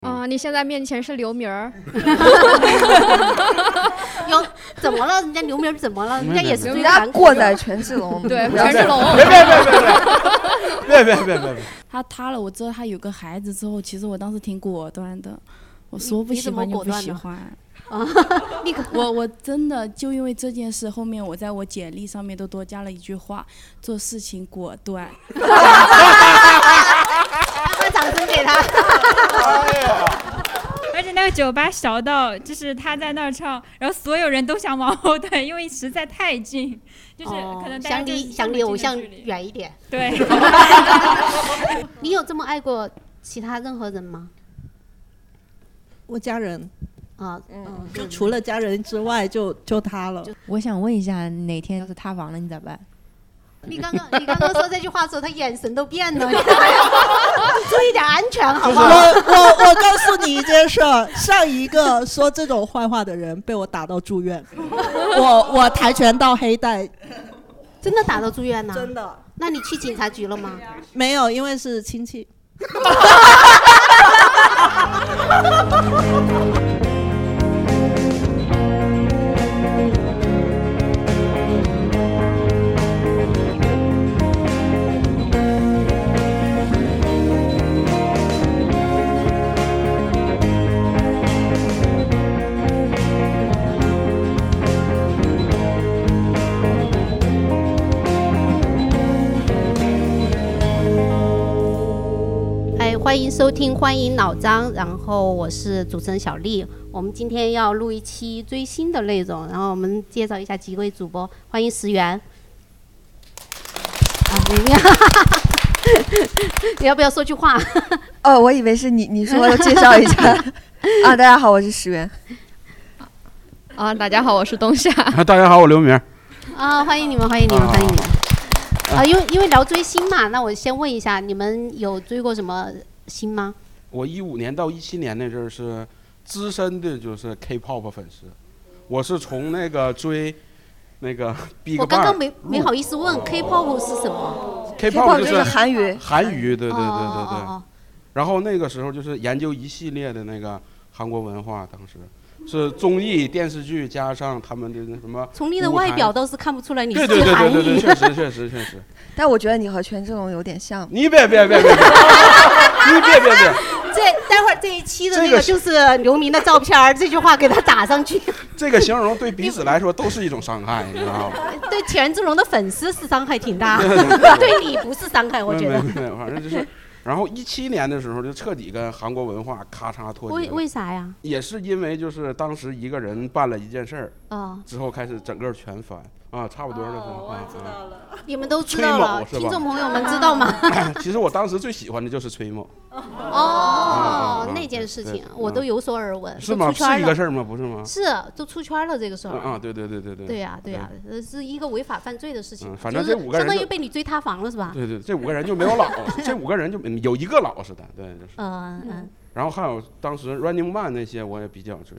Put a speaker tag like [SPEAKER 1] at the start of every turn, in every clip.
[SPEAKER 1] 嗯
[SPEAKER 2] 啊、你现在面前是刘明儿，
[SPEAKER 3] 有怎么了？人家刘明怎么了？人家也是
[SPEAKER 4] 人
[SPEAKER 3] 最
[SPEAKER 4] 家
[SPEAKER 3] 难
[SPEAKER 4] 过载权志龙，
[SPEAKER 2] 对
[SPEAKER 4] 不要
[SPEAKER 2] 权志龙
[SPEAKER 1] 别别别别别别别别别别！
[SPEAKER 5] 他塌了，我知道他有个孩子之后，其实我当时挺果断的，我说不
[SPEAKER 3] 你
[SPEAKER 5] 喜
[SPEAKER 3] 怎么
[SPEAKER 5] 欢就
[SPEAKER 3] 果
[SPEAKER 5] 不
[SPEAKER 3] 断
[SPEAKER 5] 喜
[SPEAKER 3] 呢
[SPEAKER 5] 欢。
[SPEAKER 3] 啊， 立刻
[SPEAKER 5] 我我真的就因为这件事，后面我在我简历上面都多加了一句话：做事情果 断。
[SPEAKER 3] 把掌声给他。
[SPEAKER 6] 而且那个酒吧小到，就是他在那儿唱，然后所有人都想往后退，因为实在太近，就是哦可能大家
[SPEAKER 3] 想
[SPEAKER 6] 就是这么近的
[SPEAKER 3] 哦离想离偶像
[SPEAKER 6] 距离
[SPEAKER 3] 远一点。
[SPEAKER 6] 对，
[SPEAKER 3] 你有这么爱过其他任何人吗？
[SPEAKER 7] 我家人，
[SPEAKER 3] 啊，
[SPEAKER 7] 嗯，就除了家人之外，就就他了。
[SPEAKER 8] 我想问一下，哪天要是塌房了，你咋办？
[SPEAKER 3] 你刚刚你刚刚说这句话的时候，他眼神都变 了， 注意点安全好不
[SPEAKER 7] 我
[SPEAKER 3] 好？
[SPEAKER 7] 我我告诉你一件事儿，上一个说这种坏话的人被我打到住院，我我跆拳道黑带，
[SPEAKER 3] 真的打到住院呢？
[SPEAKER 7] 真的
[SPEAKER 3] 那你去警察局了吗？
[SPEAKER 7] 没有，因为是亲戚。
[SPEAKER 3] 哎，欢迎收听，欢迎老张，然后我是主持人小丽。我们今天要录一期追星的内容，然后我们介绍一下几位主播，欢迎石原。啊，明明，你 要不要说句话？
[SPEAKER 4] 哦，我以为是你，你说要介绍一下啊。大家好，我是石原。
[SPEAKER 2] 啊，大家好，我是冬夏，
[SPEAKER 1] 大家好，我刘明。
[SPEAKER 3] 啊，欢迎你们，欢迎你们，欢迎你们。啊，因为因为聊追星嘛，那我先问一下，你们有追过什么星吗？
[SPEAKER 1] 我一五年到一七年那阵儿是资深的，就是 K-pop 粉丝。我是从那个追那个 Big
[SPEAKER 3] 我刚刚
[SPEAKER 1] Bang
[SPEAKER 3] 没没好意思问 K-pop 是什么？
[SPEAKER 1] K-pop
[SPEAKER 4] 就是韩语，
[SPEAKER 1] 韩语，对对对对对。
[SPEAKER 3] 哦
[SPEAKER 1] 然后那个时候就是研究一系列的那个韩国文化，当时是综艺、电视剧加上他们的那什么，
[SPEAKER 3] 从你的外表倒是看不出来你
[SPEAKER 1] 对
[SPEAKER 3] 是
[SPEAKER 1] 对对
[SPEAKER 3] 韩
[SPEAKER 1] 对对对，
[SPEAKER 3] 语。
[SPEAKER 1] 确实确实确实。
[SPEAKER 4] 但我觉得你和权志龙有点像。
[SPEAKER 1] 你别别别别，别你别别别，
[SPEAKER 3] 这待会儿这一期的
[SPEAKER 1] 这
[SPEAKER 3] 那
[SPEAKER 1] 个
[SPEAKER 3] 个就是啊刘明的 照片儿，这句话给他打上去。
[SPEAKER 1] 这个形容对彼此来说都是一种伤害，你知道吗？
[SPEAKER 3] 对权志龙的粉丝是伤害 挺大， 对你不是伤害， 我
[SPEAKER 1] 没
[SPEAKER 3] 觉
[SPEAKER 1] 没
[SPEAKER 3] 得。
[SPEAKER 1] 没有，反正就是。然后一七年的时候就彻底跟韩国文化咔嚓脱
[SPEAKER 3] 为
[SPEAKER 1] 节了，
[SPEAKER 3] 为啥呀？
[SPEAKER 1] 也是因为就是当时一个人办了一件事儿
[SPEAKER 3] 啊，
[SPEAKER 1] 之后开始整个全翻啊，差不多了，啊啊
[SPEAKER 3] 你们都知道了，
[SPEAKER 1] 崔某是吧
[SPEAKER 3] 听众 朋友们知道吗？
[SPEAKER 1] 其实我当时最喜欢的就是崔某，
[SPEAKER 3] 哦
[SPEAKER 1] 啊，
[SPEAKER 3] 那件事情
[SPEAKER 1] 对嗯
[SPEAKER 3] 我都有所耳闻，
[SPEAKER 1] 是
[SPEAKER 3] 都
[SPEAKER 1] 吗？
[SPEAKER 3] 出
[SPEAKER 1] 是
[SPEAKER 3] 圈
[SPEAKER 1] 一个
[SPEAKER 3] 了，
[SPEAKER 1] 事儿吗？不是吗？
[SPEAKER 3] 是都出圈了这个事
[SPEAKER 1] 啊
[SPEAKER 3] 儿。
[SPEAKER 1] 啊，对对对对对。
[SPEAKER 3] 对呀，对呀，呃是一个违法犯罪的事情
[SPEAKER 1] 嗯，反正
[SPEAKER 3] 就是
[SPEAKER 1] 这五个人
[SPEAKER 3] 相当
[SPEAKER 1] 就
[SPEAKER 3] 于被你追塌房了是吧？
[SPEAKER 1] 对对，这五个人就没有老，这五个人就没有一个老实的，对，就是。
[SPEAKER 3] 嗯嗯
[SPEAKER 1] 然后还有当时 Running Man 那些我也比较追，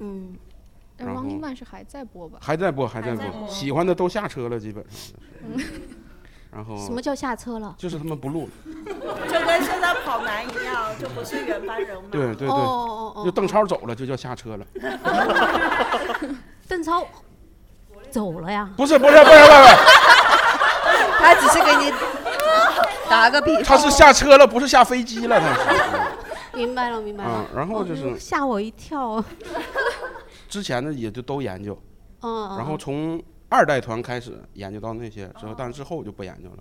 [SPEAKER 3] 嗯，
[SPEAKER 2] 但
[SPEAKER 1] 然后
[SPEAKER 2] Running Man 是还在播吧？
[SPEAKER 1] 还在播还在播，喜欢的都下车了，基本上 就是。然后
[SPEAKER 3] 什么叫下车了？
[SPEAKER 1] 就是他们不录了，
[SPEAKER 7] 嗯就跟现在跑男一样，就不是原班人马
[SPEAKER 1] 对对
[SPEAKER 3] 哦
[SPEAKER 1] 对，
[SPEAKER 3] 哦哦哦，
[SPEAKER 1] 就邓超走了就叫下车了，
[SPEAKER 3] 邓超 走了呀？
[SPEAKER 1] 不是不是不是不是，
[SPEAKER 4] 他只是给你打个
[SPEAKER 3] 哦
[SPEAKER 7] 哦
[SPEAKER 4] 比
[SPEAKER 1] 他
[SPEAKER 4] 方，
[SPEAKER 1] 是下车了，不是下飞机了，他是。
[SPEAKER 3] 明白了，明白
[SPEAKER 1] 啊
[SPEAKER 3] 了。，哦
[SPEAKER 1] 然后就是
[SPEAKER 3] 吓我一 跳。
[SPEAKER 1] 之前的也就都研究，
[SPEAKER 3] 嗯，
[SPEAKER 1] 然后从二代团开始研究到那些之后，但是之后我就不研究了。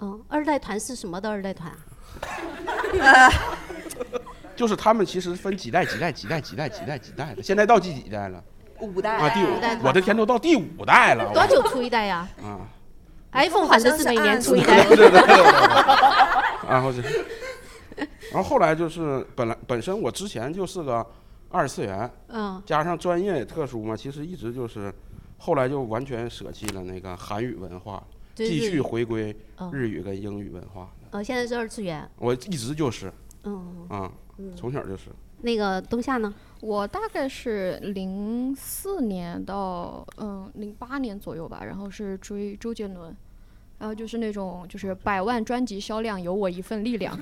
[SPEAKER 3] 嗯，二代团是什么的二代团啊？
[SPEAKER 1] 就是他们其实分几代、几代、几代、几代、几代、几代的，现在到第几代了？
[SPEAKER 4] 五
[SPEAKER 1] 啊，
[SPEAKER 4] 代。
[SPEAKER 1] 第
[SPEAKER 3] 五代
[SPEAKER 1] 五，我的天，都到第五代了，
[SPEAKER 3] 多
[SPEAKER 1] 我
[SPEAKER 3] 久出一代呀
[SPEAKER 1] 啊，
[SPEAKER 3] ？iPhone 好像是每年出一 代。
[SPEAKER 1] 对对对对对然后就， 然后后来就是本来本身我之前就是个二次元，
[SPEAKER 3] 嗯，
[SPEAKER 1] 加上专业也特殊嘛，其实一直就是，后来就完全舍弃了那个韩语文化，
[SPEAKER 3] 对
[SPEAKER 1] 继续
[SPEAKER 3] 对。
[SPEAKER 1] 回归
[SPEAKER 3] 嗯
[SPEAKER 1] 日语跟英语文化。
[SPEAKER 3] 呃，现在是二次元。
[SPEAKER 1] 我一直就是
[SPEAKER 3] 嗯，
[SPEAKER 1] 啊，从小就是。
[SPEAKER 3] 那个冬夏呢？
[SPEAKER 2] 我大概是零四年到嗯零八年左右吧，然后是追周杰伦，然后就是那种就是百万专辑销量有我一份力量，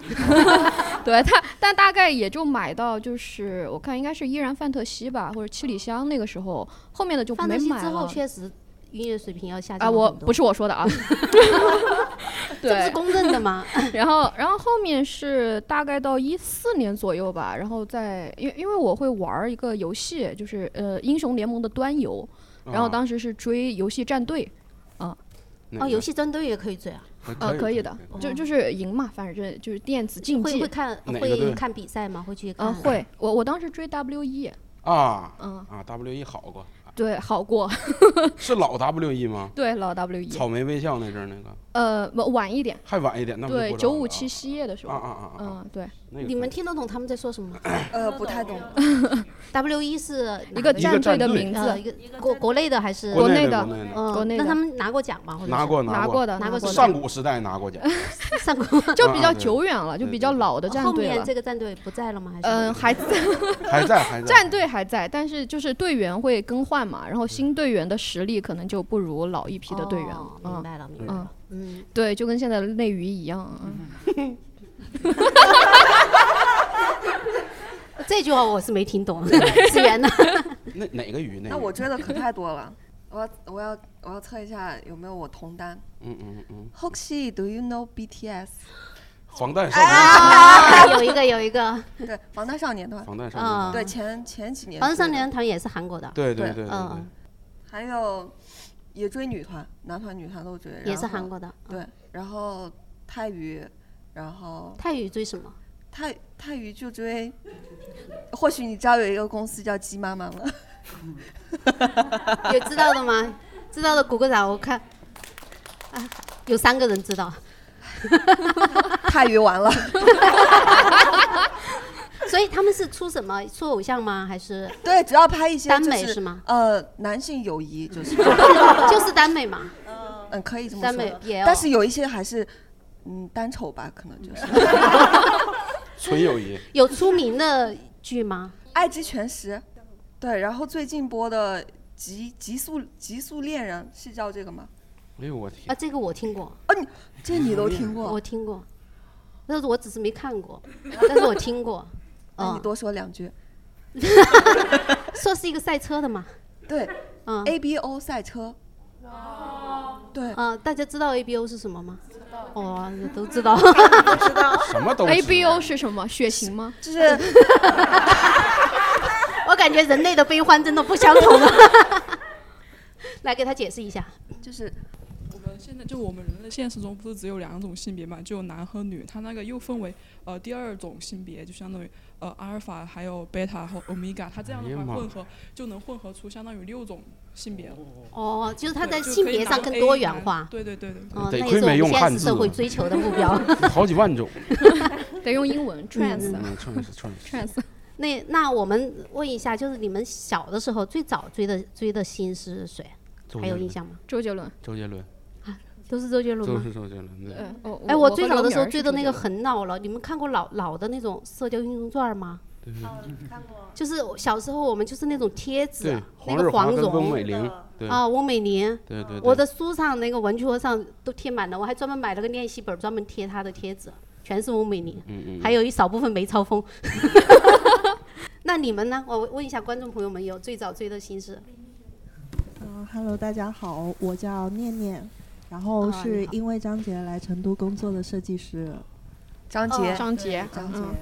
[SPEAKER 2] 对他，但大概也就买到就是我看应该是依然范特西吧，或者七里香那个时候，后面的就
[SPEAKER 3] 范
[SPEAKER 2] 没
[SPEAKER 3] 特西
[SPEAKER 2] 买
[SPEAKER 3] 之后
[SPEAKER 2] 了。
[SPEAKER 3] 确实音乐水平要下降
[SPEAKER 2] 啊，
[SPEAKER 3] 了
[SPEAKER 2] 我
[SPEAKER 3] 很多
[SPEAKER 2] 不是我说 的啊，
[SPEAKER 3] 这不是
[SPEAKER 2] 对，
[SPEAKER 3] 公认的吗？
[SPEAKER 2] 然后，然后后面是大概到一四年左右吧，然后在因为因为我会玩儿一个游戏，就是呃英雄联盟的端游，然后当时是追游戏战队，
[SPEAKER 3] 哦，游戏战队也可以追啊，
[SPEAKER 2] 呃，可以的，就
[SPEAKER 3] 哦
[SPEAKER 2] 就是赢嘛，反正就是电子竞
[SPEAKER 3] 会
[SPEAKER 2] 技
[SPEAKER 3] 会，看
[SPEAKER 1] 哪个队
[SPEAKER 3] 会看比赛吗？会去
[SPEAKER 2] 嗯、
[SPEAKER 3] 看？
[SPEAKER 2] 会，我我当时追 W E，
[SPEAKER 1] 啊
[SPEAKER 2] 嗯，
[SPEAKER 1] 啊，W E 好过，啊
[SPEAKER 2] 对，好过，
[SPEAKER 1] 是老 W E 吗？
[SPEAKER 2] 对老 W E，
[SPEAKER 1] 草莓微笑那阵儿那个，
[SPEAKER 2] 呃，不晚一点，
[SPEAKER 1] 还晚一点，那不就
[SPEAKER 2] 对，
[SPEAKER 1] 不知道
[SPEAKER 2] 九五
[SPEAKER 1] 了
[SPEAKER 2] 七
[SPEAKER 1] 啊
[SPEAKER 2] 西夜的时候，
[SPEAKER 1] 啊啊啊啊啊，
[SPEAKER 2] 嗯，对，
[SPEAKER 1] 那个
[SPEAKER 3] 你们
[SPEAKER 1] 可以
[SPEAKER 3] 听得懂他们在 说什么吗
[SPEAKER 4] 呃，不太懂。
[SPEAKER 3] ？W E 是
[SPEAKER 2] 一
[SPEAKER 3] 哪
[SPEAKER 2] 个
[SPEAKER 1] 个
[SPEAKER 2] 战
[SPEAKER 1] 战
[SPEAKER 2] 的
[SPEAKER 1] 队
[SPEAKER 2] 名
[SPEAKER 3] 呃
[SPEAKER 2] 字
[SPEAKER 3] 一，个国国内的还是
[SPEAKER 2] 国内
[SPEAKER 1] 的
[SPEAKER 2] 的
[SPEAKER 1] 内的
[SPEAKER 3] 嗯
[SPEAKER 2] 国内的
[SPEAKER 3] 那他们拿过奖吗？或者是
[SPEAKER 1] 拿过
[SPEAKER 2] 拿
[SPEAKER 1] 过，
[SPEAKER 2] 的，
[SPEAKER 3] 拿过
[SPEAKER 2] 过
[SPEAKER 3] 的
[SPEAKER 1] 上古时代拿过奖，
[SPEAKER 3] 上过。
[SPEAKER 2] 就比
[SPEAKER 1] 啊
[SPEAKER 2] 较
[SPEAKER 1] 对
[SPEAKER 2] 久远了，就
[SPEAKER 1] 对
[SPEAKER 2] 比
[SPEAKER 1] 对
[SPEAKER 2] 较
[SPEAKER 1] 对
[SPEAKER 2] 老的战
[SPEAKER 3] 后
[SPEAKER 2] 队了
[SPEAKER 3] 面。这个战队不在了吗？还是
[SPEAKER 2] 嗯，还在
[SPEAKER 1] 还在还在。
[SPEAKER 2] 战队还在，但是就是队员会更换嘛，
[SPEAKER 1] 嗯
[SPEAKER 2] 然后新队员的实力可能就不如老一批的队员了
[SPEAKER 3] 哦。明
[SPEAKER 2] 嗯，
[SPEAKER 3] 白了，明白了。嗯，
[SPEAKER 2] 对，就跟现在的内娱一样。嗯
[SPEAKER 3] 这句话我是没 听懂，是圆的。
[SPEAKER 1] 那哪个鱼？哪
[SPEAKER 4] 那
[SPEAKER 1] 个
[SPEAKER 4] 我
[SPEAKER 1] 鱼
[SPEAKER 4] 追的可太多了，我要我要我要测一下有没有我同单。
[SPEAKER 1] 嗯嗯嗯，
[SPEAKER 4] 혹시 Do you know BTS？
[SPEAKER 1] 防弹少年，
[SPEAKER 3] 啊，有一个有一个，
[SPEAKER 4] 对，防弹少年团。
[SPEAKER 1] 防弹少年团，
[SPEAKER 3] 啊
[SPEAKER 4] 对，前前几年追的。
[SPEAKER 3] 防弹少年团也是韩国的，
[SPEAKER 1] 对对
[SPEAKER 4] 对
[SPEAKER 1] 对对
[SPEAKER 3] 嗯
[SPEAKER 1] 对
[SPEAKER 3] 嗯。
[SPEAKER 4] 还有也追女团，男团女团都追。
[SPEAKER 3] 也
[SPEAKER 4] 然
[SPEAKER 3] 是
[SPEAKER 4] 后
[SPEAKER 3] 韩。国的。嗯
[SPEAKER 4] 对，然后泰娱，然后
[SPEAKER 3] 泰语追什么？
[SPEAKER 4] 泰泰娱就追，或许你知道有一个公司叫鸡妈妈吗？
[SPEAKER 3] 有知道的吗？知道的鼓个掌，我看。啊，有三个人知道，
[SPEAKER 4] 泰娱完了，
[SPEAKER 3] 所以他们是出什么？出偶像吗？还是
[SPEAKER 4] 对，主要拍一些
[SPEAKER 3] 耽
[SPEAKER 4] 就
[SPEAKER 3] 美
[SPEAKER 4] 是
[SPEAKER 3] 是吗？
[SPEAKER 4] 呃男性友谊，就是
[SPEAKER 3] 就是耽美嘛？
[SPEAKER 4] 嗯可以这么
[SPEAKER 3] 耽美
[SPEAKER 4] 说，
[SPEAKER 3] 也有。哦
[SPEAKER 4] 但是有一些还是嗯单丑吧，可能就是
[SPEAKER 1] 纯友谊，
[SPEAKER 3] 有出名的剧吗？
[SPEAKER 4] 爱之全食，对，然后最近播的。极极速极速恋人是叫这个吗？
[SPEAKER 1] 哎呦我
[SPEAKER 3] 啊，
[SPEAKER 1] 天，
[SPEAKER 3] 这个我听过，
[SPEAKER 4] 这你都听过
[SPEAKER 3] 我，听过，但是我只是没看过，但是我听过。
[SPEAKER 4] 那你
[SPEAKER 3] 嗯，
[SPEAKER 4] 多说 两句。啊
[SPEAKER 3] 说是一个赛车的嘛？
[SPEAKER 4] 对
[SPEAKER 3] 嗯
[SPEAKER 4] ，A B O 赛车，对，
[SPEAKER 3] 嗯，大家知道 ABO 是什么吗？知道。哦，都知 道。
[SPEAKER 1] 什么啊都知道
[SPEAKER 2] ，A 哎 B O 是什么？血型吗？
[SPEAKER 4] 就是
[SPEAKER 3] 我感觉人类的悲欢真的不相 同啊！来给他解释一下，
[SPEAKER 4] 就是
[SPEAKER 9] 我们现在就我们人类现实中不是只有两种性别嘛，就有男和女，它那个又分为呃第二种性别，就相当于呃阿尔法还有贝塔和欧米伽，它这样
[SPEAKER 1] 哎
[SPEAKER 9] 的
[SPEAKER 1] 呀
[SPEAKER 9] 话
[SPEAKER 1] 妈
[SPEAKER 9] 混合就能混合出相当于六种性别，
[SPEAKER 3] 哦，就是他
[SPEAKER 9] 对
[SPEAKER 3] 在
[SPEAKER 9] 就
[SPEAKER 3] 性
[SPEAKER 9] 可以
[SPEAKER 3] 别
[SPEAKER 9] 拿
[SPEAKER 3] 上
[SPEAKER 9] 到
[SPEAKER 3] 更
[SPEAKER 9] A
[SPEAKER 3] 多元
[SPEAKER 9] 男
[SPEAKER 3] 化，
[SPEAKER 9] 对对对对，
[SPEAKER 3] 嗯，
[SPEAKER 1] 得
[SPEAKER 3] 那也
[SPEAKER 1] 亏
[SPEAKER 3] 是我
[SPEAKER 1] 没
[SPEAKER 3] 们
[SPEAKER 1] 用汉
[SPEAKER 3] 现实
[SPEAKER 1] 字
[SPEAKER 3] 社会
[SPEAKER 1] 呢
[SPEAKER 3] 追求的目标。
[SPEAKER 1] 好几 万种，
[SPEAKER 2] 得用英文 trans
[SPEAKER 1] 嗯，串是串是
[SPEAKER 2] trans。
[SPEAKER 3] 那那我们问一下，就是你们小的时候最早追的追的星是谁？
[SPEAKER 1] 周
[SPEAKER 3] 还
[SPEAKER 1] 杰
[SPEAKER 3] 有印
[SPEAKER 1] 伦，
[SPEAKER 3] 象吗？
[SPEAKER 2] 周杰伦，
[SPEAKER 1] 周杰伦，
[SPEAKER 3] 都是周杰伦
[SPEAKER 1] 都
[SPEAKER 3] 吗？
[SPEAKER 1] 是周杰伦对。
[SPEAKER 2] 呃，哦
[SPEAKER 3] 哎，
[SPEAKER 2] 我
[SPEAKER 3] 最早的时候追的那个
[SPEAKER 2] 很
[SPEAKER 3] 很老了，你们看过老老的那种《射雕英雄传》吗？
[SPEAKER 1] 对对
[SPEAKER 3] 就是我小时候我们就是那种贴纸
[SPEAKER 1] 对
[SPEAKER 3] 啊，，那
[SPEAKER 1] 黄日
[SPEAKER 3] 个
[SPEAKER 1] 华
[SPEAKER 3] 黄
[SPEAKER 1] 跟温
[SPEAKER 3] 蓉
[SPEAKER 1] 美玲，对
[SPEAKER 2] 哦
[SPEAKER 3] 啊，翁美玲，
[SPEAKER 1] 对对，对
[SPEAKER 3] 我的书上那个文具盒上都贴满了，我还专门买了个练习本，专门贴她的贴纸，全是翁美玲，
[SPEAKER 1] 嗯嗯，
[SPEAKER 3] 还有一少部分梅超风。那你们呢？我问一下观众朋友们，有最早追的星是？
[SPEAKER 7] 嗯，Hello，大家好，我叫念念，然后
[SPEAKER 3] 啊你
[SPEAKER 7] 是
[SPEAKER 3] 好
[SPEAKER 7] 因为张杰来成都工作的设计师
[SPEAKER 4] 张
[SPEAKER 3] 哦
[SPEAKER 4] 杰，
[SPEAKER 2] 张杰，
[SPEAKER 7] 张杰。
[SPEAKER 2] 嗯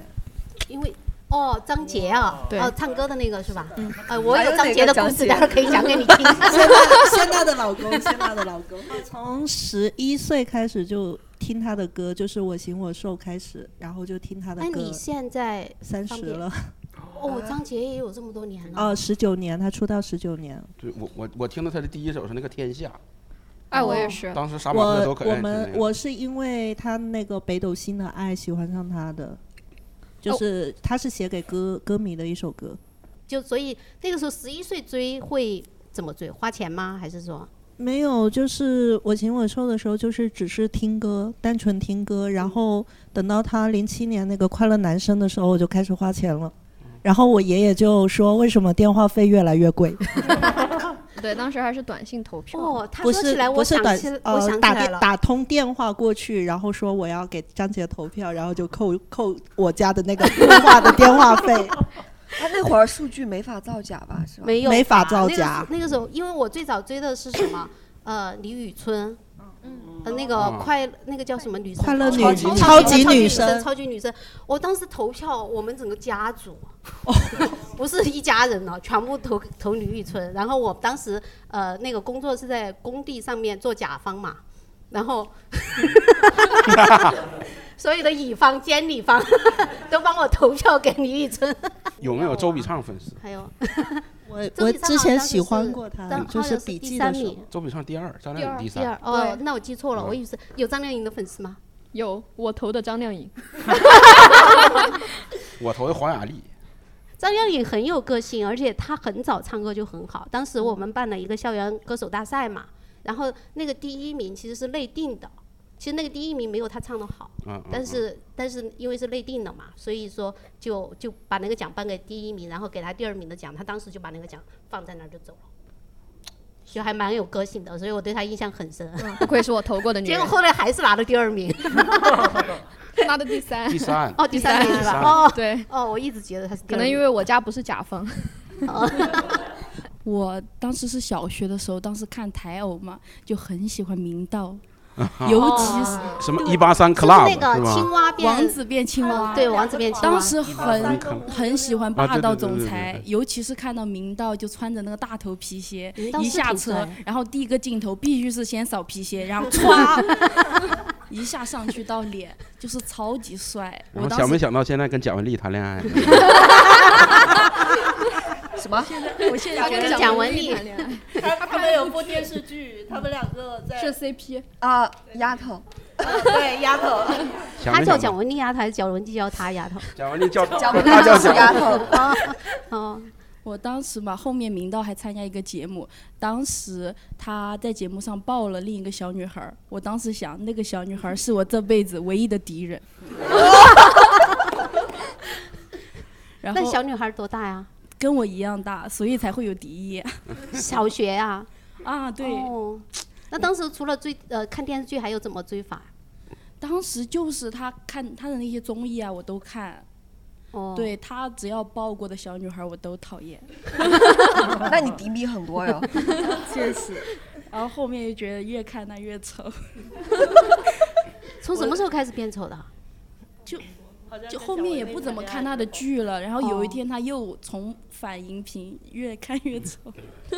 [SPEAKER 3] 因为哦，张杰啊，
[SPEAKER 2] 对
[SPEAKER 3] 哦，唱歌的那个是吧？嗯，呃，我
[SPEAKER 4] 还有
[SPEAKER 3] 有张
[SPEAKER 4] 哪
[SPEAKER 3] 杰
[SPEAKER 4] 个
[SPEAKER 3] 的
[SPEAKER 4] 张
[SPEAKER 3] 故事，
[SPEAKER 4] 杰
[SPEAKER 3] 待会儿可以讲给你听。
[SPEAKER 7] 现在现在的老公，现在的老 公，从十一岁开始就听他的歌，就是《我行我素》开始，然后就听他的
[SPEAKER 3] 那
[SPEAKER 7] 歌
[SPEAKER 3] 哎你，现在
[SPEAKER 7] 三
[SPEAKER 3] 方
[SPEAKER 7] 十
[SPEAKER 3] 便
[SPEAKER 7] 了，
[SPEAKER 3] 哦，张杰也有这么多年了。
[SPEAKER 7] 哦，十九年，他出道十九年。
[SPEAKER 1] 对我我我听到他的第一首是那个《天下
[SPEAKER 2] 哎，我也是》，。
[SPEAKER 1] 当时杀马特都
[SPEAKER 7] 我
[SPEAKER 1] 可
[SPEAKER 7] 我
[SPEAKER 1] 爱听
[SPEAKER 7] 们
[SPEAKER 1] 那个，
[SPEAKER 7] 我是因为他那个北斗星的爱喜欢上他的，就是他是写给歌歌迷的一首歌。
[SPEAKER 3] 就所以那个时候十一岁追会怎么追？花钱吗？还是说
[SPEAKER 7] 没有，就是我行我素的时候，就是只是听歌，单纯听歌。然后等到他零七年那个《快乐男生》的时候，我就开始
[SPEAKER 1] 嗯
[SPEAKER 7] 花钱了。然后我爷爷就说：“为什么电话费越来越贵？”
[SPEAKER 2] 对，当时还是短信投票。
[SPEAKER 3] 哦，他
[SPEAKER 7] 不
[SPEAKER 3] 说
[SPEAKER 7] 是
[SPEAKER 3] 起来，我
[SPEAKER 7] 不是
[SPEAKER 3] 想
[SPEAKER 7] 短
[SPEAKER 3] 起来，我
[SPEAKER 7] 呃
[SPEAKER 3] 想起
[SPEAKER 7] 打
[SPEAKER 3] 来
[SPEAKER 7] 电
[SPEAKER 3] 了，
[SPEAKER 7] 打通电话过去，然后说我要给张姐投票，然后就扣扣我家的那 个电话的电话费。
[SPEAKER 4] 他那会儿数据没法造假吧？是吧？
[SPEAKER 3] 没有
[SPEAKER 7] 没法
[SPEAKER 3] 吧
[SPEAKER 7] 造
[SPEAKER 3] 那个
[SPEAKER 7] 假
[SPEAKER 3] 时那个时候，因为我最早追的是什么？呃，李宇春。呃，那个
[SPEAKER 1] 嗯
[SPEAKER 3] 快，那个叫什么女
[SPEAKER 7] 哦
[SPEAKER 3] 生？
[SPEAKER 7] 快乐
[SPEAKER 1] 超
[SPEAKER 7] 女
[SPEAKER 1] 级
[SPEAKER 7] 超
[SPEAKER 3] 级
[SPEAKER 7] 级
[SPEAKER 3] 女
[SPEAKER 7] 女
[SPEAKER 3] 生，
[SPEAKER 7] 生，
[SPEAKER 3] 超级女生。我当时投票，我们整个家族，
[SPEAKER 7] 哦
[SPEAKER 3] 不是一家人了，全部投投李宇春。然后我当时呃，那个工作是在工地上面做甲方嘛，然后所有的乙方兼乙方 都帮我投票给李 宇春，
[SPEAKER 1] 有没有周笔畅粉丝？
[SPEAKER 3] 还有
[SPEAKER 7] 我
[SPEAKER 3] 周
[SPEAKER 7] 我
[SPEAKER 3] 笔畅
[SPEAKER 7] 之
[SPEAKER 3] 好
[SPEAKER 7] 前
[SPEAKER 3] 像
[SPEAKER 7] 喜欢
[SPEAKER 3] 是
[SPEAKER 7] 过她
[SPEAKER 3] 张，
[SPEAKER 7] 就
[SPEAKER 3] 好
[SPEAKER 7] 是
[SPEAKER 3] 像是
[SPEAKER 7] 笔
[SPEAKER 3] 第
[SPEAKER 7] 记
[SPEAKER 3] 三
[SPEAKER 7] 的时候
[SPEAKER 3] 名。
[SPEAKER 1] 周笔畅第二，张
[SPEAKER 2] 第
[SPEAKER 1] 靓
[SPEAKER 2] 二
[SPEAKER 1] 颖第
[SPEAKER 3] 第
[SPEAKER 1] 三
[SPEAKER 3] 二。哦，
[SPEAKER 2] 对
[SPEAKER 3] 那我记错了，
[SPEAKER 1] 嗯
[SPEAKER 3] 我以为是有张靓颖的粉丝吗？
[SPEAKER 2] 有我投的张靓颖，
[SPEAKER 1] 我投的黄雅莉，
[SPEAKER 3] 张靓颖很有个性，而且她很早唱歌就很好。当时我们办了一个校园歌手大赛嘛，然后那个第一名其实是内定的，其实那个第一名没有她唱的好，
[SPEAKER 1] 嗯，嗯
[SPEAKER 3] 但是但是因为是内定的嘛，所以说就就把那个奖颁给第一名，然后给她第二名的奖，她当时就把那个奖放在那儿就走了，就还蛮有个性的，所以我对她印象很深。
[SPEAKER 2] 嗯不愧是我投过的女
[SPEAKER 3] 结
[SPEAKER 2] 人
[SPEAKER 3] 果，后来还是拿了第二名，
[SPEAKER 2] 拿的第三。
[SPEAKER 1] 第三，
[SPEAKER 3] 哦，第三名
[SPEAKER 1] 第
[SPEAKER 3] 是吧？
[SPEAKER 1] 三
[SPEAKER 3] 哦
[SPEAKER 2] 对，
[SPEAKER 3] 哦，我一直觉得她是 第
[SPEAKER 2] 可
[SPEAKER 3] 二
[SPEAKER 2] 能
[SPEAKER 3] 名
[SPEAKER 2] 因为我家不是甲方，
[SPEAKER 5] 我当时是小学的时候，当时看台偶嘛，就很喜欢明 道，尤其是
[SPEAKER 1] 啊什么一八三
[SPEAKER 3] 就是那
[SPEAKER 1] club
[SPEAKER 3] 个青
[SPEAKER 1] 吧？
[SPEAKER 3] 蛙变
[SPEAKER 5] 王子变青蛙。
[SPEAKER 3] 哦对，王子变青蛙。
[SPEAKER 5] 当时很
[SPEAKER 1] 个五
[SPEAKER 5] 很喜欢
[SPEAKER 1] 啊
[SPEAKER 5] 霸
[SPEAKER 1] 对
[SPEAKER 5] 道
[SPEAKER 1] 对对
[SPEAKER 5] 总
[SPEAKER 1] 对对
[SPEAKER 5] 裁，
[SPEAKER 1] 对
[SPEAKER 5] 尤其是看到明道就穿着那个大头皮鞋
[SPEAKER 3] 明道，
[SPEAKER 5] 一
[SPEAKER 3] 是
[SPEAKER 5] 下
[SPEAKER 3] 挺
[SPEAKER 5] 车
[SPEAKER 3] 帅，
[SPEAKER 5] 然后第一个镜头必须是先扫皮鞋，然后歘， 一下上去到脸，就是超级帅。我
[SPEAKER 1] 然后
[SPEAKER 5] 当
[SPEAKER 1] 想没
[SPEAKER 5] 时
[SPEAKER 1] 想到现在跟蒋雯丽谈恋爱？
[SPEAKER 4] 什么？
[SPEAKER 5] 我现
[SPEAKER 3] 他
[SPEAKER 5] 在
[SPEAKER 3] 跟蒋雯丽
[SPEAKER 2] 谈恋爱
[SPEAKER 10] 他他们有部电视剧，他们两个在啊
[SPEAKER 2] 是 CP，
[SPEAKER 4] 啊，丫头，
[SPEAKER 10] 对丫头，
[SPEAKER 1] 想
[SPEAKER 3] 他
[SPEAKER 1] 没
[SPEAKER 3] 叫
[SPEAKER 1] 想
[SPEAKER 3] 蒋
[SPEAKER 1] 到
[SPEAKER 3] 雯丽丫头，还是蒋雯丽叫他丫头？
[SPEAKER 1] 蒋雯丽叫
[SPEAKER 4] 讲不
[SPEAKER 1] 她叫
[SPEAKER 4] 是
[SPEAKER 1] 蒋
[SPEAKER 4] 丫头，
[SPEAKER 3] 哦，
[SPEAKER 5] 我当时嘛，后面明道还参加一个节目，当时他在节目上抱了另一个小女孩儿，我当时想那个小女孩儿是我这辈子唯一的敌人。然
[SPEAKER 3] 那小
[SPEAKER 5] 后
[SPEAKER 3] 女孩多大呀？
[SPEAKER 5] 跟我一样大，所以才会有敌意
[SPEAKER 3] 小学呀、
[SPEAKER 5] 啊。对，
[SPEAKER 3] 哦，那当时除了追呃看电视剧，还有怎么追法？
[SPEAKER 5] 当时就是他看他的那些综艺啊，我都看。
[SPEAKER 3] 哦，，
[SPEAKER 5] 对他只要抱过的小女孩儿，我都讨 厌。
[SPEAKER 4] 那你迪米很多哟。
[SPEAKER 5] 确实。然后后面就觉得越看他越丑，
[SPEAKER 3] 从什么时候开始变丑的？
[SPEAKER 5] 就后面也不怎么看他的剧了。然后有一天他又重返荧屏，越看越 丑。
[SPEAKER 1] 她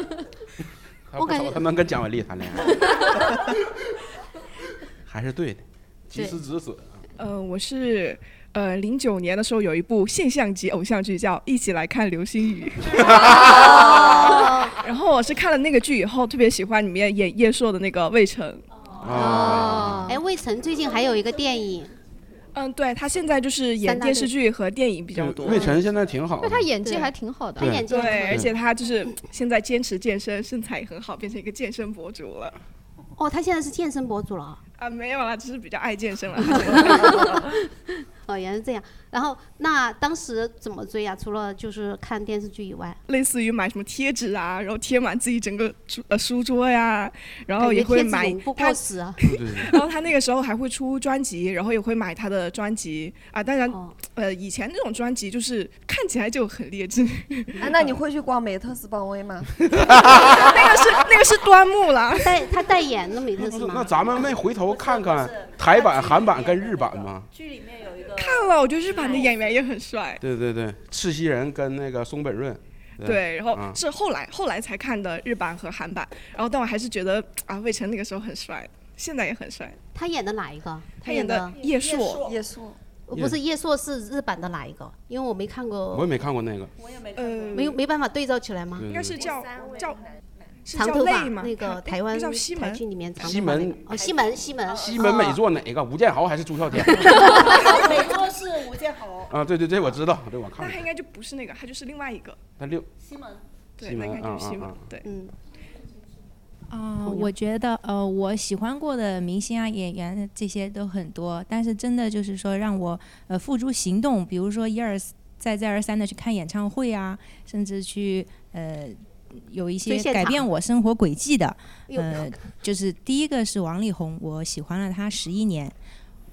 [SPEAKER 3] 我
[SPEAKER 1] 不
[SPEAKER 3] 感
[SPEAKER 1] 丑
[SPEAKER 3] 觉
[SPEAKER 1] 她能跟蒋雯丽谈恋爱， 还是对的，及
[SPEAKER 3] 对
[SPEAKER 1] 时止损。
[SPEAKER 11] 呃，我是呃零九年的时候有一部现象级偶像剧叫《一起来看流星雨》， 然后我是看了那个剧以后特别喜欢里面演叶烁的那个魏晨，哦
[SPEAKER 1] 啊，
[SPEAKER 3] 哎，魏晨最近还有一个电影，
[SPEAKER 11] 嗯，对他现在就是
[SPEAKER 3] 三
[SPEAKER 11] 演
[SPEAKER 3] 大
[SPEAKER 11] 电
[SPEAKER 3] 队
[SPEAKER 11] 视剧和电影比较
[SPEAKER 1] 对
[SPEAKER 11] 多，
[SPEAKER 1] 魏晨现在挺好
[SPEAKER 2] 因为
[SPEAKER 1] 的，
[SPEAKER 2] 她演技
[SPEAKER 3] 对
[SPEAKER 2] 还挺好的
[SPEAKER 3] 他。演技
[SPEAKER 11] 对，而
[SPEAKER 3] 很好
[SPEAKER 11] 且他就是现在坚持健身，身材也很好，变成一个健身博主了。
[SPEAKER 3] 哦，他现在是健身博主了。
[SPEAKER 11] 啊，没有啦，只是比较爱健身了。
[SPEAKER 3] 哦，原来是这样。然后那当时怎么追啊呀、除了就是看电视剧以外，
[SPEAKER 11] 类似于买什么贴纸啊，然后贴满自己整个书呃书桌呀，然后
[SPEAKER 3] 感
[SPEAKER 11] 哦也
[SPEAKER 3] 觉
[SPEAKER 11] 会
[SPEAKER 3] 贴纸
[SPEAKER 11] 买
[SPEAKER 3] 永不
[SPEAKER 11] 他
[SPEAKER 3] 过，时啊。
[SPEAKER 1] 对对对，
[SPEAKER 11] 然后他那个时候还会出专辑，然后也会买他的专辑啊。当然，
[SPEAKER 3] 哦，
[SPEAKER 11] 呃，以前那种专辑就是看起来就很劣质，
[SPEAKER 3] 啊
[SPEAKER 4] 哎，那你会去逛美特斯邦威 吗？
[SPEAKER 11] 那个是那个是端木啦。
[SPEAKER 3] 代他代言的美特
[SPEAKER 1] 不
[SPEAKER 3] 斯
[SPEAKER 1] 是
[SPEAKER 3] 吗？
[SPEAKER 1] 那咱们没回头看看
[SPEAKER 10] 不是
[SPEAKER 1] 台版、韩版跟日版吗？
[SPEAKER 10] 剧里面有一个
[SPEAKER 11] 看了，我觉得日版的演员也很帅。
[SPEAKER 1] 对对对，赤西仁跟那个松本润，对
[SPEAKER 11] 对，然后
[SPEAKER 1] 嗯
[SPEAKER 11] 是后来后来才看的日版和韩版，然后但我还是觉得啊，魏晨那个时候很帅，现在也很帅。
[SPEAKER 3] 他演的哪一个？
[SPEAKER 11] 他演的
[SPEAKER 3] 的
[SPEAKER 11] 叶烁，
[SPEAKER 4] 叶烁，
[SPEAKER 3] 不是叶烁是日版的哪一个？因为我没看过
[SPEAKER 1] 我也没看过那个，
[SPEAKER 10] 我也没看过，嗯
[SPEAKER 11] 呃，
[SPEAKER 3] 没有没办法对照起来吗？
[SPEAKER 1] 对
[SPEAKER 11] 应
[SPEAKER 1] 对
[SPEAKER 11] 该
[SPEAKER 1] 对
[SPEAKER 11] 是叫叫是
[SPEAKER 3] 长
[SPEAKER 11] 叫
[SPEAKER 3] 头发
[SPEAKER 11] 泪吗？
[SPEAKER 3] 那个
[SPEAKER 11] 哎
[SPEAKER 3] 台湾
[SPEAKER 11] 叫西
[SPEAKER 3] 台
[SPEAKER 11] 门。
[SPEAKER 3] 剧里面长头发
[SPEAKER 1] 西门
[SPEAKER 3] 那个哦，西门西门
[SPEAKER 1] 西门美
[SPEAKER 3] 哦
[SPEAKER 1] 作哪个？吴建豪还是朱孝天？
[SPEAKER 10] 美作是吴建豪、
[SPEAKER 1] 啊，对对，这我知道，这我
[SPEAKER 11] 那
[SPEAKER 1] 看
[SPEAKER 11] 他
[SPEAKER 1] 过。
[SPEAKER 11] 应该就不是那个，他就是另外一个，
[SPEAKER 1] 那六
[SPEAKER 10] 西门，
[SPEAKER 11] 对，
[SPEAKER 1] 西
[SPEAKER 11] 那
[SPEAKER 1] 门
[SPEAKER 11] 应该就是西
[SPEAKER 1] 啊
[SPEAKER 11] 门
[SPEAKER 1] 啊啊，
[SPEAKER 11] 对。
[SPEAKER 3] 嗯，
[SPEAKER 8] 啊、
[SPEAKER 3] 同样
[SPEAKER 8] 我觉得呃，我喜欢过的明星啊、演员这些都很多，但是真的就是说让我呃付诸行动，比如说一而再再而三的去看演唱会啊，甚至去呃有一
[SPEAKER 3] 追
[SPEAKER 8] 些
[SPEAKER 3] 现
[SPEAKER 8] 改
[SPEAKER 3] 场
[SPEAKER 8] 变我生活轨迹的，
[SPEAKER 3] 有
[SPEAKER 8] 呃，就是第一个是王力宏，我喜欢了他十一年。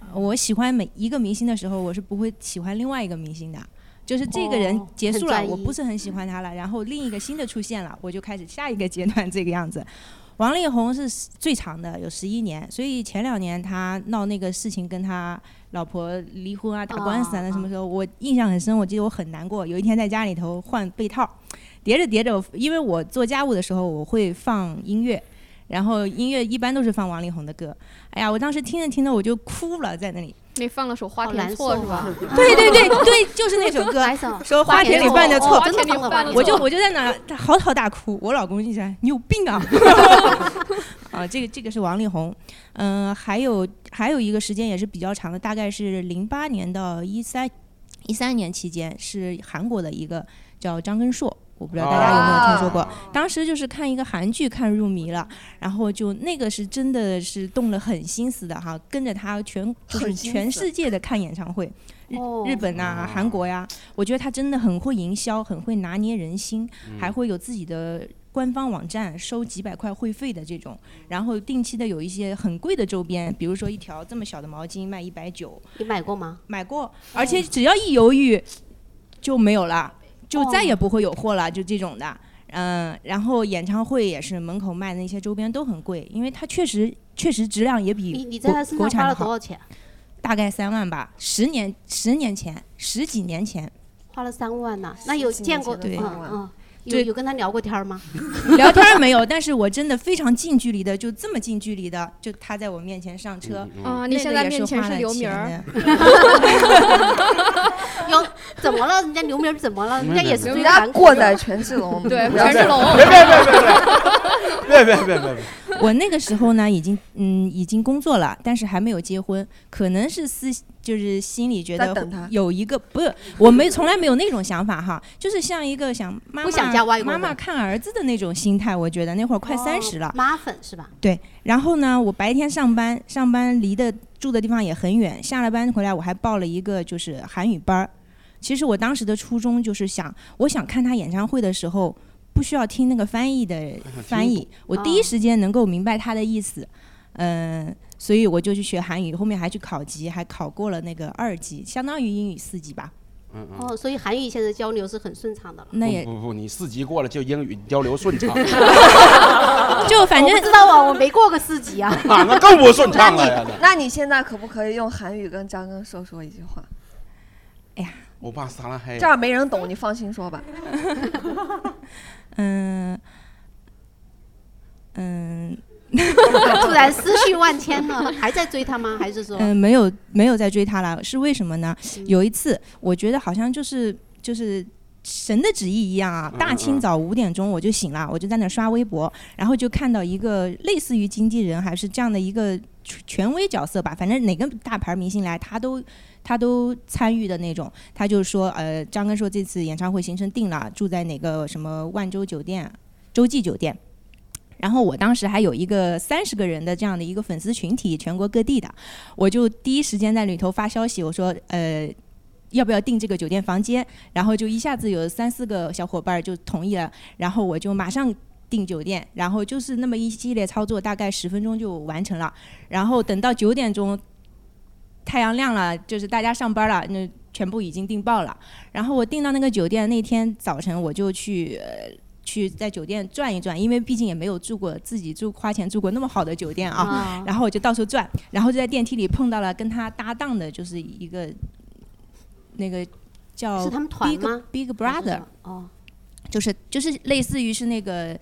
[SPEAKER 8] 呃我喜欢每一个明星的时候，我是不会喜欢另外一个明星的。就是这个人
[SPEAKER 3] 哦
[SPEAKER 8] 结
[SPEAKER 3] 很
[SPEAKER 8] 束了，
[SPEAKER 3] 专
[SPEAKER 8] 我
[SPEAKER 3] 一
[SPEAKER 8] 不是很喜欢他了，然后另一个新的出现了，我就开始下一个阶段这个样子。王力宏是最长的，有十一年，所以前两年他闹那个事情，跟他老婆离婚啊、打官司啊，那什么时候我印象很深，我记得我很难过。有一天在家里头换被套，叠着叠着，我因为我做家务的时候我会放音乐，然后音乐一般都是放王力宏的歌，哎呀，我当时听着听着我就哭了，在那里。
[SPEAKER 2] 你放了首《花
[SPEAKER 8] 哦
[SPEAKER 3] 好
[SPEAKER 2] 田
[SPEAKER 3] 难
[SPEAKER 2] 错》
[SPEAKER 3] 受
[SPEAKER 2] 是吧
[SPEAKER 3] 啊？哦
[SPEAKER 8] 对对 对对，就是那首歌
[SPEAKER 3] 哪一首，
[SPEAKER 8] 说
[SPEAKER 3] 花
[SPEAKER 8] 花
[SPEAKER 3] 田
[SPEAKER 8] 田里
[SPEAKER 3] 错
[SPEAKER 8] 犯的
[SPEAKER 3] 哦
[SPEAKER 8] 错，
[SPEAKER 3] 真的放了花田
[SPEAKER 8] 我就
[SPEAKER 3] 错
[SPEAKER 8] 我就在那儿嚎啕大哭，我老公一直在你有病啊， 啊，这个这个是王力宏，嗯、还有还有一个时间也是比较长的，大概是零八年到一三一三年期间，是韩国的一个叫张根硕。我不知道大家有没有听说过，当时就是看一个韩剧看入迷了，然后就那个是真的是动了狠心思的哈，跟着他全就是
[SPEAKER 5] 狠心
[SPEAKER 8] 全
[SPEAKER 5] 思
[SPEAKER 8] 世界的看演唱会，日
[SPEAKER 3] 哦
[SPEAKER 8] 日本呐、韩国呀、我觉得他真的很会营销，很会拿捏人心，还
[SPEAKER 3] 嗯
[SPEAKER 8] 会有自己的官方网站，收几百块会费的这种，然后定期的有一些很贵的周边，比如说一条这么小的毛巾卖一百九，
[SPEAKER 3] 你买过吗？
[SPEAKER 8] 买过，而且只要一犹豫就没有了，就
[SPEAKER 3] 哦
[SPEAKER 8] 再也不会有货了，就这种的。嗯，然后演唱会也是门口卖的那些周边都很贵，因为它确实确实质量也比
[SPEAKER 3] 你你在
[SPEAKER 8] 国
[SPEAKER 3] 他身
[SPEAKER 8] 国
[SPEAKER 3] 上
[SPEAKER 8] 产
[SPEAKER 3] 花
[SPEAKER 8] 的
[SPEAKER 3] 了多
[SPEAKER 8] 好
[SPEAKER 3] 少钱？
[SPEAKER 8] 大概三万吧，十年十年前，十几年前，
[SPEAKER 3] 花了三万呐、那有
[SPEAKER 8] 十几
[SPEAKER 3] 见
[SPEAKER 8] 年
[SPEAKER 3] 过
[SPEAKER 8] 前的
[SPEAKER 3] 嗯
[SPEAKER 8] 三万
[SPEAKER 3] 嗯，有
[SPEAKER 8] 对
[SPEAKER 3] 有跟他聊过天儿吗？
[SPEAKER 8] 聊天儿没有，但是我真的非常近距离的，就这么近距离的，就他在我面前上车。
[SPEAKER 2] 嗯
[SPEAKER 3] 哦
[SPEAKER 2] 啊
[SPEAKER 8] 那
[SPEAKER 2] 你
[SPEAKER 8] 个
[SPEAKER 2] 现在
[SPEAKER 8] 也
[SPEAKER 2] 面前
[SPEAKER 8] 花
[SPEAKER 2] 是
[SPEAKER 8] 了
[SPEAKER 2] 刘明
[SPEAKER 8] 钱
[SPEAKER 2] 儿
[SPEAKER 8] 的
[SPEAKER 3] 有怎么了？人家刘明儿怎么了？人家也是追韩国
[SPEAKER 4] 过
[SPEAKER 3] 的
[SPEAKER 4] 载权志龙，
[SPEAKER 3] 对
[SPEAKER 4] 不要
[SPEAKER 3] 权志
[SPEAKER 4] 这样
[SPEAKER 3] 龙
[SPEAKER 4] 别别别别
[SPEAKER 1] 别别别别别！
[SPEAKER 8] 我那个时候呢，已经嗯已经工作了，但是还没有结婚，可能是思就是心里觉
[SPEAKER 4] 在
[SPEAKER 8] 得
[SPEAKER 4] 等他
[SPEAKER 8] 有一个不是，我没从来没有那种想法哈， 就是像一个想妈
[SPEAKER 3] 不
[SPEAKER 8] 妈
[SPEAKER 3] 想嫁外国
[SPEAKER 8] 妈妈
[SPEAKER 3] 人
[SPEAKER 8] 看儿子的那种心态，我觉得那会儿快三十了，
[SPEAKER 3] 妈粉是吧？
[SPEAKER 1] 嗯
[SPEAKER 8] 对，然后呢，我白天上班，上班离的住的地方也很远，下了班回来我还报了一个就是韩语班儿。其实我当时的初衷就是想，我想看他演唱会的时候，不需要听那个翻译的翻译，我第一时间能够明白他的意思。嗯、所以我就去学韩语，后面还去考级，还考过了那个二级，相当于英语四级吧。
[SPEAKER 1] 嗯嗯。
[SPEAKER 3] 哦，所以韩语现在交流是很顺畅的了。
[SPEAKER 8] 那也
[SPEAKER 1] 不不不，你四级过了就英语交流顺畅，
[SPEAKER 8] 就反
[SPEAKER 3] 正知道啊，我没过个四级 啊。
[SPEAKER 1] 哪那更不顺畅了呀？那
[SPEAKER 4] 那你现在可不可以用韩语跟张根硕说一句话？
[SPEAKER 1] 欧巴撒拉嘿
[SPEAKER 4] 这，样没人懂，你放心说 吧。
[SPEAKER 8] 嗯 嗯。
[SPEAKER 3] 突然思绪万千 了，还在追他吗？还是说？
[SPEAKER 8] 嗯，没有没有再追他了，是为什么呢？有一次，我觉得好像就是就是。神的旨意一样啊！大清早五点钟我就醒了，我就在那刷微博，然后就看到一个类似于经纪人还是这样的一个权权威角色吧，反正哪个大牌明星来，他都他都参与的那种。他就说，呃，张根硕这次演唱会行程定了，住在哪个什么万州酒店、洲际酒店。然后我当时还有一个三十个人的这样的一个粉丝群体，全国各地的，我就第一时间在里头发消息，我说呃。要不要订这个酒店房间？然后就一下子有三四个小伙伴儿就同意了，然后我就马上订酒店，然后就是那么一系列操作，大概十分钟就完成了。然后等到九点钟，太阳亮了，就是大家上班了，那全部已经订爆了。然后我订到那个酒店那天早晨，我就去、呃、去在酒店转一转，因为毕竟也没有住过自己住花钱住过那么好的酒店啊。
[SPEAKER 3] 啊
[SPEAKER 8] 然后我就到处转，然后就在电梯里碰到了跟他搭档的，就是一个那个叫
[SPEAKER 3] 是他们团
[SPEAKER 8] Big
[SPEAKER 3] 吗
[SPEAKER 8] Big
[SPEAKER 3] 还是什
[SPEAKER 8] Brother，
[SPEAKER 3] 么哦，
[SPEAKER 8] 就是就是类似于是那个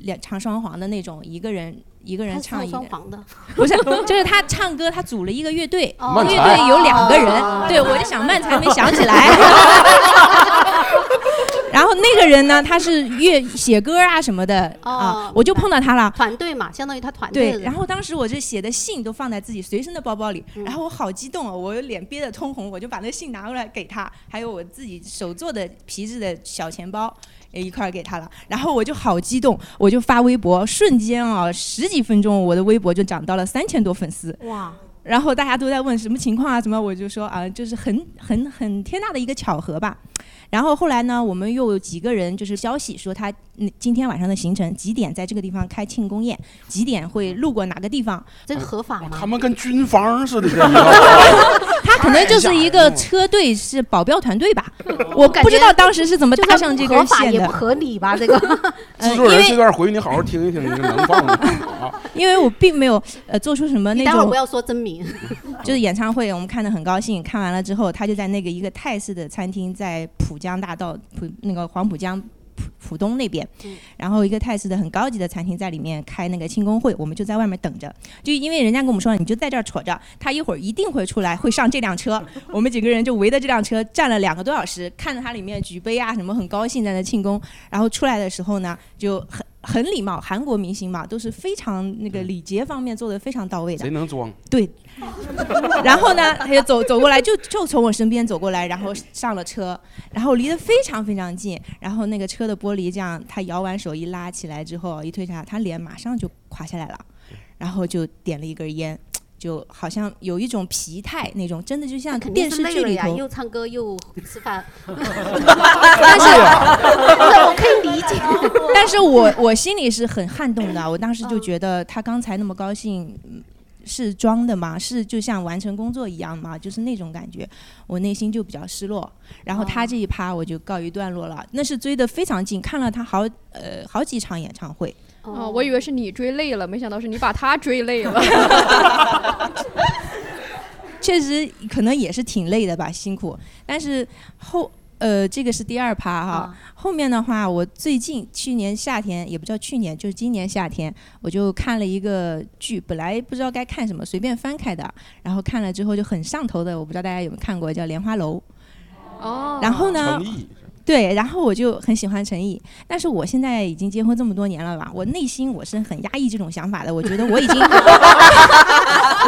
[SPEAKER 8] 两唱双簧的那种，一个人一个人唱一个
[SPEAKER 3] 双
[SPEAKER 8] 人。
[SPEAKER 3] 簧的，
[SPEAKER 8] 不 是，就是他唱歌，他组了一个乐队，
[SPEAKER 3] 哦
[SPEAKER 8] 乐队有两个人，对我就想慢才没想起来。 然后那个人呢，他是乐写歌啊什么的
[SPEAKER 3] 哦
[SPEAKER 8] 啊，我就碰到他了。
[SPEAKER 3] 团队嘛，相当于他团队的
[SPEAKER 8] 对，
[SPEAKER 3] 人。
[SPEAKER 8] 然后当时我这写的信都放在自己随身的包包里，然后我好激动哦，我脸憋得通红，我就把那信拿过来给他，还有我自己手做的皮质的小钱包也一块儿给他了，然后我就好激 动，我就发微博，瞬间啊、十几分钟我的微博就涨到了三千多粉丝，
[SPEAKER 3] 哇，
[SPEAKER 8] 然后大家都在问什么情况啊，什么，我就说啊，就是很很很天大的一个巧合吧。然后后来呢，我们又有几个人就是消息说他嗯今天晚上的行程几点在这个地方开庆功宴，几点会路过哪个地方，
[SPEAKER 3] 这个合法吗？
[SPEAKER 8] 他
[SPEAKER 1] 哦们跟军方似的，这以后
[SPEAKER 8] 他可能就是一个车队，是保镖团队吧。我不知道当时是怎么搭上这根
[SPEAKER 3] 合法
[SPEAKER 8] 线
[SPEAKER 3] 也
[SPEAKER 8] 的呃
[SPEAKER 3] 不。合理吧？这个
[SPEAKER 1] 制作人这段回去你好好听一听，你是能放吗？
[SPEAKER 8] 因为我并没有呃做出什么那
[SPEAKER 3] 待会儿
[SPEAKER 8] 种
[SPEAKER 3] 不，要说 真名。
[SPEAKER 8] 就是演唱会我们看得很高兴，看完了之后，他就在那个一个泰式的餐厅，在浦江大道浦那个黄浦江浦浦东那边，然后一个泰式的很高级的餐厅在里面开那个庆功会，我们就在外面等着，就因为人家跟我们说你就在这儿瞅着，他一会儿一定会出来，会上这辆车，我们几个人就围着这辆车站了两个多小时，看着它里面举杯啊什么，很高兴在那庆功，然后出来的时候呢，就很。很礼貌，韩国明星嘛，都是非常那个礼节方面做的非常到位的。
[SPEAKER 1] 谁能装？
[SPEAKER 8] 对， 然后呢，他就走走过来，就就从我身边走过来，然后上了车，然后离得非常非常近，然后那个车的玻璃这样，他摇完手一拉起来之后，一推下，他脸马上就垮下来了，然后就点了一根烟，就好像有一种疲态那种，真的就像
[SPEAKER 3] 肯
[SPEAKER 8] 电
[SPEAKER 3] 定是
[SPEAKER 8] 视
[SPEAKER 3] 累
[SPEAKER 8] 剧
[SPEAKER 3] 了
[SPEAKER 8] 里
[SPEAKER 3] 呀，
[SPEAKER 8] 头
[SPEAKER 3] 又唱歌又吃 饭，但是 哎
[SPEAKER 8] 对呀
[SPEAKER 3] 不是我可以理解，
[SPEAKER 8] 但是我我心里是很撼动的，我当时就觉得他刚才那么高兴。嗯是装的吗？是就像完成工作一样吗？就是那种感觉，我内心就比较失落。然后他这一趴我就告一段落了，那是追得非常近，看了他好呃好几场演唱会。
[SPEAKER 2] 啊、我以为是你追累了，没想到是你把他追 累了。
[SPEAKER 8] 确实可能也是挺累的吧，辛苦。但是后呃，这个是第二趴哈、后面的话，我最近去年夏天也不叫去年，就是今年夏天，我就看了一个剧，本来不知道该看什么，随便翻开的，然后看了之后就很上头的，我不知道大家有没有看过，叫《莲花楼》。
[SPEAKER 2] 哦
[SPEAKER 8] 然后呢
[SPEAKER 1] 诚意？
[SPEAKER 8] 对，然后我就很喜欢陈毅，但是我现在已经结婚这么多年了吧，我内心我是很压抑这种想法的。我觉得我已经，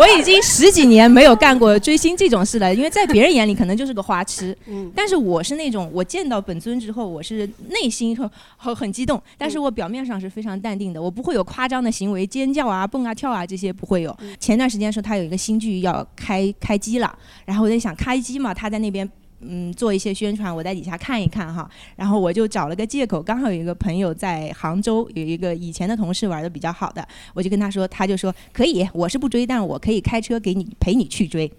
[SPEAKER 8] 我已经十几年没有干过追星这种事了，因为在别人眼里可能就是个花痴。但是我是那种，我见到本尊之后，我是内心很很很激动，但是我表面上是非常淡定的，我不会有夸张的行为，尖叫啊、蹦啊、跳啊这些不会有。前段时间说他有一个新剧要开开机了，然后我在想开机嘛，他在那边嗯做一些宣传，我在底下看一看哈。然后我就找了个借口，刚好有一个朋友在杭州，有一个以前的同事玩的比较好的，我就跟他说，他就说可以，我是不追，但我可以开车给你陪你去追。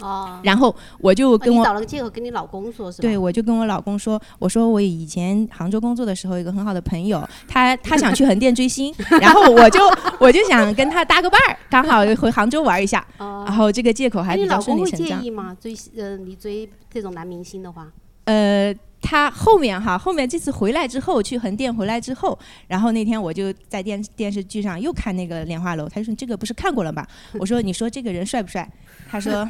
[SPEAKER 3] 哦，
[SPEAKER 8] 然后我就跟
[SPEAKER 3] 哦
[SPEAKER 8] 我
[SPEAKER 3] 你找了个借口跟你老公说，是吧？
[SPEAKER 8] 对，我就跟我老公说，我说我以前杭州工作的时候，有一个很好的朋友，他他想去横店追星， 然后我就我就想跟他搭个伴儿，刚好回杭州玩一下，然后这个借口还
[SPEAKER 3] 哎
[SPEAKER 8] 比
[SPEAKER 3] 你
[SPEAKER 8] 较
[SPEAKER 3] 老
[SPEAKER 8] 顺
[SPEAKER 3] 公
[SPEAKER 8] 理
[SPEAKER 3] 会
[SPEAKER 8] 成
[SPEAKER 3] 介
[SPEAKER 8] 章
[SPEAKER 3] 意。吗？追呃，你追这种男明星的话，
[SPEAKER 8] 呃，他后面哈，后面这次回来之后，去横店回来之后，然后那天我就在电电视剧上又看那个《莲花楼》，他就说你这个不是看过了吗？我说你说这个人帅不帅？他说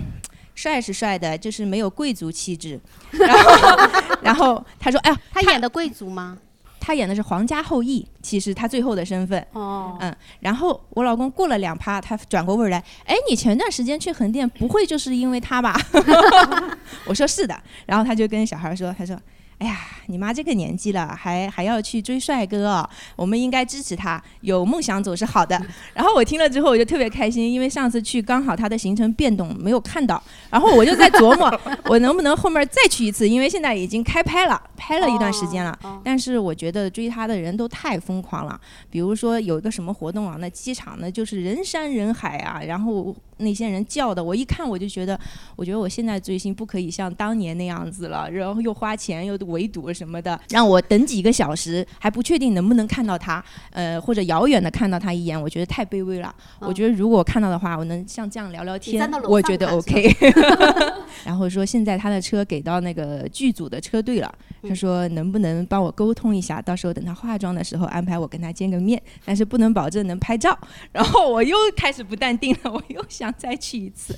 [SPEAKER 8] 帅是帅的，就是没有贵族气质。 然后，然后他说哎呀，
[SPEAKER 3] 他演的贵族吗？
[SPEAKER 8] 他演的是皇家后裔，其实他最后的身份。
[SPEAKER 3] 哦，
[SPEAKER 8] 嗯，然后我老公过了两趴，他转过味儿来，哎，你前段时间去横店，不会就是因为他吧？ 我说是的，然后他就跟小孩说，他说。哎呀，你妈这个年纪了，还还要去追帅哥哦，我们应该支持她，有梦想总是好的。然后我听了之后，我就特别开心，因为上次去刚好她的行程变动没有看到，然后我就在琢磨，我能不能后面再去一次，因为现在已经开拍了，拍了一段时间了。但是我觉得追她的人都太疯狂了，比如说有一个什么活动啊，那机场呢就是人山人海啊，然后那些人叫的，我一看我就觉得，我觉得我现在追星不可以像当年那样子了，然后又花钱又围堵什么的，让我等几个小时还不确定能不能看到他，呃，或者遥远的看到他一眼，我觉得太卑微了。我觉得如果看到的话，我能像这样聊聊
[SPEAKER 3] 嗯你
[SPEAKER 8] 天
[SPEAKER 3] 站到，楼
[SPEAKER 8] 我
[SPEAKER 3] 上
[SPEAKER 8] 觉得
[SPEAKER 3] 看
[SPEAKER 8] OK。然 后说现在他的车给到那个剧组的车队了，
[SPEAKER 3] 嗯
[SPEAKER 8] 他说能不能帮我沟通一下，到时候等他化妆的时候安排我跟他见个面，但是不能保证能拍照。然后我又开始不淡定了，我又想再去一次，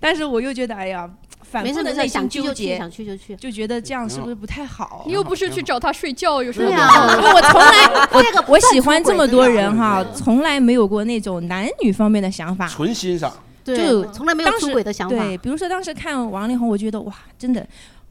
[SPEAKER 8] 但是我又觉得哎呀，反
[SPEAKER 3] 没
[SPEAKER 8] 复
[SPEAKER 3] 事
[SPEAKER 8] 的
[SPEAKER 3] 没
[SPEAKER 8] 内
[SPEAKER 3] 事，
[SPEAKER 8] 心
[SPEAKER 3] 想去
[SPEAKER 8] 纠
[SPEAKER 3] 就去，
[SPEAKER 8] 结，
[SPEAKER 3] 想去就去，
[SPEAKER 8] 就觉得这样是不是不太好？
[SPEAKER 2] 你又不是去找他睡觉，有什么
[SPEAKER 8] 对
[SPEAKER 2] 不
[SPEAKER 8] 呀、
[SPEAKER 2] 好？
[SPEAKER 8] 我从来
[SPEAKER 3] 啊这个
[SPEAKER 8] 我
[SPEAKER 3] 不
[SPEAKER 8] 我
[SPEAKER 3] 算
[SPEAKER 8] 喜欢
[SPEAKER 3] 出轨
[SPEAKER 8] 这么
[SPEAKER 3] 的
[SPEAKER 8] 多
[SPEAKER 3] 呀
[SPEAKER 8] 人哈，从来没有过那种男女方面的想法。
[SPEAKER 1] 纯欣赏。
[SPEAKER 3] 对
[SPEAKER 8] 就
[SPEAKER 3] 我从来没有
[SPEAKER 8] 当
[SPEAKER 3] 出
[SPEAKER 8] 时
[SPEAKER 3] 轨的想法
[SPEAKER 8] 对，比如说当时看王力宏，我觉得哇，真的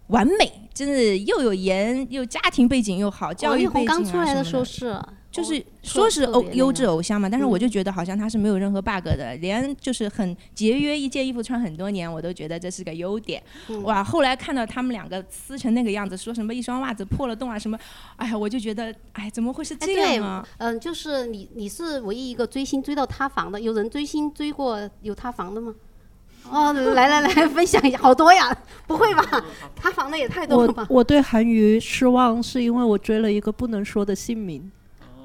[SPEAKER 8] 完美，真的又有颜，又家庭背景又好，教
[SPEAKER 3] 王力
[SPEAKER 8] 育
[SPEAKER 3] 宏
[SPEAKER 8] 背景、啊、
[SPEAKER 3] 刚出来
[SPEAKER 8] 的
[SPEAKER 3] 的时候是
[SPEAKER 8] 就是说是
[SPEAKER 12] 特
[SPEAKER 8] 偶
[SPEAKER 12] 别那
[SPEAKER 8] 优
[SPEAKER 12] 样
[SPEAKER 8] 质偶像嘛，但是我
[SPEAKER 12] 嗯
[SPEAKER 8] 就觉得好像他是没有任何 bug 的，连就是很节约，一件衣服穿很多年，我都觉得这是个优点。
[SPEAKER 12] 嗯
[SPEAKER 8] 哇，后来看到他们两个撕成那个样子，说什么一双袜子破了洞啊什么，哎呀，我就觉得哎，怎么会是
[SPEAKER 3] 哎，
[SPEAKER 8] 这
[SPEAKER 3] 对
[SPEAKER 8] 样啊？，
[SPEAKER 3] 嗯，就是你，你是唯一一个追星追到塌房的，有人追星追过有塌房的吗？哦，来来来，分享 一下，好多呀，不会吧？塌房的也太多了吧
[SPEAKER 7] 我？我对韩娱失望，是因为我追了一个不能说的姓
[SPEAKER 8] 啊
[SPEAKER 7] 名。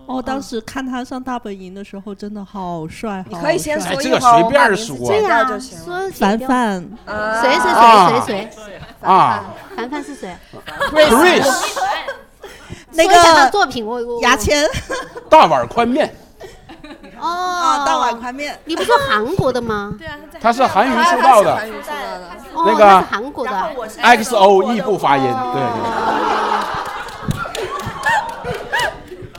[SPEAKER 7] 哦，
[SPEAKER 3] 嗯
[SPEAKER 7] 当时看他上大本营的时候，真的好帅，
[SPEAKER 4] 你
[SPEAKER 7] 好
[SPEAKER 4] 可以先
[SPEAKER 7] 帅
[SPEAKER 4] 说哎这个一会儿随我把便名字啊说
[SPEAKER 3] 对呀、
[SPEAKER 4] 那就行
[SPEAKER 3] 说
[SPEAKER 7] 凡
[SPEAKER 3] 谁
[SPEAKER 7] 凡
[SPEAKER 3] 掉谁谁
[SPEAKER 7] 啊
[SPEAKER 3] 谁谁谁，
[SPEAKER 1] 啊
[SPEAKER 3] 凡凡是谁
[SPEAKER 1] Grace Grace
[SPEAKER 3] 说一下他的作品，我我
[SPEAKER 7] 牙签
[SPEAKER 1] 大碗宽面，
[SPEAKER 3] 哦，大碗
[SPEAKER 7] 宽面，
[SPEAKER 3] 你不说韩国 的吗？对啊，
[SPEAKER 1] 他是韩娱出道的，
[SPEAKER 3] 哦，
[SPEAKER 1] 那
[SPEAKER 3] 他
[SPEAKER 1] 个
[SPEAKER 3] 是韩国的，
[SPEAKER 1] XO 异步发音，对对。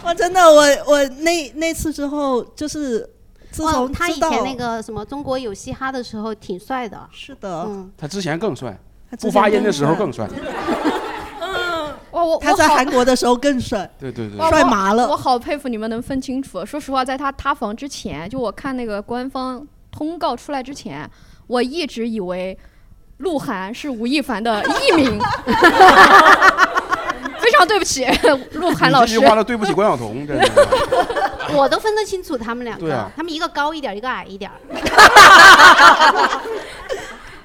[SPEAKER 7] 我真的，我我那那次之后，就是自
[SPEAKER 3] 哇
[SPEAKER 7] 从
[SPEAKER 3] 他
[SPEAKER 7] 知
[SPEAKER 3] 以
[SPEAKER 7] 道
[SPEAKER 3] 前那个什么中国有嘻哈的时候挺帅的，
[SPEAKER 7] 是的，
[SPEAKER 3] 嗯，
[SPEAKER 1] 他之前更帅，
[SPEAKER 7] 他之
[SPEAKER 1] 不
[SPEAKER 7] 前
[SPEAKER 1] 发音的时候
[SPEAKER 7] 更
[SPEAKER 1] 更帅。
[SPEAKER 2] 哇，我
[SPEAKER 7] 他在韩国的时候更帅，
[SPEAKER 1] 对对对，
[SPEAKER 2] 哇
[SPEAKER 7] 帅麻了
[SPEAKER 2] 我。我好佩服你们能分清楚。说实话，在他塌房之前，就我看那个官方通告出来之前，我一直以为鹿晗是吴亦凡的艺名。 非常对不起，鹿晗老
[SPEAKER 1] 你
[SPEAKER 2] 师
[SPEAKER 1] 这句。话都对不起关晓彤，真的。
[SPEAKER 3] 我都分得清楚他们两
[SPEAKER 1] 对
[SPEAKER 3] 个，
[SPEAKER 1] 啊
[SPEAKER 3] 他们一个高一点，一个矮一点。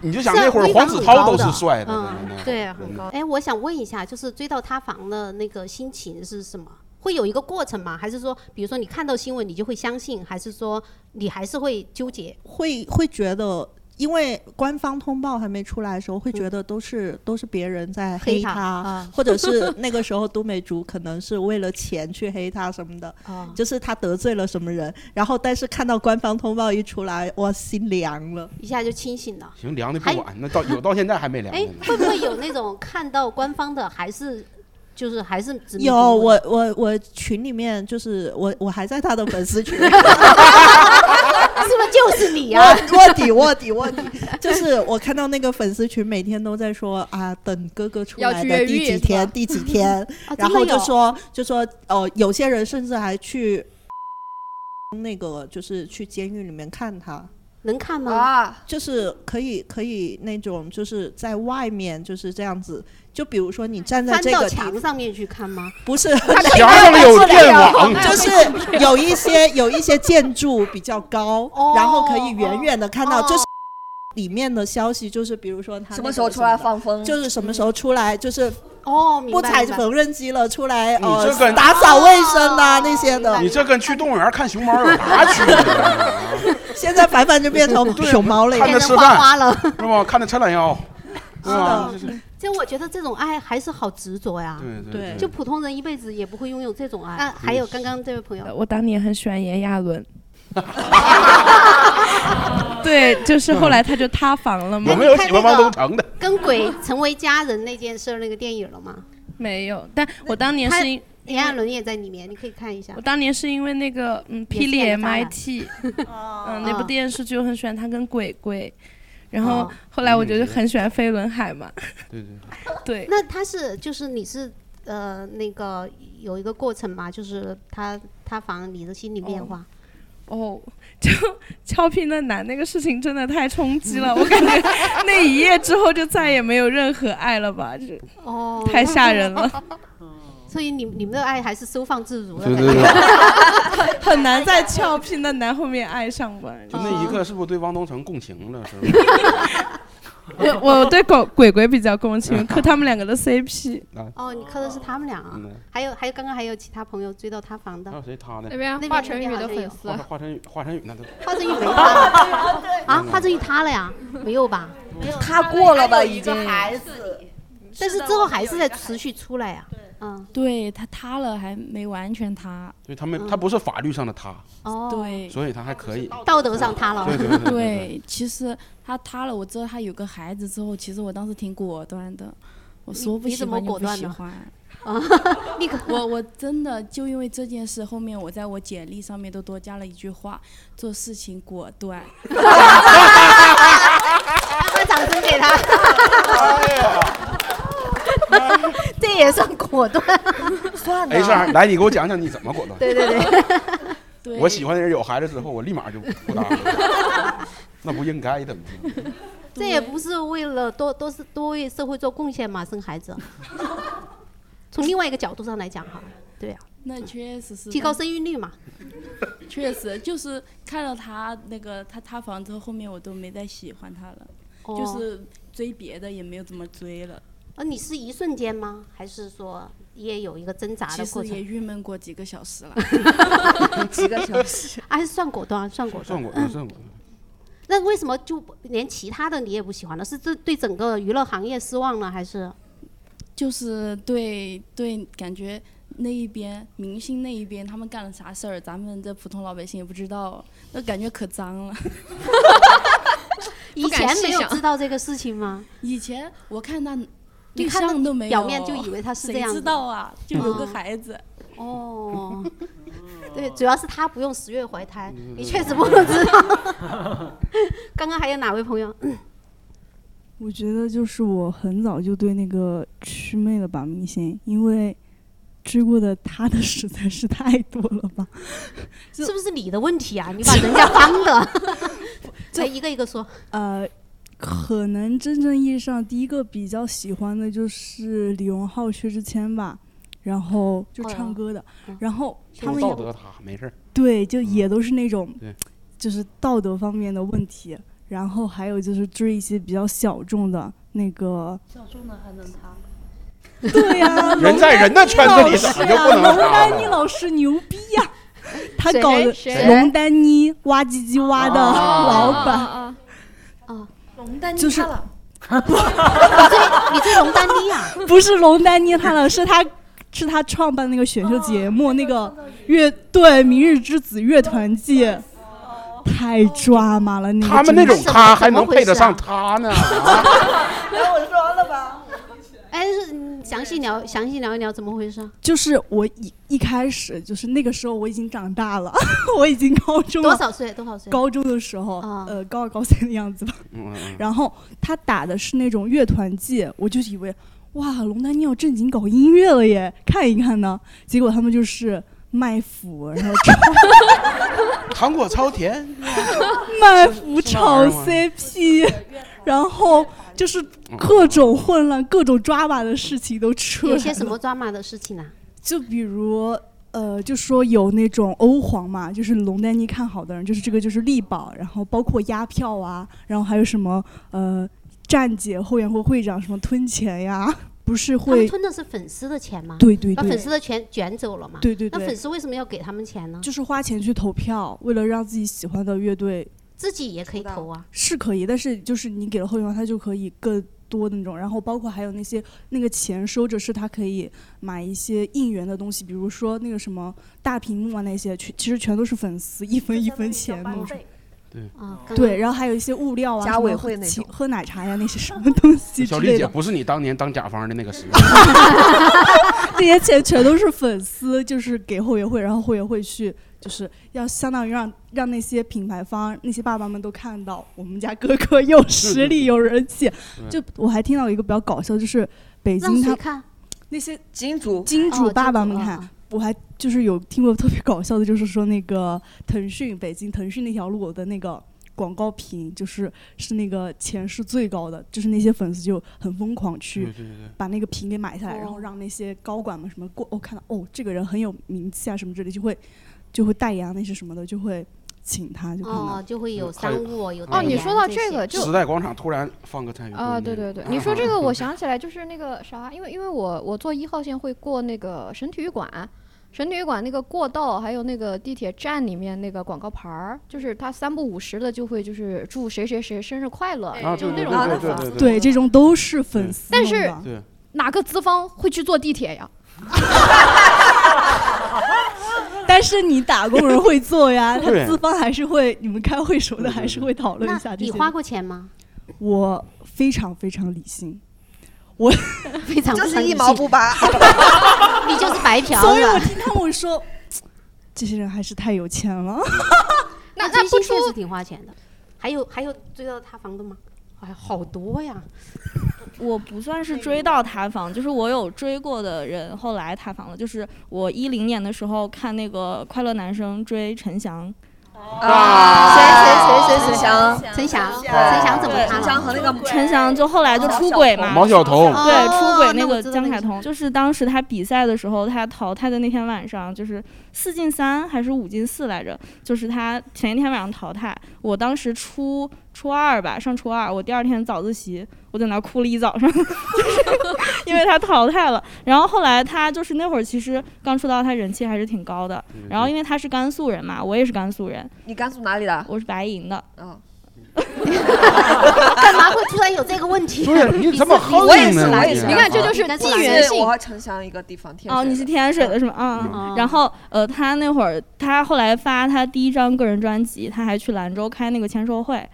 [SPEAKER 1] 你就想那会儿黄子韬都是帅的，真的
[SPEAKER 3] 嗯，对，很高。哎，我想问一下，就是追到塌房的那个心情是什么？会有一个过程吗？还是说，比如说你看到新闻，你就会相信，还是说你还是会纠结？
[SPEAKER 7] 会会觉得，因为官方通报还没出来的时候，会觉得都是、都是别人在
[SPEAKER 3] 嗯黑
[SPEAKER 7] 黑
[SPEAKER 3] 他
[SPEAKER 7] 他，
[SPEAKER 3] 啊
[SPEAKER 7] 或者 是那个时候都美竹可能是为了钱去黑他什么的，
[SPEAKER 3] 啊
[SPEAKER 7] 就是他得罪了什么人，然后但是看到官方通报一出来，我心凉了。
[SPEAKER 3] 一下就清醒了。
[SPEAKER 1] 行，凉的不管，那到有到现在还没凉
[SPEAKER 3] 哎
[SPEAKER 1] 呢。，
[SPEAKER 3] 会不会有那种看到官方的，还是就是还是执迷
[SPEAKER 7] 有
[SPEAKER 3] 不悟
[SPEAKER 7] 我我我群里面就是我我还在他的粉丝群，
[SPEAKER 4] 啊
[SPEAKER 3] 是不是就是你 啊呀、
[SPEAKER 7] 卧卧底卧底卧底， 就是我看到那个粉丝群每天都在说啊，等哥哥出
[SPEAKER 2] 要
[SPEAKER 7] 来
[SPEAKER 2] 去越
[SPEAKER 7] 的
[SPEAKER 2] 狱
[SPEAKER 7] 第几
[SPEAKER 2] 是
[SPEAKER 7] 天
[SPEAKER 2] 吧
[SPEAKER 7] 第几天
[SPEAKER 2] 啊，
[SPEAKER 7] 然
[SPEAKER 2] 真的
[SPEAKER 7] 后就
[SPEAKER 2] 有
[SPEAKER 7] 说就说哦，有些人甚至还去那个就是去监狱里面看他。
[SPEAKER 3] 能看吗？
[SPEAKER 7] 啊，就是可以可以那种就是在外面就是这样子，就比如说你站在
[SPEAKER 3] 翻
[SPEAKER 7] 这
[SPEAKER 3] 到
[SPEAKER 7] 个地
[SPEAKER 3] 墙上面去看吗？
[SPEAKER 7] 不是，
[SPEAKER 3] 墙上有电网
[SPEAKER 7] 就是有一些有一些建筑比较高，
[SPEAKER 4] 哦
[SPEAKER 7] 然后可以远远的看到，就是里面的消息，就是比如说他
[SPEAKER 4] 什么时候出来放
[SPEAKER 7] 风，就是什么时候出来，就是
[SPEAKER 3] 哦，
[SPEAKER 7] 不踩缝纫机了，出来
[SPEAKER 1] 你这
[SPEAKER 7] 呃
[SPEAKER 1] 个
[SPEAKER 7] 打扫卫生啊那些
[SPEAKER 4] 哦
[SPEAKER 7] 的
[SPEAKER 1] 你。这跟去动物园看熊猫有啥区别啊？
[SPEAKER 7] 现在凡凡就变成
[SPEAKER 1] 对
[SPEAKER 7] 熊猫了呀，
[SPEAKER 1] 看着吃饭 是吧？看着撑懒腰，是吧？
[SPEAKER 3] 哦是的，就我觉得这种爱还是好执着呀。
[SPEAKER 1] 对对对
[SPEAKER 3] 就普通人一辈子也不会拥有这种爱。那还有刚刚这位朋友，
[SPEAKER 13] 我当年很喜欢炎亚纶。 对，就是后来他就塌房了
[SPEAKER 3] 哎
[SPEAKER 13] 嘛。
[SPEAKER 1] 有没有喜欢汪东城 的？
[SPEAKER 3] 跟鬼成为家人那件事儿那个电影了吗？
[SPEAKER 13] 没有，但我当年
[SPEAKER 3] 他
[SPEAKER 13] 是因
[SPEAKER 3] 炎亚纶也在里面，你可以看一下
[SPEAKER 13] 我。当年是因为那个嗯，《霹雳 MIT》嗯那部电视剧，我很喜欢他跟鬼鬼，然后
[SPEAKER 3] 哦
[SPEAKER 13] 后来
[SPEAKER 1] 嗯
[SPEAKER 13] 我就很喜欢飞轮海嘛。
[SPEAKER 1] 对对。
[SPEAKER 13] 对，
[SPEAKER 3] 那他是就是你是呃那个有一个过程嘛，就是他他防你的心理变化。
[SPEAKER 13] 哦，就俏皮的男那个事情真的太冲击了，我感觉那一夜之后就再也没有任何爱了吧，就
[SPEAKER 3] 哦，
[SPEAKER 13] 太吓人了。
[SPEAKER 3] 所以你你们的爱还是收放自如的
[SPEAKER 1] 对
[SPEAKER 3] 感
[SPEAKER 1] 对对
[SPEAKER 3] 觉，
[SPEAKER 13] 很难在俏皮的男后面爱上吧。
[SPEAKER 1] 就那一刻，
[SPEAKER 3] 哦
[SPEAKER 1] 是不是对汪东城共情了？ 是啊吧？
[SPEAKER 13] 我哦 我对狗鬼鬼比较共情，磕他们两个的 CP。
[SPEAKER 3] 哦，你磕的是他们俩啊
[SPEAKER 1] 嗯，
[SPEAKER 3] 还有还有刚刚还有其他朋友追到塌房的，
[SPEAKER 1] 还有谁塌的？
[SPEAKER 3] 那边
[SPEAKER 2] 华晨宇的粉
[SPEAKER 3] 丝
[SPEAKER 1] 华华晨宇，华晨宇那都
[SPEAKER 3] 华晨宇没 塌啊，华晨宇塌了呀，没有吧？
[SPEAKER 10] 他过了吧已经。孩子，
[SPEAKER 3] 但是之后还是在持续出来呀。嗯，
[SPEAKER 12] 对他塌了还没完全塌，
[SPEAKER 1] 所以他们他不是法律上的塌，
[SPEAKER 3] 哦，
[SPEAKER 12] 对
[SPEAKER 1] 所以他还可以。
[SPEAKER 3] 道德上塌了
[SPEAKER 1] 对对对
[SPEAKER 12] 对，其实他塌了，我知道他有个孩子之后，其实我当时挺果断的，我说
[SPEAKER 3] 你
[SPEAKER 12] 不
[SPEAKER 3] 你
[SPEAKER 12] 喜
[SPEAKER 3] 怎么
[SPEAKER 12] 欢就
[SPEAKER 3] 果
[SPEAKER 12] 不
[SPEAKER 3] 断
[SPEAKER 12] 喜
[SPEAKER 3] 呢
[SPEAKER 12] 欢。
[SPEAKER 3] 啊，立刻
[SPEAKER 12] 我我真的就因为这件事，后面我在我简历上面都多加了一句话：做事情果 断。
[SPEAKER 3] 把掌声给他。
[SPEAKER 1] 哎呀，
[SPEAKER 3] 这这也算 果断。
[SPEAKER 4] 算
[SPEAKER 1] 没事儿，来你给我讲讲你怎么果断。
[SPEAKER 3] 对对对，
[SPEAKER 1] 我喜欢的人有孩子之后，我立马就不搭了， 那不应该的吗？
[SPEAKER 3] 这也不是为了多多是多为社会做贡献嘛，生孩 子。从另外一个角度上来讲哈，对呀、
[SPEAKER 5] 那确实是
[SPEAKER 3] 提高生育率嘛。
[SPEAKER 5] 确实，就是看到他那个他塌房之后，后面我都没再喜欢他了，
[SPEAKER 3] 哦
[SPEAKER 5] 就是追别的也没有怎么追了。
[SPEAKER 3] 啊，你是一瞬间吗？还是说也有一个挣扎
[SPEAKER 5] 其
[SPEAKER 3] 的过
[SPEAKER 5] 实
[SPEAKER 3] 程，
[SPEAKER 5] 也？郁闷过几个小时了几个小 时。
[SPEAKER 3] 还是算果断，算果断，
[SPEAKER 1] 算果
[SPEAKER 5] 嗯
[SPEAKER 1] 断，算果断。
[SPEAKER 3] 那为什么就不连其他的你也不喜欢了？是这对整个娱乐行业失望了，还是？
[SPEAKER 5] 就是对对，感觉那一边明星那一边他们干了啥事儿，咱们这普通老百姓也不知道，那感觉可脏 了。
[SPEAKER 3] 以前没有知道这个事情吗？
[SPEAKER 5] 以前我看他
[SPEAKER 3] 你
[SPEAKER 5] 对
[SPEAKER 3] 看
[SPEAKER 5] 象
[SPEAKER 3] 他
[SPEAKER 5] 都没有，
[SPEAKER 3] 表面就以为他是这样
[SPEAKER 5] 谁知
[SPEAKER 3] 子
[SPEAKER 5] 道啊？就有个
[SPEAKER 3] 嗯
[SPEAKER 5] 孩子。
[SPEAKER 3] 哦，对，主要是他不用十月怀胎，
[SPEAKER 1] 嗯
[SPEAKER 3] 你确实不能知道。 刚刚还有哪位朋友？嗯
[SPEAKER 14] 我觉得就是我很早就对那个祛魅了吧明星，因为追过的他的实在是太多了吧。
[SPEAKER 3] 是不是你的问题啊？你把人家帮 的，来一个一个说。
[SPEAKER 14] 呃，可能真正意义上第一个比较喜欢的就是李荣浩、薛之谦吧，然
[SPEAKER 3] 哦
[SPEAKER 14] 后就唱歌的，
[SPEAKER 3] 嗯
[SPEAKER 14] 然后他们也
[SPEAKER 1] 道德他没事儿。
[SPEAKER 14] 对，就
[SPEAKER 10] 嗯
[SPEAKER 14] 也都是那种
[SPEAKER 1] 对，
[SPEAKER 14] 就是道德方面的问题，然后还有就是追一些比较小众的那个。
[SPEAKER 10] 小众的还能他？
[SPEAKER 14] 对呀、
[SPEAKER 10] 人在人的圈子里咋就不能
[SPEAKER 14] 龙
[SPEAKER 10] 搭
[SPEAKER 14] 丹
[SPEAKER 10] 了
[SPEAKER 14] 妮啊老师牛逼呀、他
[SPEAKER 10] 谁
[SPEAKER 14] 搞的
[SPEAKER 10] 谁哦
[SPEAKER 14] 龙丹妮挖唧唧挖的
[SPEAKER 4] 哦
[SPEAKER 14] 老板，
[SPEAKER 10] 啊
[SPEAKER 3] 啊！
[SPEAKER 10] 龙丹
[SPEAKER 14] 就是
[SPEAKER 10] 他 了，
[SPEAKER 3] 你这龙丹妮啊？
[SPEAKER 14] 不是龙丹妮，他了，是他。是他创办那个选秀节目，那个乐队《明日之子》乐团季，太抓马了！那个
[SPEAKER 1] 他们那
[SPEAKER 14] 真的
[SPEAKER 1] 种
[SPEAKER 14] 是
[SPEAKER 1] 他还能配得上他 呢？
[SPEAKER 10] 哎，我说完了吧？哎
[SPEAKER 3] 哎，是你详细聊，详细聊一聊怎么回事啊？
[SPEAKER 14] 就是我一一开始就是那个时候我已经长大了， 我已经高中了
[SPEAKER 3] 多少岁多少岁啊
[SPEAKER 14] 高中的时候，呃，高二高三的样子吧。
[SPEAKER 1] 嗯
[SPEAKER 14] 然后他打的是那种乐团季，我就以为哇，龙丹妮要正经搞音乐了耶，看一看呢。结果他们就是卖腐，然后
[SPEAKER 1] 糖果 超甜，
[SPEAKER 14] 卖腐炒
[SPEAKER 1] 玩意儿吗
[SPEAKER 14] CP，然后就是各种混乱、各种抓马的事情都出来
[SPEAKER 3] 有
[SPEAKER 14] 了。
[SPEAKER 3] 些什么抓马的事情啊？
[SPEAKER 14] 就比如，呃，就说有那种欧皇嘛，就是龙丹妮看好的人，就是这个就是力保，然后包括压票啊，然后还有什么呃，站姐后援会会长什么吞钱呀，不是
[SPEAKER 3] 他们
[SPEAKER 14] 会
[SPEAKER 3] 吞的是粉丝的钱吗？
[SPEAKER 14] 对对
[SPEAKER 3] 把
[SPEAKER 14] 对
[SPEAKER 3] 粉丝的钱卷走了嘛？
[SPEAKER 14] 对对
[SPEAKER 3] 那
[SPEAKER 14] 对
[SPEAKER 3] 粉丝为什么要给他们钱呢？
[SPEAKER 14] 就是花钱去投票，为了让自己喜欢的乐队
[SPEAKER 3] 自己也可以投啊。
[SPEAKER 14] 是可以，但是就是你给了后援会，他就可以更多的那种，然后包括还有那些那个钱收着是他可以买一些应援的东西，比如说那个什么大屏幕啊那些，全其实全都是粉丝一分一分钱那种。
[SPEAKER 1] 对
[SPEAKER 3] 啊
[SPEAKER 14] 对，然后还有一些物料啊，
[SPEAKER 10] 家
[SPEAKER 14] 什么
[SPEAKER 10] 委会那
[SPEAKER 14] 请
[SPEAKER 10] 种
[SPEAKER 14] 喝奶茶呀，那些什么东西之
[SPEAKER 1] 小
[SPEAKER 14] 类
[SPEAKER 1] 丽 姐
[SPEAKER 14] 的，
[SPEAKER 1] 不是你当年当甲方的那个 时代。
[SPEAKER 14] 这些钱全都是粉丝就是给后援会，然后后援会去就是要相当于让让那些品牌方那些爸爸们都看到我们家 哥哥有实力有人气。就我还听到一个比较搞笑，就是北
[SPEAKER 3] 让
[SPEAKER 14] 京
[SPEAKER 3] 谁
[SPEAKER 14] 他
[SPEAKER 3] 看？
[SPEAKER 14] 那些
[SPEAKER 4] 金主
[SPEAKER 14] 金主爸爸们
[SPEAKER 3] 哦
[SPEAKER 14] 看。我还就是有听过特别搞笑的，就是说那个腾讯北京腾讯那条路的那个广告屏，就是是那个钱是最高的，就是那些粉丝就很疯狂去
[SPEAKER 10] 对对对
[SPEAKER 14] 把那个屏给买下来，
[SPEAKER 10] 哦
[SPEAKER 14] 然后让那些高管们什么过，我、看到哦这个人很有名气啊什么之类，就会就会代言啊那些什么的，就会请他就看到、
[SPEAKER 3] 哦，就会有
[SPEAKER 1] 还
[SPEAKER 3] 商
[SPEAKER 1] 有
[SPEAKER 3] 务有
[SPEAKER 2] 哦你说到这个就
[SPEAKER 1] 时代广场突然放个蔡徐坤
[SPEAKER 2] 啊，
[SPEAKER 1] 那
[SPEAKER 2] 对
[SPEAKER 1] 个
[SPEAKER 2] 对对，你说这个我想起来就是那个啥，因为因为我我坐一号线会过那个省体育馆，省体育馆那个过道还有那个地铁站里面那个广告牌儿，就是它三不五时的就会就是祝谁谁谁生日快乐，
[SPEAKER 1] 啊
[SPEAKER 2] 就
[SPEAKER 1] 对
[SPEAKER 2] 那
[SPEAKER 1] 对对
[SPEAKER 2] 种
[SPEAKER 1] 对
[SPEAKER 2] 广告
[SPEAKER 1] 对
[SPEAKER 2] 牌。
[SPEAKER 14] 对这种都是粉丝
[SPEAKER 2] 但
[SPEAKER 14] 弄的，
[SPEAKER 2] 是
[SPEAKER 1] 对，
[SPEAKER 2] 哪个资方会去坐地铁呀？
[SPEAKER 14] 但是你打工人会做呀，他
[SPEAKER 10] 对
[SPEAKER 14] 资方还是会，你们开会什么的还是会讨论一下
[SPEAKER 3] 那
[SPEAKER 14] 这
[SPEAKER 3] 你
[SPEAKER 14] 些。
[SPEAKER 3] 花过钱吗？
[SPEAKER 14] 我非常非常理性，我
[SPEAKER 3] 非常
[SPEAKER 4] 就是一毛不拔，
[SPEAKER 3] 你就是白嫖
[SPEAKER 14] 所以
[SPEAKER 3] 了
[SPEAKER 14] 我听他们说，这些人还是太有钱 了。
[SPEAKER 3] 那那不出是挺花钱的。还有还有追到塌房的吗？哎呀，好多呀！
[SPEAKER 15] 我不算是追到塌房，就是我有追过的人后来塌房了。就是我一零年的时候看那个《快乐男生》追陈翔。
[SPEAKER 3] 啊谁谁谁谁谁翔陈翔陈翔怎么塌了
[SPEAKER 4] 陈翔和那个
[SPEAKER 15] 陈翔就后来就出轨
[SPEAKER 3] 啊
[SPEAKER 15] 嘛，
[SPEAKER 1] 毛晓彤
[SPEAKER 15] 对，出轨
[SPEAKER 3] 哦那
[SPEAKER 15] 那
[SPEAKER 3] 我
[SPEAKER 15] 个
[SPEAKER 3] 知道
[SPEAKER 15] 江
[SPEAKER 3] 那
[SPEAKER 15] 凯
[SPEAKER 3] 个
[SPEAKER 15] 彤，就是当时他比赛的时候，他淘汰的那天晚上，就是四进三还是五进四来着，就是他前一天晚上淘汰，我当时初初二吧，上初二，我第二天早自习，我在那儿哭了一早上， 就是因为他淘汰了。然后后来他就是那会儿其实刚出道，他人气还是挺高的。
[SPEAKER 1] 嗯
[SPEAKER 15] 然后因为他是甘肃人嘛，我也是甘肃人，
[SPEAKER 4] 你甘肃哪里的？
[SPEAKER 15] 我是白银的。
[SPEAKER 4] 嗯。
[SPEAKER 3] 干嘛会突然有这个问题？
[SPEAKER 1] 对你怎么
[SPEAKER 3] 是
[SPEAKER 1] 横
[SPEAKER 3] 我也
[SPEAKER 1] 着
[SPEAKER 3] 是
[SPEAKER 1] 呢
[SPEAKER 3] 来
[SPEAKER 1] 你啊
[SPEAKER 3] 自
[SPEAKER 1] 你
[SPEAKER 3] 南
[SPEAKER 1] 看这
[SPEAKER 3] 方
[SPEAKER 15] 就是
[SPEAKER 3] 你来自
[SPEAKER 15] 地
[SPEAKER 3] 南
[SPEAKER 15] 缘
[SPEAKER 3] 方
[SPEAKER 15] 性
[SPEAKER 4] 我和陈翔一个地哦方，天
[SPEAKER 15] 哦，
[SPEAKER 4] 水
[SPEAKER 15] 你
[SPEAKER 4] 的
[SPEAKER 15] 是天水的是吗？嗯，嗯然后呃，他那会儿他后来发他第一张个人专辑，他还去兰州开那个签售会。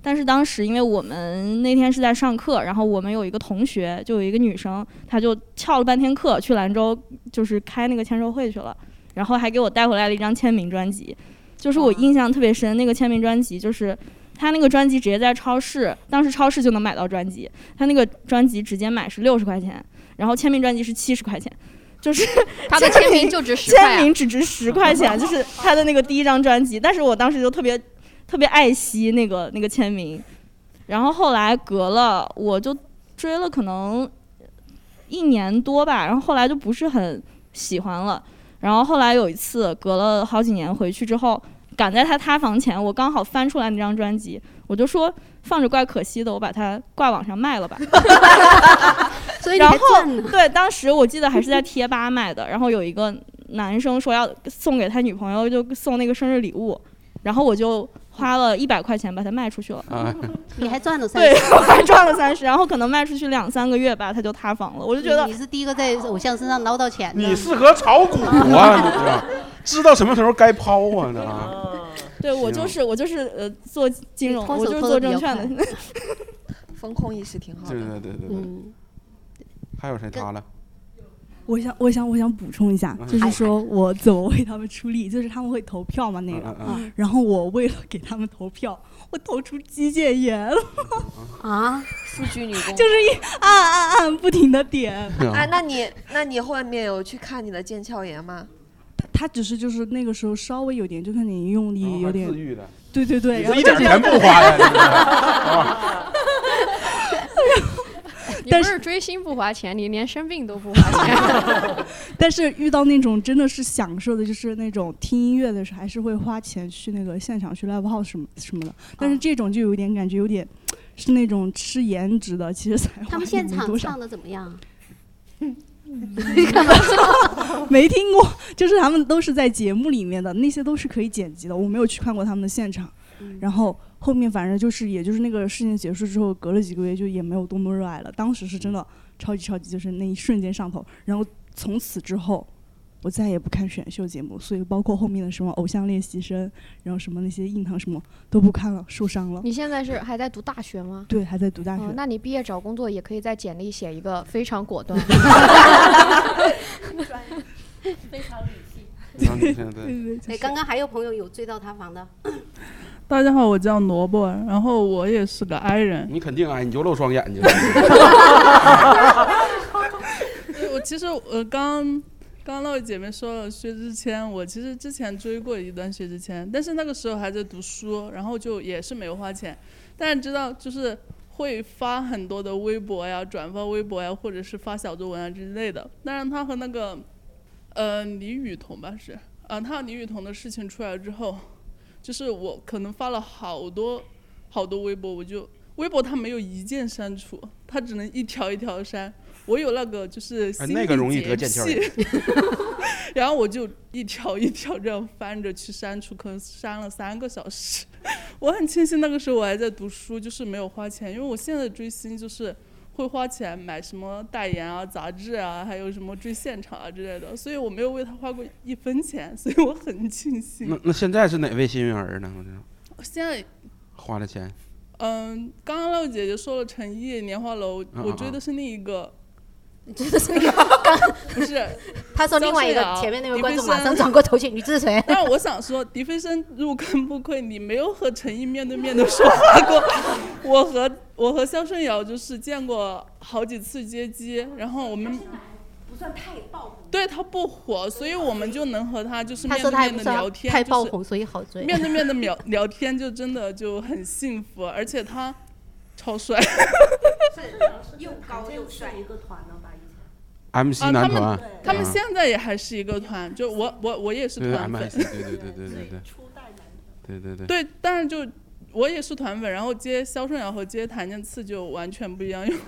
[SPEAKER 15] 但是当时因为我们那天是在上课，然后我们有一个同学，就有一个女生，她就翘了半天课去兰州，就是开那个签售会去了，然后还给我带回来了一张签名专辑，就是我印象特别深，那个签名专辑就是他那个专辑直接在超市，当时超市就能买到专辑，他那个专辑直接买是六十块钱，然后签名专辑是七十块钱，就是
[SPEAKER 2] 他的签名就值10块啊
[SPEAKER 15] 签名只值十块钱，就是他的那个第一张专辑，但是我当时就特别特别爱惜那个那个签名，然后后来隔了我就追了可能一年多吧，然后后来就不是很喜欢了。然后后来有一次隔了好几年回去之后，赶在他塌房前，我刚好翻出来那张专辑，我就说放着怪可惜的，我把它挂网上卖了吧。
[SPEAKER 3] 所以你
[SPEAKER 15] 然
[SPEAKER 3] 还
[SPEAKER 15] 后对，当时我记得还是在贴吧卖的，然后有一个男生说要送给他女朋友，就送那个生日礼物，然后我就花了一百块钱把它卖出去了。
[SPEAKER 1] 啊，
[SPEAKER 3] 你还赚了
[SPEAKER 15] 嗯
[SPEAKER 3] 三
[SPEAKER 15] 对，
[SPEAKER 3] 十，
[SPEAKER 15] 我还赚了三十，然后可能卖出去两三个月吧，他就塌房了。我就觉得
[SPEAKER 3] 你是第一个在偶像身上捞到钱的。
[SPEAKER 1] 你适合炒股啊，你知道，知道什么时候该抛啊，这啊。
[SPEAKER 15] 对我就是我就是呃做金融，
[SPEAKER 4] 你脱
[SPEAKER 15] 我
[SPEAKER 4] 手
[SPEAKER 15] 就是
[SPEAKER 4] 脱
[SPEAKER 15] 做
[SPEAKER 4] 得
[SPEAKER 15] 证
[SPEAKER 4] 比较
[SPEAKER 15] 券的。
[SPEAKER 4] 风控意识挺好的。
[SPEAKER 1] 对对对对对。
[SPEAKER 15] 嗯
[SPEAKER 1] 还有谁塌了？
[SPEAKER 14] 我想，我想，我想补充一
[SPEAKER 3] 哎
[SPEAKER 14] 下，就是说我怎么为他们出力，就是他们会投票嘛那个，
[SPEAKER 1] 嗯嗯嗯
[SPEAKER 14] 然后我为了给他们投票，我投出肌腱炎了，
[SPEAKER 3] 啊，
[SPEAKER 4] 数据女工
[SPEAKER 14] 就是一按按按不停的 点，
[SPEAKER 4] 哎，那你那你后面有去看你的腱鞘炎吗？
[SPEAKER 14] 他只是就是那个时候稍微有点，就看你用力有点，
[SPEAKER 1] 哦自愈的
[SPEAKER 14] 对对对，
[SPEAKER 1] 你
[SPEAKER 14] 然后
[SPEAKER 1] 是一
[SPEAKER 14] 就
[SPEAKER 1] 点钱不花的，你 哦知道吗
[SPEAKER 2] 你不是追星不花钱，你连生病都不 花钱。
[SPEAKER 14] 但是遇到那种真的是享受的，就是那种听音乐的时候，还是会花钱去那个现场去 live house 什么什么的。但是这种就有点感觉有点嗯是那种吃颜值的，其实才 花
[SPEAKER 3] 他们
[SPEAKER 14] 也
[SPEAKER 3] 现
[SPEAKER 14] 没
[SPEAKER 3] 场
[SPEAKER 14] 多少
[SPEAKER 3] 唱的怎 么样？
[SPEAKER 14] 没听过，就是他们都是在节目里面的，那些都是可以剪辑的。我没有去看过他们的现场，
[SPEAKER 7] 嗯
[SPEAKER 14] 然后后面反正就是，也就是那个事情结束之后，隔了几个月就也没有多么热爱了。当时是真的超级超级，就是那一瞬间上头。然后从此之后，我再也不看选秀节目，所以包括后面的什么偶像练习生，然后什么那些硬糖什么都不看了，受伤了。
[SPEAKER 2] 你现在是还在读大学吗？
[SPEAKER 14] 对，还在读大学。
[SPEAKER 2] 哦，那你毕业找工作也可以在简历写一个非常果 断。
[SPEAKER 10] 非常理性。
[SPEAKER 1] 非常理性对。
[SPEAKER 3] 哎，刚刚还有朋友有追到塌房的，
[SPEAKER 16] 大家好，我叫萝卜，然后我也是个 i 人。
[SPEAKER 1] 你肯定哎，你就露双眼睛了。
[SPEAKER 16] 对 我其实呃，刚刚那位姐妹说了薛之谦，我其实之前追过一段薛之谦，但是那个时候还在读书，然后就也是没有花钱，但是知道就是会发很多的微博呀、转发微博呀，或者是发小作文啊之类的。当然，他和那个呃李雨桐吧是，啊，他和李雨桐的事情出来之后，就是我可能发了好多好多微博，我就微博它没有一键删除，它只能一条一条删。我有那个就是
[SPEAKER 1] 哎
[SPEAKER 16] 心
[SPEAKER 1] 那个容易
[SPEAKER 16] 理
[SPEAKER 1] 得
[SPEAKER 16] 洁
[SPEAKER 1] 腱鞘
[SPEAKER 16] 癖
[SPEAKER 1] 炎
[SPEAKER 16] 然后我就一条一条这样翻着去删除，可能删了三个小时。 我很庆幸那个时候我还在读书，就是没有花钱，因为我现在追星就是会花钱买什么代言啊、杂志啊，还有什么追现场啊之类的，所以我没有为他花过一分钱，所以我很庆幸。
[SPEAKER 1] 那那现在是哪位幸运儿呢？我这
[SPEAKER 16] 现在
[SPEAKER 1] 花了钱，
[SPEAKER 16] 嗯，刚刚那位姐姐说了陈毅、莲花楼，
[SPEAKER 1] 嗯
[SPEAKER 16] 我
[SPEAKER 1] 嗯
[SPEAKER 16] 追
[SPEAKER 1] 嗯
[SPEAKER 16] 的是另一个。
[SPEAKER 3] 你追的是那个刚
[SPEAKER 16] 不是，
[SPEAKER 3] 他说另外一个
[SPEAKER 16] 张学友
[SPEAKER 3] 前面那位
[SPEAKER 16] 迪
[SPEAKER 3] 观
[SPEAKER 16] 飞
[SPEAKER 3] 众马
[SPEAKER 16] 森
[SPEAKER 3] 上转过头去，你这 是谁？
[SPEAKER 16] 但我 想说，迪飞森入坑不亏，你没有和陈毅面对面的说话过。我和我和肖顺尧就是见过好几次接机，然后我 们
[SPEAKER 10] 不算太爆
[SPEAKER 16] 对他不火，所以我们就能和他就是
[SPEAKER 3] 他
[SPEAKER 16] 面
[SPEAKER 3] 说
[SPEAKER 16] 对
[SPEAKER 3] 他也
[SPEAKER 16] 面
[SPEAKER 3] 不
[SPEAKER 16] 的
[SPEAKER 3] 是
[SPEAKER 16] 聊天，
[SPEAKER 3] 太爆
[SPEAKER 16] 就是
[SPEAKER 3] 红，所以好追。
[SPEAKER 16] 面对面的聊聊天就真的就很幸福，而且他超帅。
[SPEAKER 10] 又高又帅一个团呢吧？
[SPEAKER 1] MC
[SPEAKER 16] 啊，
[SPEAKER 1] 男
[SPEAKER 16] 他
[SPEAKER 1] 团
[SPEAKER 16] 们，他们
[SPEAKER 1] 啊
[SPEAKER 16] 现在也还是一个团，就我我我也是
[SPEAKER 1] 对
[SPEAKER 16] 团
[SPEAKER 1] MC，
[SPEAKER 16] 粉，
[SPEAKER 1] 对对对对对对，对对对，
[SPEAKER 16] 对，但是就我也是团粉，然后接肖顺尧和接谭健次就完全不一样，因为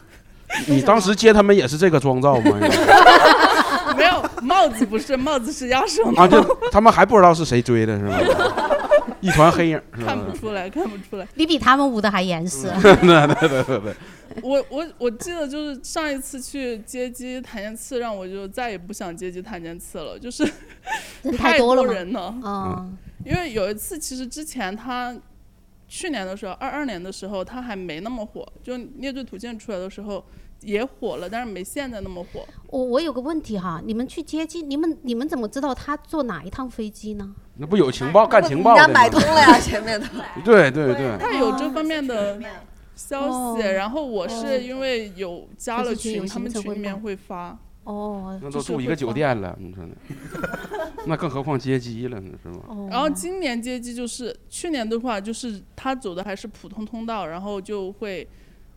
[SPEAKER 1] 你当时接他们也是这个妆造吗？
[SPEAKER 16] 没有帽子不是帽子是鸭舌帽，
[SPEAKER 1] 啊，就他们还不知道是谁追的是吗？一团黑影是吧
[SPEAKER 16] 看？不出来看不出 来。
[SPEAKER 3] 你比他们捂的还严实。
[SPEAKER 1] 嗯
[SPEAKER 3] 啊
[SPEAKER 1] 对对对对对，
[SPEAKER 16] 我我我记得就是上一次去接机谭健次，让我就再也不想接机谭健次了，就是
[SPEAKER 3] 人太
[SPEAKER 16] 太
[SPEAKER 3] 多了吗
[SPEAKER 16] 人了。
[SPEAKER 3] 嗯，
[SPEAKER 16] 因为有一次其实之前他去年的时候，二二年的时候他还没那么火，就《猎罪图鉴》出来的时候也火了，但是没现在那么火。
[SPEAKER 3] 我我有个问题哈，你们去接机，你们你们怎么知道他坐哪一趟飞机呢？
[SPEAKER 1] 那不有情报干情报
[SPEAKER 3] 人
[SPEAKER 1] 的
[SPEAKER 3] 家
[SPEAKER 1] 吗？
[SPEAKER 3] 买通了
[SPEAKER 16] 啊
[SPEAKER 3] 呀前
[SPEAKER 4] 面的。
[SPEAKER 1] 对对对，
[SPEAKER 16] 他有这方面的消息，
[SPEAKER 3] 哦
[SPEAKER 16] 然后我
[SPEAKER 3] 哦
[SPEAKER 16] 是因为有加了群，他们群里面会发。
[SPEAKER 3] 哦
[SPEAKER 1] 那都住一个酒。店了，你说呢？那更何况接机了呢，是吗？
[SPEAKER 3] 哦
[SPEAKER 16] 然后今年接机就是去年的话，就是他走的还是普通通道，然后就会，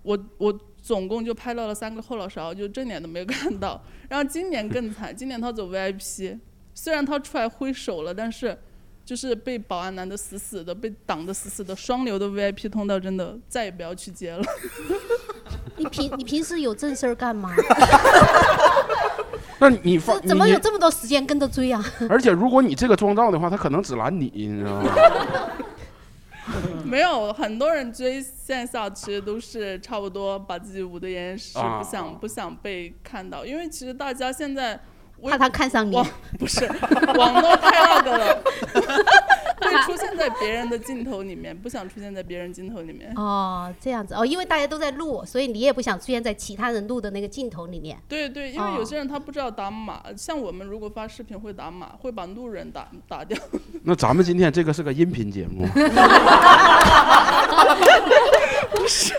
[SPEAKER 16] 我我总共就拍到了三个后脑勺，就正脸都没有 看到。然后今年更惨，今年他走 VIP，虽然他出来挥手了，但是就是被保安拦得死死的，被挡得死死的，双流的 VIP 通道真的再也不要去接了。
[SPEAKER 3] 你平你平时有正事儿 干吗？
[SPEAKER 1] 那你放
[SPEAKER 3] 怎么有
[SPEAKER 1] 你
[SPEAKER 3] 这么多时间跟着追啊？
[SPEAKER 1] 而且如果你这个妆造的话，他可能只拦你，你知道吗？
[SPEAKER 16] 没有，很多人追线下其实都是差不多把自己捂得严严实实，
[SPEAKER 3] 啊
[SPEAKER 16] 不想不想被看到，因为其实大家现在微
[SPEAKER 3] 怕他看上你
[SPEAKER 16] 网， 不是网络太那个了， 会出现在别人的镜头里面，不想出现在别人镜头里面。
[SPEAKER 3] 哦，这样子哦，因为大家都在录，所以你也不想出现在其他人录的那个镜头里面。
[SPEAKER 16] 对对，因为有些人他不知道打码，像我们如果发视频会打码，会把路人打打掉。
[SPEAKER 1] 那咱们今天这个是个音频节目，
[SPEAKER 16] 不是，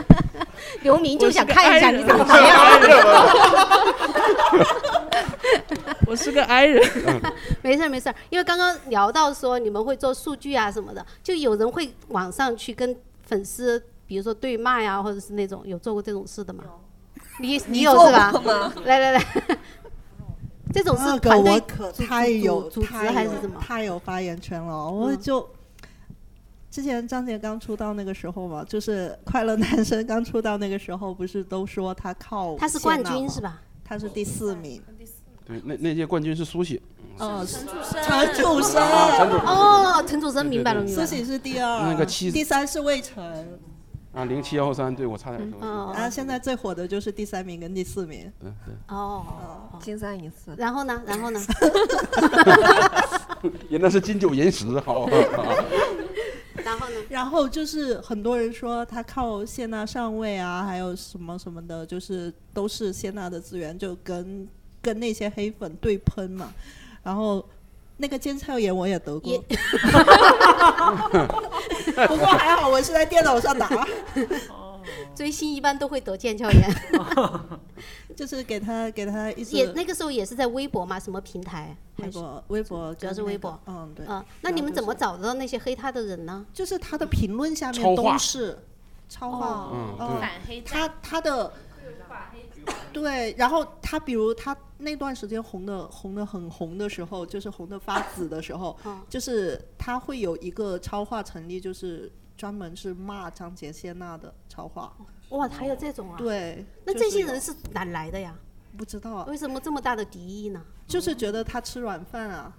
[SPEAKER 3] 刘明就想看一下你长
[SPEAKER 16] 我
[SPEAKER 3] 什
[SPEAKER 16] 是个
[SPEAKER 3] 么
[SPEAKER 16] I 人啊我
[SPEAKER 3] 样。
[SPEAKER 16] 是个 I 人，
[SPEAKER 3] 没事儿没事儿，因为刚刚聊到说你们会做数据啊什么的，就有人会网上去跟粉丝，比如说对骂呀、或者是那种有做过这种事的吗？你
[SPEAKER 17] 你
[SPEAKER 3] 有
[SPEAKER 17] 做
[SPEAKER 3] 是吧
[SPEAKER 17] 过吗？
[SPEAKER 3] 来来来，这种
[SPEAKER 17] 那
[SPEAKER 3] 是
[SPEAKER 17] 个
[SPEAKER 3] 团
[SPEAKER 17] 我
[SPEAKER 3] 队
[SPEAKER 17] 可
[SPEAKER 3] 组
[SPEAKER 17] 太
[SPEAKER 3] 组
[SPEAKER 17] 有
[SPEAKER 3] 组织
[SPEAKER 17] 太
[SPEAKER 3] 还
[SPEAKER 17] 有
[SPEAKER 3] 是什么？
[SPEAKER 7] 太有发言权了，我
[SPEAKER 17] 嗯
[SPEAKER 7] 就。之前张杰刚出道那个时候嘛，就是《快乐男生》刚出道那个时候，不是都说他靠
[SPEAKER 3] 他是
[SPEAKER 7] 谢娜
[SPEAKER 3] 冠军
[SPEAKER 7] 吗
[SPEAKER 3] 是吧？
[SPEAKER 7] 他是第四名，
[SPEAKER 1] 对，那那届冠军是苏醒，
[SPEAKER 7] 嗯，陈
[SPEAKER 3] 楚
[SPEAKER 7] 生，陈楚生，
[SPEAKER 1] 啊陈楚生
[SPEAKER 3] 哦，陈楚生
[SPEAKER 1] 对对
[SPEAKER 3] 明白了明白
[SPEAKER 7] 苏
[SPEAKER 3] 了。
[SPEAKER 7] 醒是第二，
[SPEAKER 1] 那个妻子
[SPEAKER 7] 第三是魏晨，
[SPEAKER 1] 啊，零七幺三，对我
[SPEAKER 3] 嗯
[SPEAKER 1] 差点说错，
[SPEAKER 7] 然后现在最火的就是第三名跟第四名，
[SPEAKER 1] 对对。
[SPEAKER 3] 哦，
[SPEAKER 4] 金三银四。
[SPEAKER 3] 然后呢？然后呢？ 嗯
[SPEAKER 1] 人那是金九银十，好吧？
[SPEAKER 3] 然后呢？
[SPEAKER 7] 然后就是很多人说他靠谢娜上位啊，还有什么什么的，就是都是谢娜的资源，就跟跟那些黑粉对喷嘛。然后那个监测员我也得过， 不过还好我是在电脑上打。
[SPEAKER 3] 哦追星一般都会得腱鞘炎，
[SPEAKER 7] 就是给他给他一直
[SPEAKER 3] 也那个时候也是在微博嘛，什么平台？
[SPEAKER 7] 微博微博
[SPEAKER 3] 主要是
[SPEAKER 7] 跟那
[SPEAKER 3] 微
[SPEAKER 7] 个
[SPEAKER 3] 博
[SPEAKER 7] 嗯对
[SPEAKER 3] 嗯，那你们怎么找到那些黑他的人呢？
[SPEAKER 7] 就是他的评论下
[SPEAKER 3] 超
[SPEAKER 7] 面
[SPEAKER 3] 话
[SPEAKER 7] 都是超话，
[SPEAKER 3] 哦嗯对反黑
[SPEAKER 7] 他他的对，然后他比如他那段时间红的红的很红的时候，就是红的发紫的时候，
[SPEAKER 3] 嗯
[SPEAKER 7] 就是他会有一个超话成立，就是专门是骂张杰、谢娜的超话，
[SPEAKER 3] 哇，还有这种啊？
[SPEAKER 7] 对
[SPEAKER 3] 那
[SPEAKER 7] 就是
[SPEAKER 3] 这些
[SPEAKER 7] 有
[SPEAKER 3] 人是哪来的呀？
[SPEAKER 7] 不知道
[SPEAKER 3] 为什么这么大的敌意呢？
[SPEAKER 7] 就是觉得他吃软饭啊。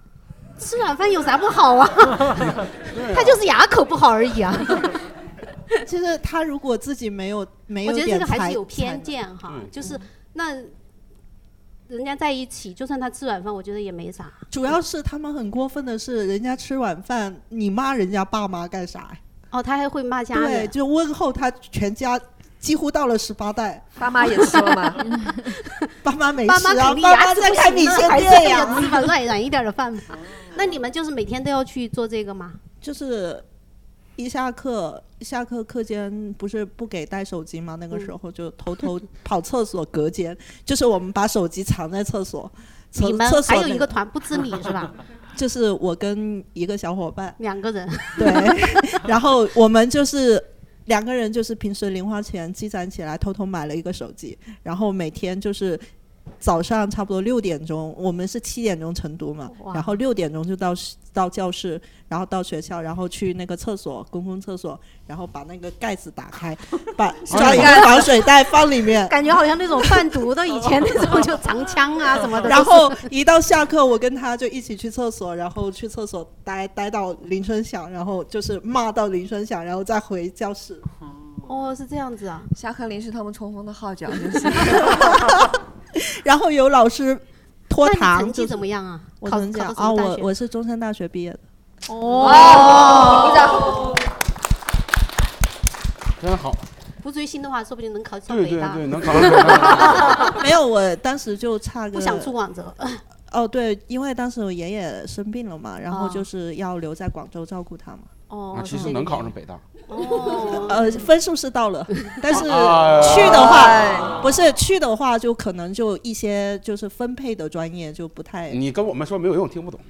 [SPEAKER 3] 吃软饭有啥不 好啊？
[SPEAKER 7] 啊
[SPEAKER 3] 他就是牙口不好而已啊。
[SPEAKER 7] 就是他如果自己没有没有
[SPEAKER 3] 我觉
[SPEAKER 7] 点
[SPEAKER 3] 得
[SPEAKER 7] 才，
[SPEAKER 3] 这个还是有偏
[SPEAKER 7] 才嗯
[SPEAKER 3] 见哈
[SPEAKER 7] 对，
[SPEAKER 3] 就是那人家在一起，就算他吃软饭，我觉得也没啥。
[SPEAKER 7] 主要是他们很过分的是，人家吃晚饭，你骂人家爸妈干啥？
[SPEAKER 3] 哦，他还会骂家
[SPEAKER 7] 对，
[SPEAKER 3] 人。
[SPEAKER 7] 就问候他全家，几乎到了十八代。
[SPEAKER 4] 爸妈也吃了吗？
[SPEAKER 7] 爸妈没
[SPEAKER 3] 爸
[SPEAKER 7] 吃
[SPEAKER 3] 妈
[SPEAKER 7] 啊，
[SPEAKER 3] 肯定
[SPEAKER 7] 爸
[SPEAKER 3] 牙
[SPEAKER 7] 妈
[SPEAKER 3] 齿
[SPEAKER 7] 在
[SPEAKER 3] 不
[SPEAKER 7] 开米
[SPEAKER 3] 行
[SPEAKER 7] 线
[SPEAKER 3] 啊了，还是
[SPEAKER 7] 店
[SPEAKER 3] 要吃
[SPEAKER 7] 呀
[SPEAKER 3] 碗。软软一点的饭吧。那你们就是每天都要去做这个吗？
[SPEAKER 7] 就是一下课，下课课间不是不给带手机吗？那个
[SPEAKER 3] 嗯
[SPEAKER 7] 时候就偷偷 跑厕所隔间，就是我们把手机藏在厕所。厕
[SPEAKER 3] 你们
[SPEAKER 7] 厕所
[SPEAKER 3] 还有
[SPEAKER 7] 那
[SPEAKER 3] 一个团不知你是吧？
[SPEAKER 7] 就是我跟一个小伙伴，
[SPEAKER 3] 两个人。
[SPEAKER 7] 然后我们就是两个人，就是平时零花钱积攒起来，偷偷买了一个手机，然后每天就是早上差不多六点钟，我们是七点钟晨读嘛，
[SPEAKER 17] 哇
[SPEAKER 7] 然后六点钟就到到教室，然后到学校，然后去那个厕所公共厕所，然后把那个盖子打开，把抓一个防水袋放里面，
[SPEAKER 3] 感觉好像那种贩毒的，以前那种就藏枪啊 什么的。
[SPEAKER 7] 然后一到下课，我跟他就一起去厕所，然后去厕所待待到铃声响，然后就是骂到铃声响，然后再回教室。
[SPEAKER 3] 哦，是这样子啊。
[SPEAKER 4] 下课铃是他们冲锋的号角，真是。
[SPEAKER 7] 然后有老师拖
[SPEAKER 3] 那你
[SPEAKER 7] 堂，
[SPEAKER 3] 成绩
[SPEAKER 7] 就是
[SPEAKER 3] 怎么样啊
[SPEAKER 7] 我
[SPEAKER 3] 考
[SPEAKER 7] 成绩
[SPEAKER 3] 考
[SPEAKER 7] 啊
[SPEAKER 3] 到什
[SPEAKER 7] 啊，
[SPEAKER 3] 么大
[SPEAKER 7] 我
[SPEAKER 3] 学
[SPEAKER 7] 我是中山大学毕业的。
[SPEAKER 3] 哦，
[SPEAKER 1] 真好，
[SPEAKER 3] 不追星的话，说不定能考上
[SPEAKER 1] 对
[SPEAKER 3] 北
[SPEAKER 1] 对
[SPEAKER 3] 大。
[SPEAKER 1] 对，能考 上北大。
[SPEAKER 7] 没有，我当时就差个
[SPEAKER 3] 不想出广州。
[SPEAKER 7] 哦，对，因为当时我爷爷生病了嘛，然后
[SPEAKER 3] 哦
[SPEAKER 7] 就是要留在广州照顾他嘛。
[SPEAKER 3] 哦
[SPEAKER 1] 啊，其实能考上北大。
[SPEAKER 7] 呃，分数是 到了，但 是
[SPEAKER 1] 啊
[SPEAKER 7] 去的
[SPEAKER 1] 哎
[SPEAKER 7] 话，不是去的话，就可能就一些就是分配的专业就不太。啊
[SPEAKER 1] 你跟我们说没有用， 听不懂。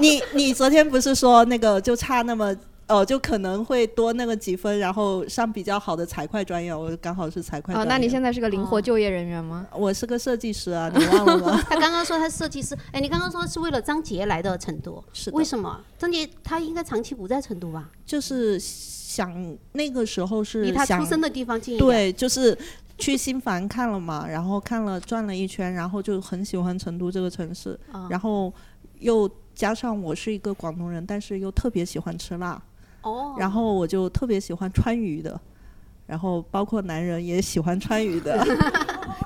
[SPEAKER 7] 你你昨天不是说那个就差那么呃，就可能会多那个几分，然后上比较好的财会专业，我刚好是财会专
[SPEAKER 3] 哦
[SPEAKER 2] 啊，
[SPEAKER 7] 业。
[SPEAKER 2] 那你现在是个灵活就业人员吗？
[SPEAKER 18] 哦
[SPEAKER 7] 我是个设计师 啊，你忘了吗？
[SPEAKER 3] 他刚刚说他设计师，哎，你刚刚说是为了张杰来的成都，
[SPEAKER 7] 是
[SPEAKER 3] 为什么？张杰他应该长期不在成都吧？
[SPEAKER 7] 就是想那个时候是
[SPEAKER 3] 离他
[SPEAKER 7] 想
[SPEAKER 3] 出生的地方近一点。
[SPEAKER 7] 对，就是去新房看了嘛，然后看了转了一圈，然后就很喜欢成都这个城市，
[SPEAKER 3] 啊
[SPEAKER 7] 然后又加上我是一个广东人，但是又特别喜欢吃辣，
[SPEAKER 3] 哦，
[SPEAKER 7] 然后我就特别喜欢川渝的，然后包括男人也喜欢川渝 的。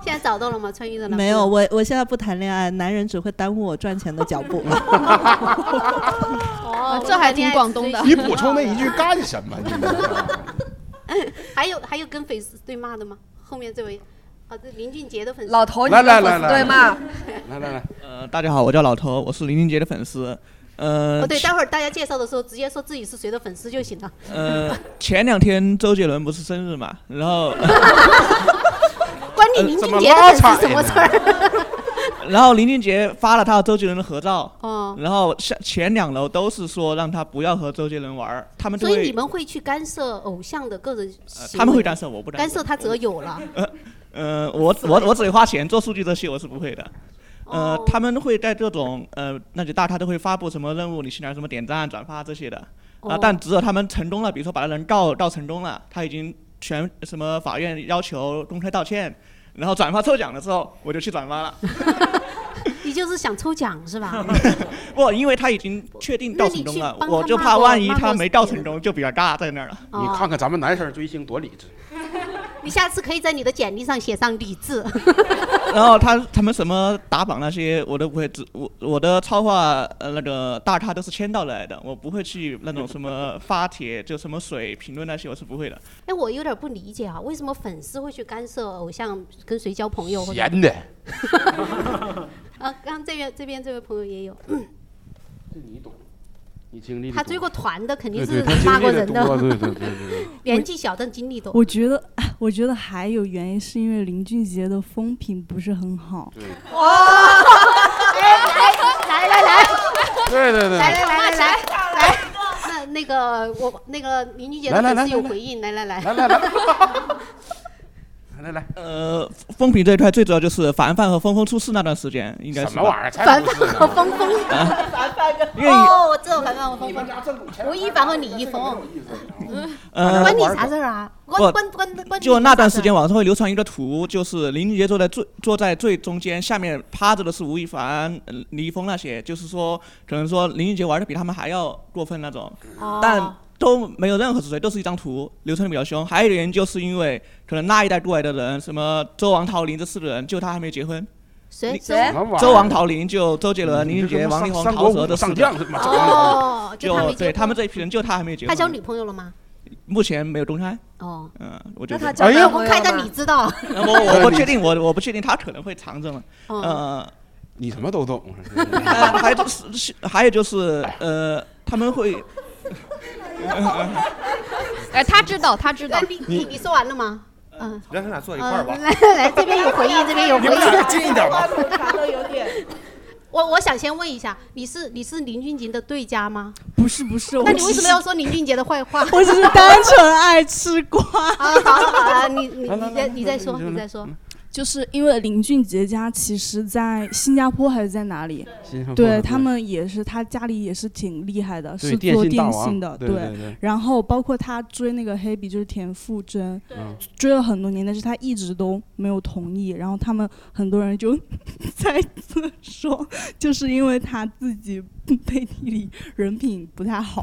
[SPEAKER 3] 现在找到了吗？川渝的男朋
[SPEAKER 7] 没
[SPEAKER 3] 友
[SPEAKER 7] 有，我我现在不谈恋爱，男人只会耽误我赚钱的脚步。
[SPEAKER 3] 哦，
[SPEAKER 2] 这还挺广东的
[SPEAKER 1] 你补充那一句干什么？你
[SPEAKER 3] 还有还有跟粉丝对骂的吗？后面这位，啊，这林俊杰的粉丝。
[SPEAKER 4] 老头，你
[SPEAKER 19] 来来
[SPEAKER 4] 跟
[SPEAKER 19] 来
[SPEAKER 4] 粉丝
[SPEAKER 19] 来
[SPEAKER 4] 对骂。
[SPEAKER 1] 来来来，
[SPEAKER 19] 呃，大家好，我叫老头，我是林俊杰的粉丝。呃，
[SPEAKER 3] 哦，对，待会儿大家介绍的时候直接说自己是谁的粉丝就行了。
[SPEAKER 19] 呃，前两天周杰伦不是生日嘛，然后
[SPEAKER 3] 关你林俊杰的粉
[SPEAKER 19] 呃
[SPEAKER 3] 丝什么事儿？
[SPEAKER 19] 哎 然后林俊杰发了他和周杰伦的合照，
[SPEAKER 3] 哦，
[SPEAKER 19] 然后下前两楼都是说让他不要和周杰伦玩儿，他们就
[SPEAKER 3] 所以你
[SPEAKER 19] 会呃
[SPEAKER 3] 们会去干涉偶像的个人行为、
[SPEAKER 19] 他们会干涉我不干涉
[SPEAKER 3] 干涉他择友了。
[SPEAKER 19] 呃，我我我只会花钱做数据这些，我是不会的。呃，
[SPEAKER 3] 哦
[SPEAKER 19] 他们会在这种呃那就大咖都会发布什么任务，你去哪儿什么点赞、转发这些的啊、
[SPEAKER 3] 哦
[SPEAKER 19] 但只有他们成功了，比如说把那人告告成功了，他已经全什么法院要求公开道歉，然后转发抽奖的时候，我就去转发了。
[SPEAKER 3] 你就是想抽奖 是吧？
[SPEAKER 19] 不，因为他已经确定告成功了，我就怕万一他没告成功就比较尬在那儿了。
[SPEAKER 3] 哦你看
[SPEAKER 1] 看咱们男生追星多理智。
[SPEAKER 3] 你下次可以在你的简历上写上李志。
[SPEAKER 19] 然后他他们什么打榜那些我都不会，只我我的超话呃那个大咖都是签到来的，我不会去那种什么发帖就什么水评论那些我是不会的。
[SPEAKER 3] 哎，我有点不理解啊，为什么粉丝会去干涉偶像跟谁交朋友？或者
[SPEAKER 19] 闲的。
[SPEAKER 3] 啊，刚刚这边这边这位朋友也有，
[SPEAKER 1] 这你懂，你经历的
[SPEAKER 3] 他
[SPEAKER 1] 多
[SPEAKER 3] 追过团的，肯定
[SPEAKER 1] 对
[SPEAKER 3] 是
[SPEAKER 1] 对他经
[SPEAKER 3] 骂过
[SPEAKER 1] 历得
[SPEAKER 3] 人的
[SPEAKER 1] 多。对对对对对
[SPEAKER 3] 年纪小但经历多。
[SPEAKER 14] 我觉得，哎我觉得还有原因是因为林俊杰的风评不是很好。
[SPEAKER 3] 哇！哎来来来来，
[SPEAKER 1] 对对对
[SPEAKER 3] 来来来来来来，那那个我那个林俊杰的
[SPEAKER 19] 来来
[SPEAKER 3] 粉丝
[SPEAKER 19] 来
[SPEAKER 3] 有
[SPEAKER 19] 来
[SPEAKER 3] 回应，来来来
[SPEAKER 1] 来来来，来来来，
[SPEAKER 19] 呃，风评这一块最主要就是凡凡和峰峰出事那段时间，应该是
[SPEAKER 1] 什么玩意儿才
[SPEAKER 3] 凡凡和峰峰，
[SPEAKER 19] 啊
[SPEAKER 3] 凡凡跟
[SPEAKER 19] 因为
[SPEAKER 3] 哦，我知道凡凡和峰峰，吴亦凡和李易峰，
[SPEAKER 1] 嗯
[SPEAKER 19] 呃
[SPEAKER 3] 嗯关你啥事儿啊？关
[SPEAKER 19] 不
[SPEAKER 3] 关关关你
[SPEAKER 19] 就那
[SPEAKER 3] 啥
[SPEAKER 19] 段
[SPEAKER 3] 事
[SPEAKER 19] 时
[SPEAKER 3] 儿啊
[SPEAKER 19] 间，网上会流传一个图，就是林俊杰坐在最坐在最中间，下面趴着的是吴亦凡、呃李易峰那些，就是说可能说林俊杰玩的比他们还要过分那种，
[SPEAKER 3] 哦
[SPEAKER 19] 但都没有任何实锤，都是一张图，流传的比较凶。还有一个原因就是因为可能那一代过来的人，什么周王桃林这四个人，就他还没结婚。
[SPEAKER 3] 谁
[SPEAKER 19] 你
[SPEAKER 3] 谁
[SPEAKER 19] 周王桃林就周杰伦、林俊杰、
[SPEAKER 1] 这他妈
[SPEAKER 19] 王力宏、
[SPEAKER 1] 上
[SPEAKER 19] 陶喆的
[SPEAKER 1] 上
[SPEAKER 19] 四
[SPEAKER 1] 国
[SPEAKER 19] 个
[SPEAKER 1] 武上将
[SPEAKER 19] 人
[SPEAKER 1] 是吗
[SPEAKER 3] 哦就他
[SPEAKER 19] 对
[SPEAKER 3] 没结
[SPEAKER 19] 他们这一批人，就他还没结婚。
[SPEAKER 3] 他交女朋友了吗？
[SPEAKER 19] 目前没有公开。
[SPEAKER 3] 哦，
[SPEAKER 19] 嗯，我觉得。
[SPEAKER 3] 那他交男朋友吗公开但你知道
[SPEAKER 19] 然后我我不确定，我我不确定他可能会藏着嘛。
[SPEAKER 3] 哦
[SPEAKER 19] 呃，
[SPEAKER 1] 你什么都懂。啊
[SPEAKER 19] 呃 还就是是还有就是呃，他们会。 呃
[SPEAKER 2] 哎，他知道，他知道。
[SPEAKER 3] 你你说完了吗？嗯，
[SPEAKER 17] 让他俩坐一块儿
[SPEAKER 3] 嗯，
[SPEAKER 17] 吧。
[SPEAKER 3] 来 来，这边有回 应，这边有回
[SPEAKER 17] 你们俩
[SPEAKER 3] 应，
[SPEAKER 17] 近一点 吧。
[SPEAKER 3] 我我想先问一下，你是你是林俊杰的对家吗？
[SPEAKER 14] 不是不是，
[SPEAKER 3] 那
[SPEAKER 14] 我
[SPEAKER 3] 你为
[SPEAKER 14] 只
[SPEAKER 3] 什
[SPEAKER 14] 是
[SPEAKER 3] 么要说林俊杰的坏话？
[SPEAKER 14] 我只是单纯爱吃瓜。
[SPEAKER 3] 啊， 好了好了，你你你再你再说，你再说。
[SPEAKER 14] 就是因为林俊杰家其实，在新加坡还是在哪里
[SPEAKER 1] 新加？坡
[SPEAKER 14] 对
[SPEAKER 1] 对
[SPEAKER 14] 他们也是，他家里也是挺厉害的，
[SPEAKER 1] 对
[SPEAKER 14] 是
[SPEAKER 1] 电
[SPEAKER 14] 做
[SPEAKER 1] 信大
[SPEAKER 14] 电
[SPEAKER 1] 王
[SPEAKER 14] 信的。
[SPEAKER 1] 对对对
[SPEAKER 14] 然后包括他追那个黑比，就是田馥甄
[SPEAKER 1] 对嗯，
[SPEAKER 14] 追了很多年，但是他一直都没有同意。然后他们很多人就 猜测说，就是因为他自己背地里人品不太好，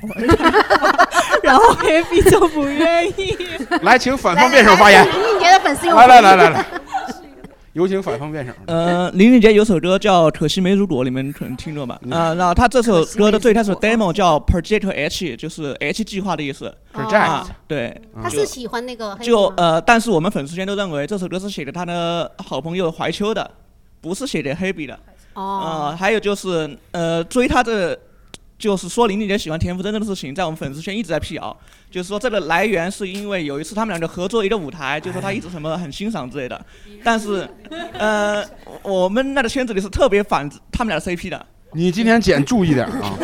[SPEAKER 14] 然后黑比就不愿意。
[SPEAKER 1] 来，请反方辩手发言。
[SPEAKER 3] 林俊杰的粉丝有
[SPEAKER 1] 来来来来来， 有请反方辩手。
[SPEAKER 19] 呃，林俊杰有首歌叫《可惜没如果》，你们可能听过吧？
[SPEAKER 1] 嗯
[SPEAKER 19] 啊、那他这首歌的最开始 demo 叫 Project H，就是 H 计划的意思。
[SPEAKER 3] Project
[SPEAKER 19] 啊对，
[SPEAKER 3] 哦他是喜欢那个黑
[SPEAKER 19] 就
[SPEAKER 3] 吗
[SPEAKER 19] 呃，但是我们粉丝圈都认为这首歌是写给他的好朋友怀秋的，不是写给黑笔的。
[SPEAKER 3] 哦
[SPEAKER 19] 呃，还有就是呃，追他的就是说林俊杰喜欢田馥甄这个事情，在我们粉丝圈一直在辟谣，就是说这个来源是因为有一次他们两个合作一个舞
[SPEAKER 3] 哎
[SPEAKER 19] 台，就说他一直什么很欣赏之类的，但是呃，我我们那个圈子里是特别反他们俩的 CP 的。
[SPEAKER 1] 你今天简注意点啊，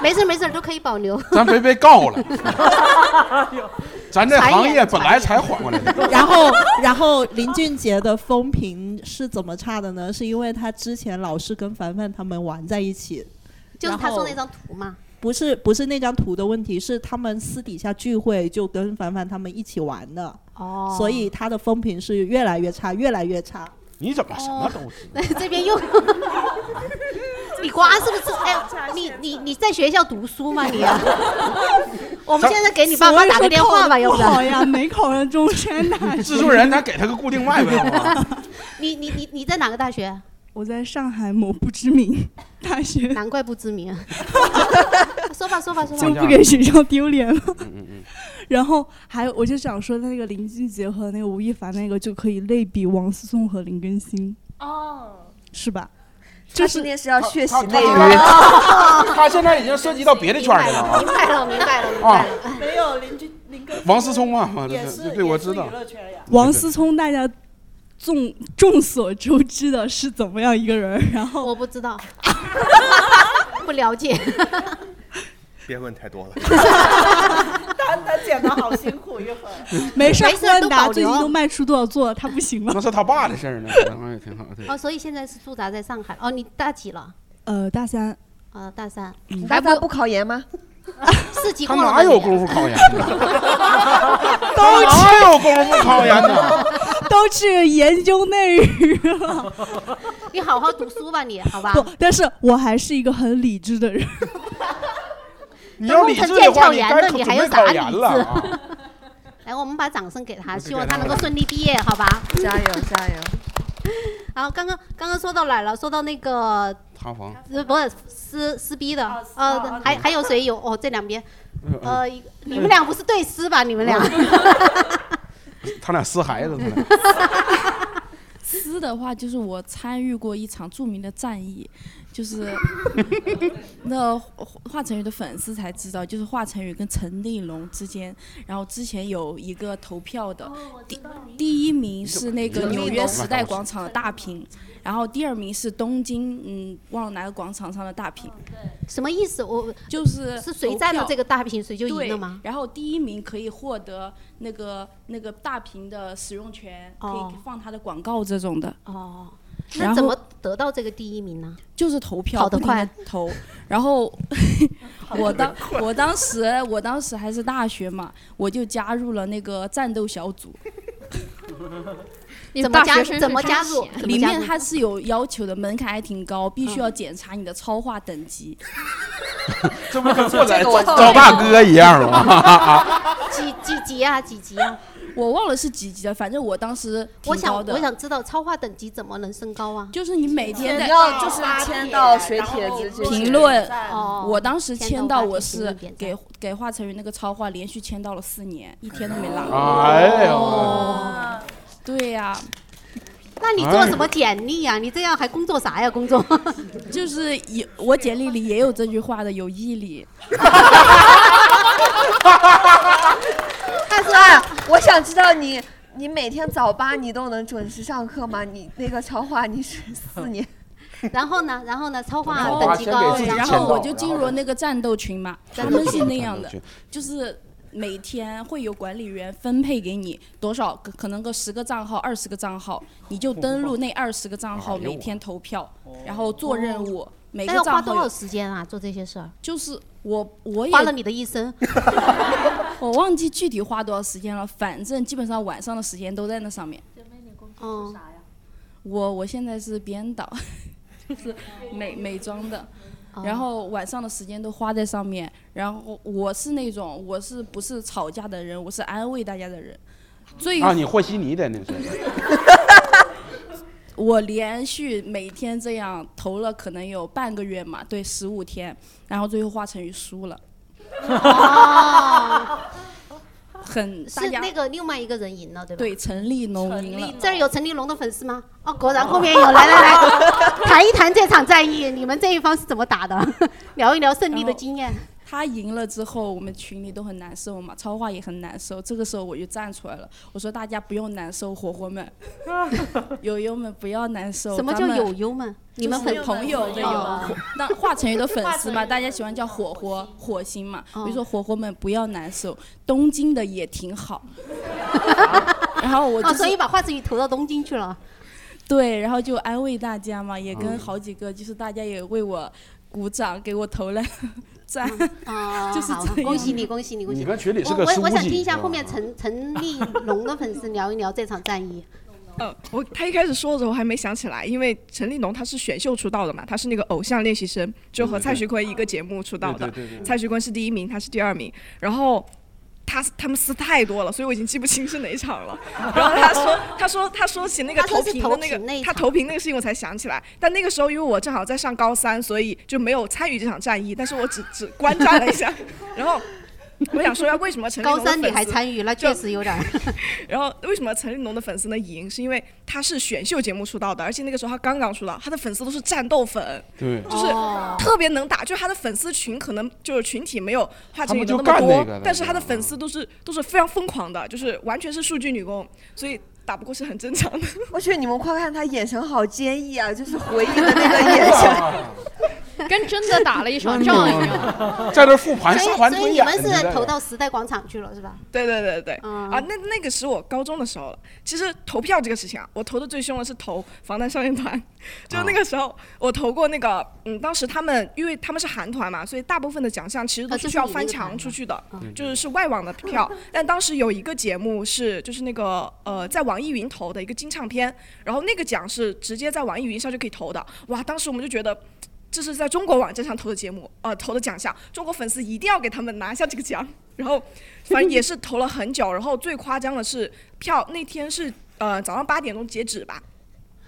[SPEAKER 3] 没事没事，都可以保留。
[SPEAKER 1] 咱别被告 了。咱这行业本来才缓过来的。
[SPEAKER 7] 然后，然后林俊杰的风评是怎么差的呢？是因为他之前老是跟凡凡他们玩在一起，
[SPEAKER 3] 就是他
[SPEAKER 7] 然后
[SPEAKER 3] 说那张图嘛。
[SPEAKER 7] 不是不是那张图的问题，是他们私底下聚会就跟凡凡他们一起玩的，
[SPEAKER 3] 哦
[SPEAKER 7] 所以他的风评是越来越差，越来越差。
[SPEAKER 1] 你怎么什么都知？
[SPEAKER 3] 那这边又，你瓜是不是？哎，你你你在学校读书吗？你啊，我们现在给你爸妈打个电话吧，要不
[SPEAKER 14] 所以说考得不好
[SPEAKER 3] 然。
[SPEAKER 14] 呀，没考上中 山大学。
[SPEAKER 1] 制作人，咱给他个固 定啊麦呗。好吧
[SPEAKER 3] 你你你你在哪个大学？啊
[SPEAKER 14] 我在上海某不知名大学，
[SPEAKER 3] 难怪不知名。说吧说吧说吧，
[SPEAKER 14] 就不给学校丢脸了。
[SPEAKER 1] 嗯嗯
[SPEAKER 14] 然后还有，我就想说，那个林俊杰和那个吴亦凡那个就可以类比王思聪和林更新，
[SPEAKER 10] 哦，
[SPEAKER 14] 是吧？
[SPEAKER 4] 他今天是要学习内
[SPEAKER 1] 他他
[SPEAKER 4] 娱，
[SPEAKER 1] 他现在已经涉及到别的圈儿去了啊。
[SPEAKER 3] 明白了明白了明
[SPEAKER 1] 啊
[SPEAKER 3] 白了。
[SPEAKER 7] 没有林俊林更
[SPEAKER 1] 王思聪嘛，啊对
[SPEAKER 14] 也是
[SPEAKER 1] 对，我知道。
[SPEAKER 14] 王思聪大家众众所周知的是怎么样一个人，然后
[SPEAKER 3] 我不 知道，不了解。
[SPEAKER 17] 别问太多了。
[SPEAKER 7] 他他剪的好辛苦一会儿。
[SPEAKER 14] 没事儿，
[SPEAKER 3] 没事儿
[SPEAKER 14] 万
[SPEAKER 3] 都
[SPEAKER 14] 达
[SPEAKER 3] 保
[SPEAKER 14] 最
[SPEAKER 3] 留
[SPEAKER 14] 近都卖出多少座了，他不行了。
[SPEAKER 1] 那是他爸的事儿呢，好像也挺好的。
[SPEAKER 3] 哦，所以现在是驻扎在上海。哦，你大几了？
[SPEAKER 14] 呃，大三，
[SPEAKER 3] 呃，大三。
[SPEAKER 14] 嗯
[SPEAKER 4] 大家不考研吗？
[SPEAKER 3] 四级
[SPEAKER 1] 他
[SPEAKER 3] 过了吗
[SPEAKER 1] 哪有功夫 考研呢？他哪有功夫考研呢？
[SPEAKER 14] 都去研究内娱了。
[SPEAKER 3] 你好好读书吧，你好吧？
[SPEAKER 14] 不，但是我还是一个很理智的人。
[SPEAKER 1] 你要理智的话，你该准备考研了啊！
[SPEAKER 3] 来，我们把掌声给他，希望
[SPEAKER 1] 给他
[SPEAKER 3] 他能够顺利毕业，好吧？
[SPEAKER 4] 加油加油！
[SPEAKER 3] 然后刚刚刚刚说到哪儿了？说到那个
[SPEAKER 1] 塌房，
[SPEAKER 3] 呃不是撕撕逼的，呃，还还有谁有？哦，这 两边，呃，一个你们俩不是对撕吧？你们俩
[SPEAKER 1] 嗯他俩撕孩子，他俩
[SPEAKER 5] 撕的话，就是我参与过一场著名的战役，就是那华晨宇的粉丝才知道，就是华晨宇跟陈立农之间，然后之前有一个投票的，第第一名是那个
[SPEAKER 12] 你怎
[SPEAKER 5] 纽
[SPEAKER 12] 么
[SPEAKER 5] 约
[SPEAKER 12] 知
[SPEAKER 5] 时
[SPEAKER 12] 道
[SPEAKER 5] 代广场的大屏，然后第二名是东京，嗯，忘了哪个广场上的大屏。
[SPEAKER 3] 什么意思？我
[SPEAKER 5] 就是
[SPEAKER 3] 是谁占了这个大屏，谁就赢
[SPEAKER 5] 对
[SPEAKER 3] 了吗？？
[SPEAKER 5] 然后第一名可以获得那个那个大屏的使用权，可
[SPEAKER 3] 哦
[SPEAKER 5] 以放他的广告这种的。
[SPEAKER 3] 哦，
[SPEAKER 5] 然
[SPEAKER 3] 那
[SPEAKER 5] 后
[SPEAKER 3] 怎么得到这个第一名呢？
[SPEAKER 5] 就是投票，
[SPEAKER 3] 跑得
[SPEAKER 5] 不停地
[SPEAKER 3] 快
[SPEAKER 5] 投。然后我当
[SPEAKER 3] 跑得快
[SPEAKER 5] 我当时我当时还是大学嘛，我就加入了那个战斗小组。
[SPEAKER 3] 怎么加怎么加入？怎么
[SPEAKER 5] 里
[SPEAKER 3] 加
[SPEAKER 5] 面
[SPEAKER 3] 入嗯
[SPEAKER 5] 它是有要求的，门槛还挺高，必须要检查你的超话等级。
[SPEAKER 1] 这不跟过来
[SPEAKER 5] 这个我
[SPEAKER 1] 赵大哥一样吗？
[SPEAKER 3] 几几级啊？几级啊？
[SPEAKER 5] 我忘了是几级了，反正我当时
[SPEAKER 3] 我
[SPEAKER 5] 挺
[SPEAKER 3] 想
[SPEAKER 5] 高的
[SPEAKER 3] 我想知道超话等级怎么能升高啊？
[SPEAKER 5] 就是你每天在
[SPEAKER 3] 就是
[SPEAKER 4] 签到水帖子这些
[SPEAKER 5] 评论
[SPEAKER 3] 哦，
[SPEAKER 5] 我当时签到我
[SPEAKER 3] 签
[SPEAKER 5] 是
[SPEAKER 3] 到话题评论
[SPEAKER 5] 给给华晨宇那个超话连续签到了四年，一天都没落。
[SPEAKER 1] 哎呦
[SPEAKER 5] 哦，对呀、
[SPEAKER 3] 那你做什么简历啊？你这样还工作啥呀？工作？
[SPEAKER 5] 就是有我简历里也有这句话的，有毅力。
[SPEAKER 4] 但是啊，我想知道你，你每天早八你都能准时上课吗？你那个超话你是四年，
[SPEAKER 3] 然后呢？然后呢？超话
[SPEAKER 5] 然后
[SPEAKER 3] 等级高，
[SPEAKER 5] 对然后我就进入了那个战斗群嘛，
[SPEAKER 3] 然
[SPEAKER 5] 他
[SPEAKER 3] 后
[SPEAKER 5] 们是那样的
[SPEAKER 3] 战斗群，
[SPEAKER 5] 就是每天会有管理员分配给你多少，可可能个十个账号、二十个账号，你就登录那二十个账号，每天投票，然后做
[SPEAKER 3] 哦
[SPEAKER 5] 任务。
[SPEAKER 4] 哦
[SPEAKER 5] 每
[SPEAKER 3] 那
[SPEAKER 5] 个
[SPEAKER 3] 要花
[SPEAKER 5] 账号有
[SPEAKER 3] 多少时间啊？做这些事儿？
[SPEAKER 5] 就是我我也
[SPEAKER 3] 花了你的一生。
[SPEAKER 5] 我忘记具体花多少时间了，反正基本上晚上的时间都在那上面。
[SPEAKER 3] 嗯，
[SPEAKER 5] 我我现在是编导， 就是美美妆的，
[SPEAKER 3] 哦
[SPEAKER 14] 哦
[SPEAKER 5] 然后晚上的时间都花在上面。然后我是那种我是不是吵架的人，我是安慰大家的人。最
[SPEAKER 1] 啊，你和稀泥的那是？
[SPEAKER 5] 我连续每天这样投了可能有半个月嘛，对，十五天，然后最后华晨宇输了。 很大
[SPEAKER 3] 哦是
[SPEAKER 5] 家
[SPEAKER 3] 那个另外一个人赢了，对吧？
[SPEAKER 5] 对，陈立农赢了。
[SPEAKER 3] 这儿有陈立农的粉丝吗？哦，果然后面有，来来来， 谈一谈这场战役，你们这一方是怎么打的？ 聊一聊胜利的经验。
[SPEAKER 5] 他赢了之后，我们群里都很难受嘛，超话也很难受。这个时候我就站出来了，我说大家不用难受，伙伙 们， 友友们不要难受。
[SPEAKER 3] 什么叫
[SPEAKER 5] 咱们
[SPEAKER 3] 友友们？你们
[SPEAKER 5] 就是
[SPEAKER 3] 粉
[SPEAKER 5] 朋友的友
[SPEAKER 3] 哦，
[SPEAKER 5] 那华晨宇的粉丝
[SPEAKER 3] 华晨
[SPEAKER 5] 嘛，
[SPEAKER 3] 宇
[SPEAKER 5] 大家喜欢叫火火火星嘛。
[SPEAKER 3] 哦
[SPEAKER 5] 比如说火火们不要难受，东京的也挺 好。然后我就
[SPEAKER 3] 哦，
[SPEAKER 5] 是
[SPEAKER 3] 所以把华晨宇投到东京去了。
[SPEAKER 5] 对，然后就安慰大家嘛，也跟
[SPEAKER 3] 嗯
[SPEAKER 5] 好几个就是大家也为我鼓掌，给我投了 赞，
[SPEAKER 3] 啊
[SPEAKER 5] 就是
[SPEAKER 3] 好
[SPEAKER 5] 这样
[SPEAKER 3] 恭喜你，恭喜你，恭喜
[SPEAKER 1] 你跟群里是
[SPEAKER 3] 我
[SPEAKER 1] 个
[SPEAKER 3] 我
[SPEAKER 1] 书
[SPEAKER 3] 我想
[SPEAKER 1] 记
[SPEAKER 3] 听
[SPEAKER 1] 是
[SPEAKER 3] 一下
[SPEAKER 1] 吧
[SPEAKER 3] 后面陈陈立农的粉丝聊一聊这场战役。
[SPEAKER 11] 呃，我他一开始说的时候我还没想起来，因为陈立农他是选秀出道的嘛，他是那个偶像练习生，就和蔡徐坤一个节目出道的。
[SPEAKER 10] 对对对对
[SPEAKER 11] 蔡徐坤是第一名，他是第二名。然后他他们撕太多了，所以我已经记不清是哪一场了。然后他说他说他说起那个
[SPEAKER 10] 他说
[SPEAKER 11] 投
[SPEAKER 10] 是
[SPEAKER 11] 屏
[SPEAKER 10] 投
[SPEAKER 11] 的那
[SPEAKER 10] 屏那一
[SPEAKER 11] 个他
[SPEAKER 10] 场
[SPEAKER 11] 投屏那个事情我才想起来，但那个时候因为我正好在上高三，所以就没有参与这场战役，但是我只只观战了一 下，然后。我想说一下为什么陈立
[SPEAKER 3] 高
[SPEAKER 11] 农的
[SPEAKER 3] 三你
[SPEAKER 11] 粉
[SPEAKER 3] 还
[SPEAKER 11] 丝
[SPEAKER 3] 参与，那确实有点儿。
[SPEAKER 11] 然后为什么陈立农的粉丝能赢？是因为他是选秀节目出道的，而且那个时候他刚刚出道，他的粉丝都是战斗粉，
[SPEAKER 1] 对
[SPEAKER 11] 就是
[SPEAKER 2] 哦
[SPEAKER 11] 特别能打。就他的粉丝群可能就是群体没有华晨宇的那
[SPEAKER 1] 他们就
[SPEAKER 11] 么
[SPEAKER 1] 干那
[SPEAKER 11] 多，
[SPEAKER 1] 个的
[SPEAKER 11] 但是他的粉丝都是都是非常疯狂的，就是完全是数据女工，所以打不过是很正常的。
[SPEAKER 4] 我去，你们快看他眼神好坚毅啊，就是回应的那个眼神，
[SPEAKER 2] 跟真的打了一场仗一样。
[SPEAKER 1] 嗯在这复盘
[SPEAKER 3] 所
[SPEAKER 1] 上
[SPEAKER 3] 以
[SPEAKER 1] 环
[SPEAKER 3] 所以
[SPEAKER 1] 推
[SPEAKER 3] 你
[SPEAKER 1] 演，
[SPEAKER 3] 们
[SPEAKER 1] 这
[SPEAKER 3] 是投到时代广场去了是吧？
[SPEAKER 11] 对对对对，
[SPEAKER 3] 嗯
[SPEAKER 11] 啊，那那个是我高中的时候了。其实投票这个事情啊，我投的最凶的是投防弹少年团， 就
[SPEAKER 3] 啊
[SPEAKER 11] 那个时候我投过那个，嗯，当时他们因为他们是韩团嘛，所以大部分的奖项其实
[SPEAKER 3] 啊
[SPEAKER 11] 都
[SPEAKER 3] 这
[SPEAKER 11] 是
[SPEAKER 3] 是
[SPEAKER 11] 需要
[SPEAKER 3] 你那
[SPEAKER 11] 翻
[SPEAKER 3] 个
[SPEAKER 11] 墙
[SPEAKER 3] 团
[SPEAKER 11] 出去的，
[SPEAKER 3] 嗯
[SPEAKER 11] 就是是外网的 票。但当时有一个节目是就是那个呃在网易云投的一个金唱片，然后那个奖是直接在网易云上就可以投的。哇，当时我们就觉得。这是在中国网站上投的节目，呃，投的奖项，中国粉丝一定要给他们拿下这个奖。然后，反正也是投了很久。然后最夸张的是票那天是呃早上八点钟截止吧，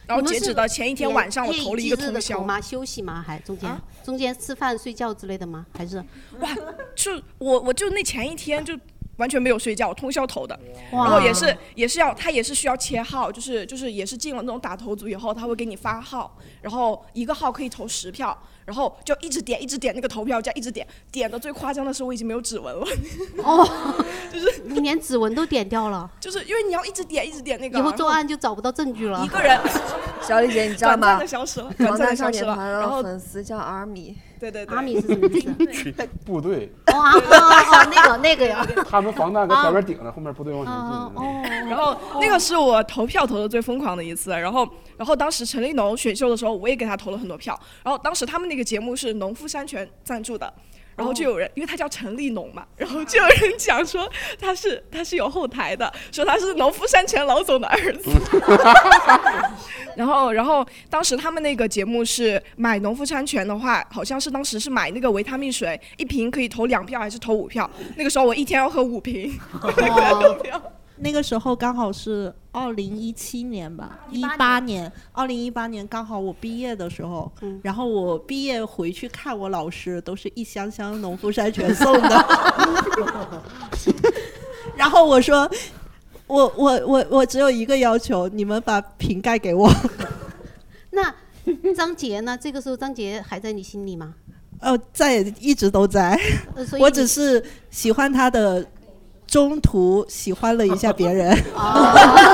[SPEAKER 11] 然后
[SPEAKER 3] 你们
[SPEAKER 11] 截
[SPEAKER 3] 是
[SPEAKER 11] 止的前一天晚上我
[SPEAKER 3] 夜以
[SPEAKER 11] 投了
[SPEAKER 3] 继
[SPEAKER 11] 一个
[SPEAKER 3] 日地
[SPEAKER 11] 通宵
[SPEAKER 3] 投吗？休息吗？还中间、
[SPEAKER 5] 啊
[SPEAKER 3] 中间吃饭睡觉之类的吗？还是
[SPEAKER 11] 哇，就我我就那前一天就完全没有睡觉，通宵投的，然
[SPEAKER 3] 哇
[SPEAKER 11] 后也是也是要他也是需要切号，就是就是也是进了那种打头组以后，他会给你发号，然后一个号可以投十票，然后就一直点一直点那个投票加一直点，点的最夸张的是我已经没有指纹了，
[SPEAKER 3] 哦，就是你连指纹都点掉了，
[SPEAKER 11] 就是因为你要一直点一直点那个，啊
[SPEAKER 3] 以后
[SPEAKER 11] 然
[SPEAKER 3] 作案就找不到证据了。
[SPEAKER 11] 一个人
[SPEAKER 4] 小李姐，你知
[SPEAKER 11] 短
[SPEAKER 4] 道
[SPEAKER 11] 暂
[SPEAKER 4] 吗
[SPEAKER 11] 地消失了？短
[SPEAKER 4] 防
[SPEAKER 11] 暂地
[SPEAKER 4] 弹
[SPEAKER 11] 消
[SPEAKER 4] 少
[SPEAKER 11] 失
[SPEAKER 4] 年
[SPEAKER 11] 了
[SPEAKER 4] 团
[SPEAKER 11] 然后
[SPEAKER 4] 的粉丝叫阿米，
[SPEAKER 11] 对对
[SPEAKER 4] 对，
[SPEAKER 3] 阿米是什么意思？
[SPEAKER 1] 部队，
[SPEAKER 3] 哦啊哦哦，那个那个呀，
[SPEAKER 1] 他们防弹跟前面顶着，后面部队往前
[SPEAKER 3] 哦
[SPEAKER 1] 进。
[SPEAKER 11] 嗯然后那个是我投票投的最疯狂的一次，然后然后当时陈立农选秀的时候，我也给他投了很多票，然后当时他们那个节目是农夫山泉赞助的。然后就有人，因为他叫陈立农嘛，然后就有人讲说他是他是有后台的，说他是农夫山泉老总的儿子。 然后，然后当时他们那个节目是买农夫山泉的话，好像是当时是买那个维他命水，一瓶可以投两票还是投五票？那个时候我一天要喝五瓶。
[SPEAKER 7] 哦那个时候刚好是二零一七年吧，一八
[SPEAKER 10] 18
[SPEAKER 7] 年，二零一八年刚好我毕业的时候，
[SPEAKER 10] 嗯
[SPEAKER 7] 然后我毕业回去看我老师，都是一箱箱农夫山泉送的。然后我说，我我我我只有一个要求，你们把瓶盖给我。
[SPEAKER 3] 那张杰呢？这个时候张杰还在你心里 吗？
[SPEAKER 7] 呃，在一直都在
[SPEAKER 3] 呃所，以
[SPEAKER 7] 我
[SPEAKER 3] 你
[SPEAKER 7] 只是喜欢他的，中途喜欢了一下别人。
[SPEAKER 3] 哦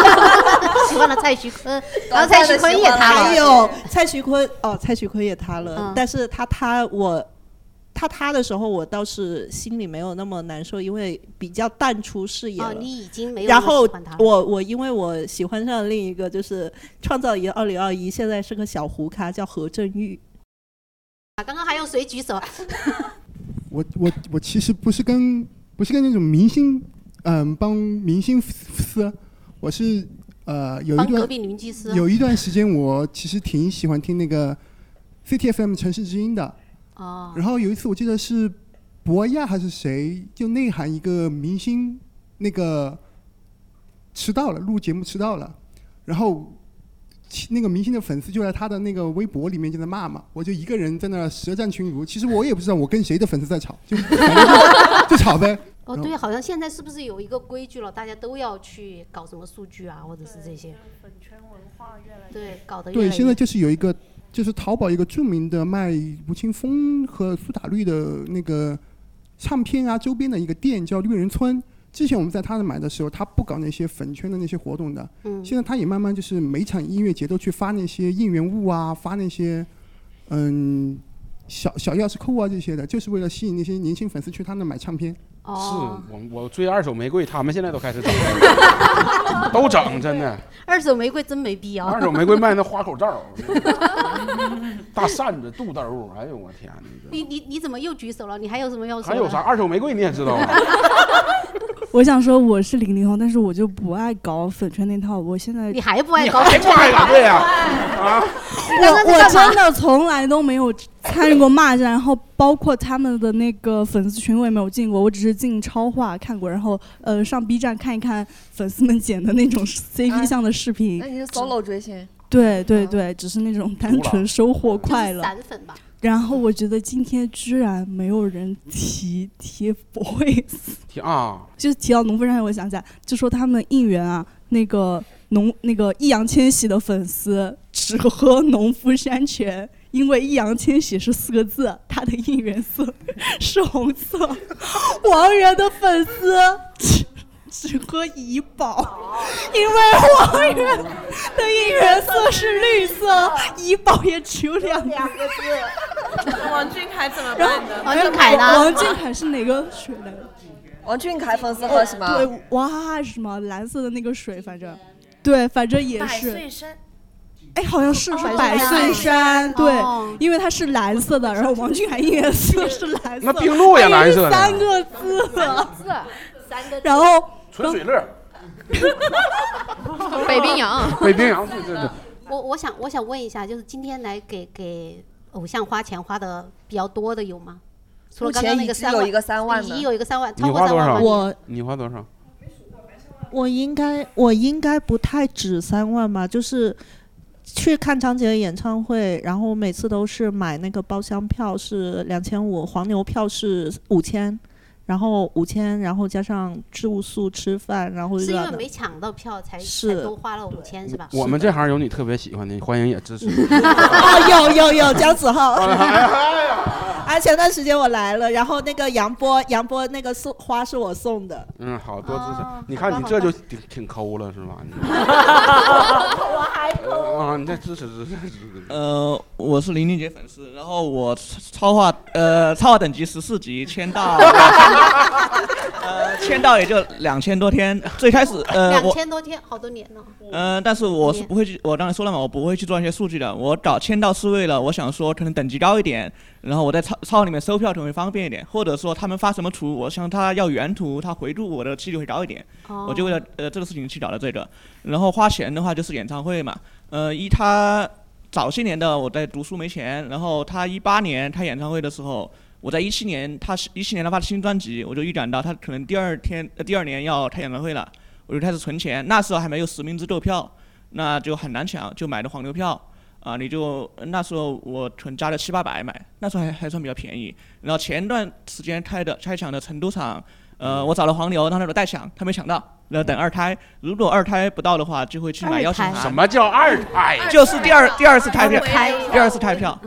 [SPEAKER 3] 喜欢了蔡徐坤，然后
[SPEAKER 7] 蔡
[SPEAKER 3] 蔡徐坤也塌了，
[SPEAKER 4] 哎
[SPEAKER 7] 还有蔡徐坤哦，蔡徐坤也塌了，
[SPEAKER 3] 嗯
[SPEAKER 7] 但是他塌我。他塌的时候，我倒是心里没有那么难受，因为比较淡出视野了。
[SPEAKER 3] 哦，你已经没有
[SPEAKER 7] 然
[SPEAKER 3] 那么
[SPEAKER 7] 后
[SPEAKER 3] 喜欢他了
[SPEAKER 7] 我我因为我喜欢上另一个，就是创造营二零二一，现在是个小胡咖，叫何振玉。
[SPEAKER 3] 啊刚刚还有谁举手？
[SPEAKER 20] 我我我其实不是跟不是跟那种明星，嗯、帮明星撕，我是呃有一
[SPEAKER 3] 帮
[SPEAKER 20] 段
[SPEAKER 3] 隔壁邻居撕
[SPEAKER 20] 有一段时间我其实挺喜欢听那个 CTFM 城市之音的，
[SPEAKER 3] 哦，
[SPEAKER 20] 然后有一次我记得是博亚还是谁，就内涵一个明星那个迟到了，录节目迟到了，然后其那个明星的粉丝就在他的那个微博里面就在骂嘛，我就一个人在那儿舌战群儒，其实我也不知道我跟谁的粉丝在吵，就反正就就 吵呗。
[SPEAKER 3] 哦，
[SPEAKER 20] 然后
[SPEAKER 3] 对，好像现在是不是有一个规矩了？大家都要去搞什么数据啊，或者是这些粉圈文化越来越对搞得越
[SPEAKER 20] 对，
[SPEAKER 3] 来越
[SPEAKER 20] 现在就是有一个，就是淘宝一个著名的卖吴青峰和苏打绿的那个唱片啊周边的一个店，叫绿人村。之前我们在他那买的时候，他不搞那些粉圈的那些活动的。
[SPEAKER 3] 嗯
[SPEAKER 20] 现在他也慢慢就是每场音乐节都去发那些应援物啊，发那些嗯小小钥匙扣啊这些的，就是为了吸引那些年轻粉丝去他那买唱片。
[SPEAKER 3] 哦，
[SPEAKER 1] 我我追二手玫瑰，他们现在都开始整， 都整，真 的。
[SPEAKER 3] 二手玫瑰真没必要。
[SPEAKER 1] 二手玫瑰卖那花口罩儿，大扇子、肚兜儿，哎呦我天哪！
[SPEAKER 3] 你你你怎么又举手了？你还有什么要说？
[SPEAKER 1] 还有 啥？？二手玫瑰你也知道啊？
[SPEAKER 14] 我想说我是零零后，但是我就不爱搞粉圈那套。我现在
[SPEAKER 3] 你还不爱
[SPEAKER 1] 你
[SPEAKER 3] 搞
[SPEAKER 1] 还
[SPEAKER 3] 粉
[SPEAKER 1] 不
[SPEAKER 3] 圈
[SPEAKER 1] 爱
[SPEAKER 3] 那
[SPEAKER 1] 搞
[SPEAKER 3] 套？
[SPEAKER 1] 对呀？啊，
[SPEAKER 14] 我我真的从来都没有参与过骂战，然后包括他们的那个粉丝群我也没有进过，我只是进超话看过，然后呃上 B 站看一看粉丝们剪的那种 CP 上的视频
[SPEAKER 4] 那。你是 solo 追星？
[SPEAKER 14] 对对对，只是那种单纯收获快乐。
[SPEAKER 3] 散粉吧。
[SPEAKER 14] 然后我觉得今天居然没有人提 TFBOYS，
[SPEAKER 1] 天 啊！
[SPEAKER 14] 就是提到农夫山泉，我想起来，就说他们应援啊，那个农那个易烊千玺的粉丝只喝农夫山泉，因为易烊千玺是四个字，他的应援色是红色。王源的粉丝只只喝怡宝，因为王源的应援色是绿色，怡宝也只有两个字。
[SPEAKER 4] 王俊凯怎么
[SPEAKER 14] 然后王俊凯是哪个水来着？哦
[SPEAKER 4] 王俊凯粉丝喝什么？
[SPEAKER 14] 对，哇，什么蓝色的那个水，反正，对，反正也
[SPEAKER 10] 百
[SPEAKER 14] 是
[SPEAKER 10] 岁，生，
[SPEAKER 14] 哎，好像是
[SPEAKER 10] 哦
[SPEAKER 14] 是百岁
[SPEAKER 10] 百
[SPEAKER 14] 山，
[SPEAKER 10] 岁山
[SPEAKER 14] 对
[SPEAKER 10] 哦，
[SPEAKER 14] 因为它是蓝色的，然后王俊凯颜色是蓝色，哎
[SPEAKER 1] 那 冰露也蓝色的
[SPEAKER 14] 它也是三 个字，
[SPEAKER 10] 三个字
[SPEAKER 14] 然后
[SPEAKER 1] 纯水乐，
[SPEAKER 2] 北冰洋，
[SPEAKER 1] 北冰洋，对对对。
[SPEAKER 3] 我我想我想问一下，就是今天来给给偶像花钱花的比较多的有吗？除了刚刚那个三
[SPEAKER 4] 目前已知有一
[SPEAKER 3] 万，
[SPEAKER 4] 个三万
[SPEAKER 3] 已
[SPEAKER 4] 的
[SPEAKER 3] 经有一个三万，
[SPEAKER 1] 你
[SPEAKER 3] 超过
[SPEAKER 1] 花
[SPEAKER 3] 三
[SPEAKER 1] 多
[SPEAKER 3] 万
[SPEAKER 1] 少？
[SPEAKER 3] 吗
[SPEAKER 1] 你花多少？
[SPEAKER 7] 我应该我应该不太止三万吧，就是去看张杰的演唱会，然后我每次都是买那个包厢票是两千五，黄牛票是五千，然后五千，然后加上住宿吃饭，然后
[SPEAKER 3] 是因
[SPEAKER 7] 乱
[SPEAKER 3] 为
[SPEAKER 7] 的
[SPEAKER 3] 没抢到票才才
[SPEAKER 7] 是
[SPEAKER 3] 多花了五千是吧？
[SPEAKER 1] 我们这行有你特别喜欢的，欢迎也支 持。
[SPEAKER 7] 啊，有有有，姜子浩。
[SPEAKER 1] 哎
[SPEAKER 7] 啊，前段时间我来了，然后那个杨波，杨波那个送花是我送的，
[SPEAKER 1] 嗯，好多支
[SPEAKER 3] 哦
[SPEAKER 1] 持。你
[SPEAKER 7] 好吧
[SPEAKER 1] 看你这就挺挺抠了是吧？你
[SPEAKER 10] 我还
[SPEAKER 1] 啊，你再支持支持支持。
[SPEAKER 19] 呃，我是林俊杰粉丝，然后我超话呃超话等级十四级签到，呃签到也就两千多天。最开始呃
[SPEAKER 3] 两
[SPEAKER 19] 我
[SPEAKER 3] 千多天，好多年呢。
[SPEAKER 19] 嗯，但是我是不会去，我刚才说了嘛，我不会去做那些数据的。我找签到是为了，我想说可能等级高一点，然后我在超超里面搜票可能会方便一点，或者说他们发什么图，我向他要原图，他回复我的几率会高一点。
[SPEAKER 3] 哦
[SPEAKER 19] 我就为了呃这个事情去找了这个。然后花钱的话就是演唱会嘛，呃，一他早些年的我在读书没钱，然后他一八年开演唱会的时候。我在一七年，他一七年他发的新专辑，我就预感到他可能第二天、呃、第二年要开演唱会了，我就开始存钱。那时候还没有实名制购票，那就很难抢，就买的黄牛票。啊，你就那时候我存加了七八百买，那时候还还算比较便宜。然后前段时间开的开抢的成都场，呃，我找了黄牛，让他说代抢，他没抢到，然后等二胎，如果二胎不到的话，就会去买邀请函。
[SPEAKER 1] 什么叫二胎？
[SPEAKER 19] 就是第二第二次嗯开票
[SPEAKER 4] 开，
[SPEAKER 19] 第二次开票。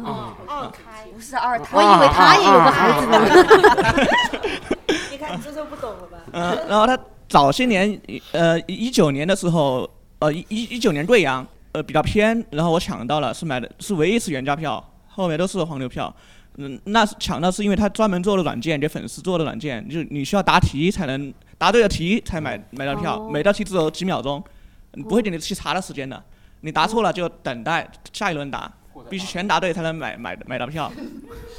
[SPEAKER 4] 不是二胎，
[SPEAKER 19] 我以为他也有
[SPEAKER 4] 啊
[SPEAKER 19] 个孩子呢
[SPEAKER 10] 你看，你这就不懂了吧？
[SPEAKER 19] 嗯，然后他早些年，呃，一九年的时候，呃，一一九年贵阳，呃，比较偏，然后我抢到了，是买的是唯一一次原价票，后面都是黄牛票。嗯，那是抢到是因为他专门做的软件，给粉丝做的软件，就是你需要答题才能答对了题才买买到票，
[SPEAKER 17] 哦
[SPEAKER 19] 每道题只有几秒钟，你不会给你去查的时间的，你答错了就等待下一轮答，必须全答对才能买买买到票。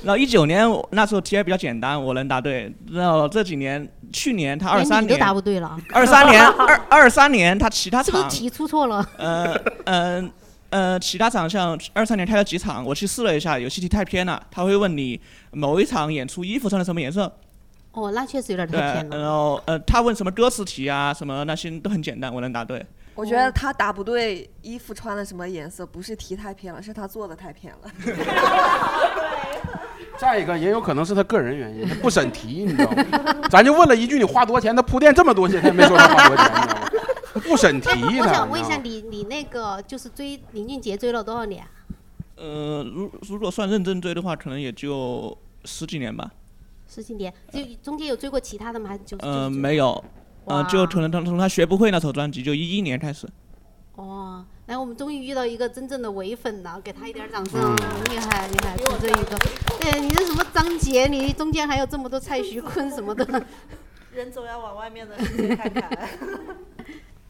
[SPEAKER 19] 然后一九年我那时候题还比较简单，我能答对。然后这几年，去年他二
[SPEAKER 3] 连
[SPEAKER 19] 三
[SPEAKER 3] 你都
[SPEAKER 19] 年。
[SPEAKER 3] 答不对了
[SPEAKER 19] 二三年二二三年他其他
[SPEAKER 3] 是不是
[SPEAKER 19] 场，
[SPEAKER 3] 题出错了？
[SPEAKER 19] 呃呃呃，其他场像二三年开了几场，我去试了一下，有些题太偏了，他会问你某一场演出衣服穿的什么颜色，
[SPEAKER 3] 哦，那确实有点
[SPEAKER 19] 对，
[SPEAKER 3] 太偏了。
[SPEAKER 19] 然后呃他问什么歌词题啊，什么那些都很简单，我能答对。
[SPEAKER 4] 我觉得他答不对，衣服穿的什么颜色，不是题太偏了，是他做的太偏了。，
[SPEAKER 1] 再一个，也有可能是他个人原因，他不审题，你知道吗？咱就问了一句你花多少钱，他铺垫这么多，现在没说他花多少钱，你知道吗？他不审题呢。
[SPEAKER 3] 我想问
[SPEAKER 1] 你
[SPEAKER 3] 一
[SPEAKER 1] 知道
[SPEAKER 3] 下
[SPEAKER 1] 吗
[SPEAKER 3] 你，你那个就是追林俊杰追了多少年？啊
[SPEAKER 19] 呃，如如果算认真追的话，可能也就十几年吧。
[SPEAKER 3] 十几年，就
[SPEAKER 1] 呃
[SPEAKER 3] 中间有追过其他的吗？还是就
[SPEAKER 19] 嗯、没有，嗯、
[SPEAKER 3] 哇
[SPEAKER 19] 就可能他从他学不会那首专辑，就一一年开始。
[SPEAKER 3] 哦，来，我们终于遇到一个真正的唯粉了，给他一点
[SPEAKER 1] 嗯
[SPEAKER 3] 掌声，哦厉害厉害，就这一个。对，你是什么张杰？你中间还有这么多蔡徐坤什么的，
[SPEAKER 10] 人总要往外面的世界看看。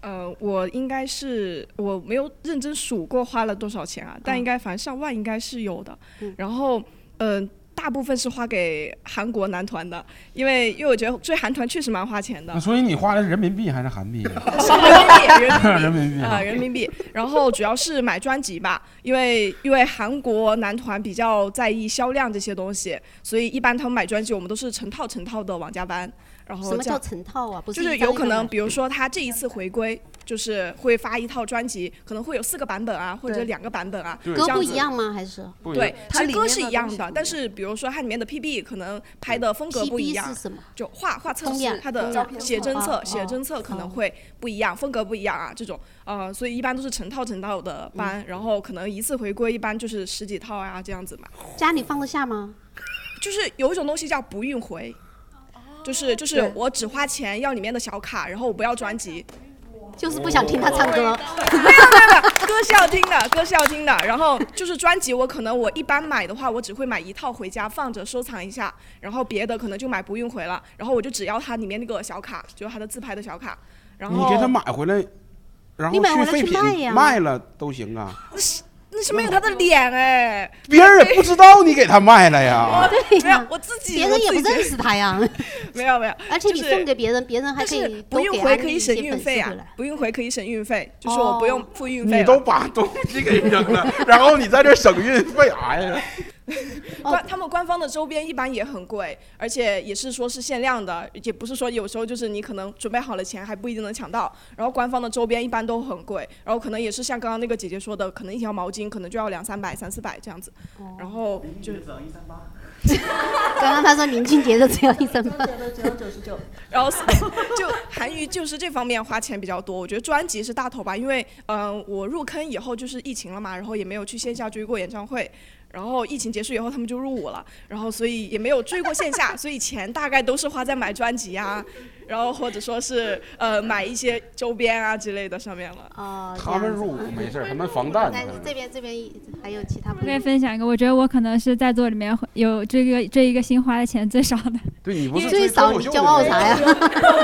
[SPEAKER 11] 呃，我应该是我没有认真数过花了多少钱
[SPEAKER 3] 嗯
[SPEAKER 11] 啊，但应该反正上万应该是有的。然后，嗯、大部分是花给韩国男团的，因为因为我觉得追韩团确实蛮花钱的。
[SPEAKER 1] 那所以你花的是人民币还是韩币？
[SPEAKER 11] 人
[SPEAKER 1] 人民
[SPEAKER 11] 民
[SPEAKER 1] 币
[SPEAKER 11] 币，
[SPEAKER 1] 啊
[SPEAKER 11] 呃，人民币。然后主要是买专辑吧，因为因为韩国男团比较在意销量这些东西，所以一般他们买专辑，我们都是成套成套的往家搬。 然后
[SPEAKER 3] 什么
[SPEAKER 11] 这样
[SPEAKER 3] 叫成套啊不是
[SPEAKER 11] 就
[SPEAKER 3] 一
[SPEAKER 11] 是
[SPEAKER 3] 张
[SPEAKER 11] 有
[SPEAKER 3] 一
[SPEAKER 11] 可
[SPEAKER 3] 张
[SPEAKER 11] 能，
[SPEAKER 3] 买
[SPEAKER 11] 比如说他这一次回归，就是会发一套专辑，可能会有四个版本啊，或者
[SPEAKER 3] 对
[SPEAKER 11] 两个版本啊，
[SPEAKER 3] 对
[SPEAKER 11] 这
[SPEAKER 3] 歌不
[SPEAKER 11] 子
[SPEAKER 3] 一样吗还是不一样
[SPEAKER 11] 对，
[SPEAKER 3] 它
[SPEAKER 11] 其
[SPEAKER 3] 里
[SPEAKER 11] 实歌
[SPEAKER 3] 面
[SPEAKER 11] 是
[SPEAKER 3] 的
[SPEAKER 11] 一样
[SPEAKER 3] 东西
[SPEAKER 11] 的，但是比如说它里面的 PB 可能拍的风格不一
[SPEAKER 3] PB
[SPEAKER 11] 样，
[SPEAKER 3] 是什么？
[SPEAKER 11] 就画画册
[SPEAKER 3] 封面
[SPEAKER 11] 是它的
[SPEAKER 3] 照片
[SPEAKER 11] 写
[SPEAKER 3] 册
[SPEAKER 11] 真
[SPEAKER 3] 哦
[SPEAKER 11] 册，
[SPEAKER 3] 哦
[SPEAKER 11] 写真册可能会不一样，风格不一样啊，这种呃，所以一般都是成套成套的
[SPEAKER 3] 嗯
[SPEAKER 11] 搬，然后可能一次回归一般就是十几套啊这样子嘛。
[SPEAKER 3] 家里放得下吗？
[SPEAKER 11] 就是有一种东西叫不运回，就是就是
[SPEAKER 3] 对
[SPEAKER 11] 我只花钱要里面的小卡，然后我不要专辑。
[SPEAKER 3] 就是不想听他唱歌。
[SPEAKER 11] 没有没有没有，歌是要听的，歌是要听的。然后就是专辑，我可能我一般买的话，我只会买一套回家放着收藏一下，然后别的可能就买不运回了。然后我就只要它里面那个小卡，就是它的自拍的小卡。然后
[SPEAKER 1] 你给他买回来，然
[SPEAKER 11] 你
[SPEAKER 1] 后
[SPEAKER 11] 买回来
[SPEAKER 1] 废
[SPEAKER 11] 去
[SPEAKER 1] 品
[SPEAKER 11] 卖呀
[SPEAKER 1] 卖了都行啊，
[SPEAKER 11] 那是那是没有他的脸哎，
[SPEAKER 1] 别人也不知道你给他卖 了呀。
[SPEAKER 3] 对
[SPEAKER 11] 没有我自己，
[SPEAKER 3] 别人也不认识他呀。
[SPEAKER 11] 没有没有，
[SPEAKER 3] 而且你
[SPEAKER 11] 就是
[SPEAKER 3] 送给别人，别人还可以
[SPEAKER 11] 不
[SPEAKER 3] 多
[SPEAKER 11] 运
[SPEAKER 3] 给
[SPEAKER 11] 回
[SPEAKER 3] 安
[SPEAKER 11] 可
[SPEAKER 3] 利
[SPEAKER 11] 以
[SPEAKER 3] 一
[SPEAKER 11] 省
[SPEAKER 3] 些
[SPEAKER 11] 运
[SPEAKER 3] 粉丝
[SPEAKER 11] 费啊
[SPEAKER 3] 回来，哦
[SPEAKER 11] 不运回可以省运费，就是我不用付运费了。
[SPEAKER 1] 你都把东西给扔了，然后你在这省运费啥呀？
[SPEAKER 11] 官他们官方的周边一般也很贵，而且也是说是限量的，也不是说有时候就是你可能准备好了钱还不一定能抢到。然后官方的周边一般都很贵，然后可能也是像刚刚那个姐姐说的，可能一条毛巾可能就要两三百、三四百这样子。然后就是
[SPEAKER 3] 刚刚他说林俊杰的只要一三 八，
[SPEAKER 11] 只要九十九。 然后就韩娱就是这方面花钱比较多，我觉得专辑是大头吧，因为嗯、呃我入坑以后就是疫情了嘛，然后也没有去线下追过演唱会。然后疫情结束以后，他们就入伍了，然后所以也没有追过线下，所以钱大概都是花在买专辑啊，然后或者说是呃买一些周边啊之类的上面了。
[SPEAKER 3] 啊
[SPEAKER 1] 他们入伍没事儿，他们防弹 呢。
[SPEAKER 3] 这边这边还有其他
[SPEAKER 6] 我
[SPEAKER 3] 朋
[SPEAKER 6] 可
[SPEAKER 3] 友
[SPEAKER 6] 以。分享一个，我觉得我可能是在座里面有追个追一个星花的钱最少的。
[SPEAKER 1] 对你不是
[SPEAKER 6] 因
[SPEAKER 1] 追
[SPEAKER 6] 为
[SPEAKER 1] 脱口秀的
[SPEAKER 6] 最少你
[SPEAKER 1] 人
[SPEAKER 6] 骄傲啥呀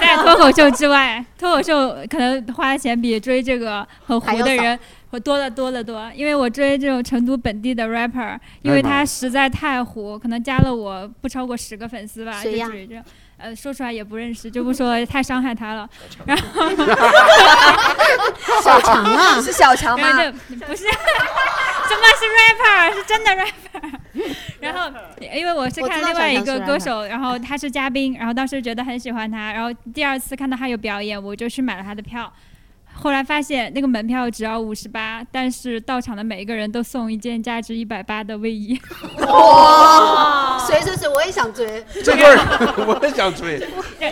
[SPEAKER 6] 在脱口秀之外，脱口秀可能花的钱比追这个很糊的
[SPEAKER 3] 还要
[SPEAKER 6] 人
[SPEAKER 3] 少
[SPEAKER 6] 我多得多得多。因为我追这种成都本地的 rapper，因为他实在太糊，可能加了我不超过十个粉丝吧，就
[SPEAKER 3] 谁呀
[SPEAKER 6] 属于这。呃，说出来也不认识，就不说，太伤害他了。然后
[SPEAKER 4] 小 强啊是小强 吗
[SPEAKER 6] 然后就不是，什么是 rapper？是真的 rapper。然后因为我是
[SPEAKER 10] 我
[SPEAKER 6] 看
[SPEAKER 10] 知道
[SPEAKER 6] 另外一
[SPEAKER 10] 小
[SPEAKER 6] 个
[SPEAKER 10] 唐是吧
[SPEAKER 6] 歌手，然后他是嘉宾，然后当时觉得很喜欢他，然后第二次看到他有表演，我就去买了他的票。后来发现那个门票只要五十八，但是到场的每一个人都送一件价值一百八的卫衣。
[SPEAKER 3] 哇，谁谁谁，我也想追，
[SPEAKER 1] 这对儿我也想追，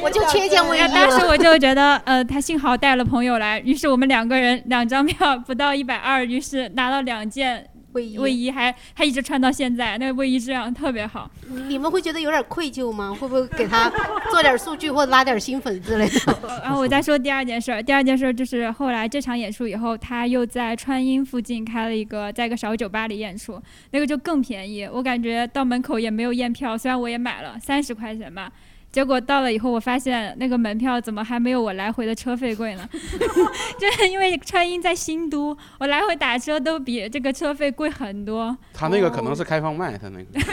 [SPEAKER 3] 我就缺一件卫衣
[SPEAKER 6] 然
[SPEAKER 3] 了。
[SPEAKER 6] 后当时我就觉得，呃，他幸好带了朋友来，于是我们两个人两张票不到一百二，于是拿到两件
[SPEAKER 3] 卫衣
[SPEAKER 6] 卫衣还还一直穿到现在，那个卫衣质量特别好。
[SPEAKER 3] 你们会觉得有点愧疚吗？会不会给他做点数据或者拉点新粉之 类的？
[SPEAKER 6] 然后哦啊我再说第二件事儿，第二件事儿就是后来这场演出以后，他又在川音附近开了一个，在一个小酒吧里演出，那个就更便宜，我感觉到门口也没有验票，虽然我也买了三十块钱吧。结果到了以后，我发现那个门票怎么还没有我来回的车费贵呢？ 就是因为川音在新都，我来回打车都比这个车费贵很多。
[SPEAKER 1] 他那个可能是开放麦，他那个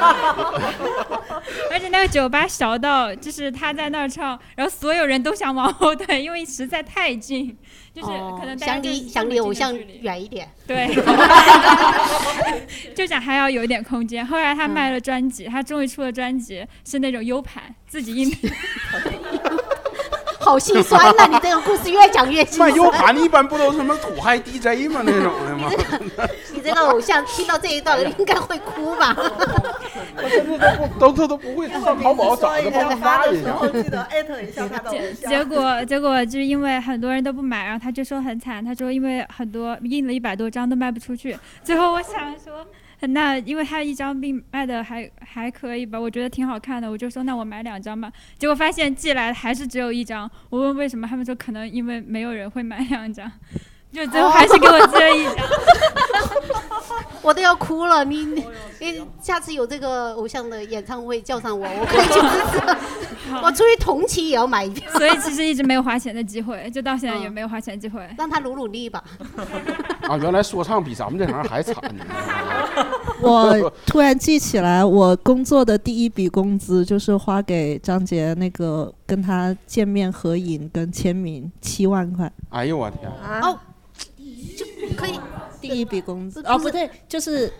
[SPEAKER 6] 而且那个酒吧小到，就是他在那儿唱，然后所有人都想往后退，因为实在太近，就是可能大家
[SPEAKER 3] 想
[SPEAKER 6] 就是
[SPEAKER 3] 哦离
[SPEAKER 6] 这么
[SPEAKER 3] 想
[SPEAKER 6] 近
[SPEAKER 3] 离
[SPEAKER 6] 的
[SPEAKER 3] 偶
[SPEAKER 6] 距
[SPEAKER 3] 像
[SPEAKER 6] 离
[SPEAKER 3] 远一点。
[SPEAKER 6] 对， 就想还要有一点空间。后来他卖了专辑，他终于出了专辑，是那种 U 盘，自己印的。
[SPEAKER 3] 好心酸啊呐！你这个故事越讲越心
[SPEAKER 1] 卖
[SPEAKER 3] 酸。
[SPEAKER 1] U 盘的一般不都是什么土嗨 DJ 吗？那种的 吗？
[SPEAKER 3] 你这个偶像听到这一段应该会哭吧？
[SPEAKER 1] 我甚至都不都都都不会上淘宝找一个帮他发一下。
[SPEAKER 7] 艾特一下他的
[SPEAKER 6] 结结果结果就是因为很多人都不买，然后他就说很惨，他说因为很多印了一百多张都卖不出去。最后我想说，那因为他一张并卖的还还可以吧，我觉得挺好看的，我就说那我买两张吧。结果发现寄来的还是只有一张，我问为什么，他们说可能因为没有人会买两张，就最后还是给我寄了一
[SPEAKER 3] 哦
[SPEAKER 6] 张。
[SPEAKER 3] 我都要哭了。你你你下次有这个偶像的演唱会叫上我，我可以去支持。我出于同情也要买一票。
[SPEAKER 6] 所以其实一直没有花钱的机会，就到现在也没有花钱的机会。
[SPEAKER 3] 让他努努力 吧。
[SPEAKER 1] 啊，原来说唱比咱们这行还惨呢。
[SPEAKER 7] 我突然记起来，我工作的第一笔工资就是花给张杰那个跟他见面合影跟签名七万块，
[SPEAKER 1] 哎呦我天！
[SPEAKER 3] 哦，就可以
[SPEAKER 7] 第一笔工资
[SPEAKER 3] 不
[SPEAKER 7] 哦
[SPEAKER 3] 是
[SPEAKER 7] 不对，就是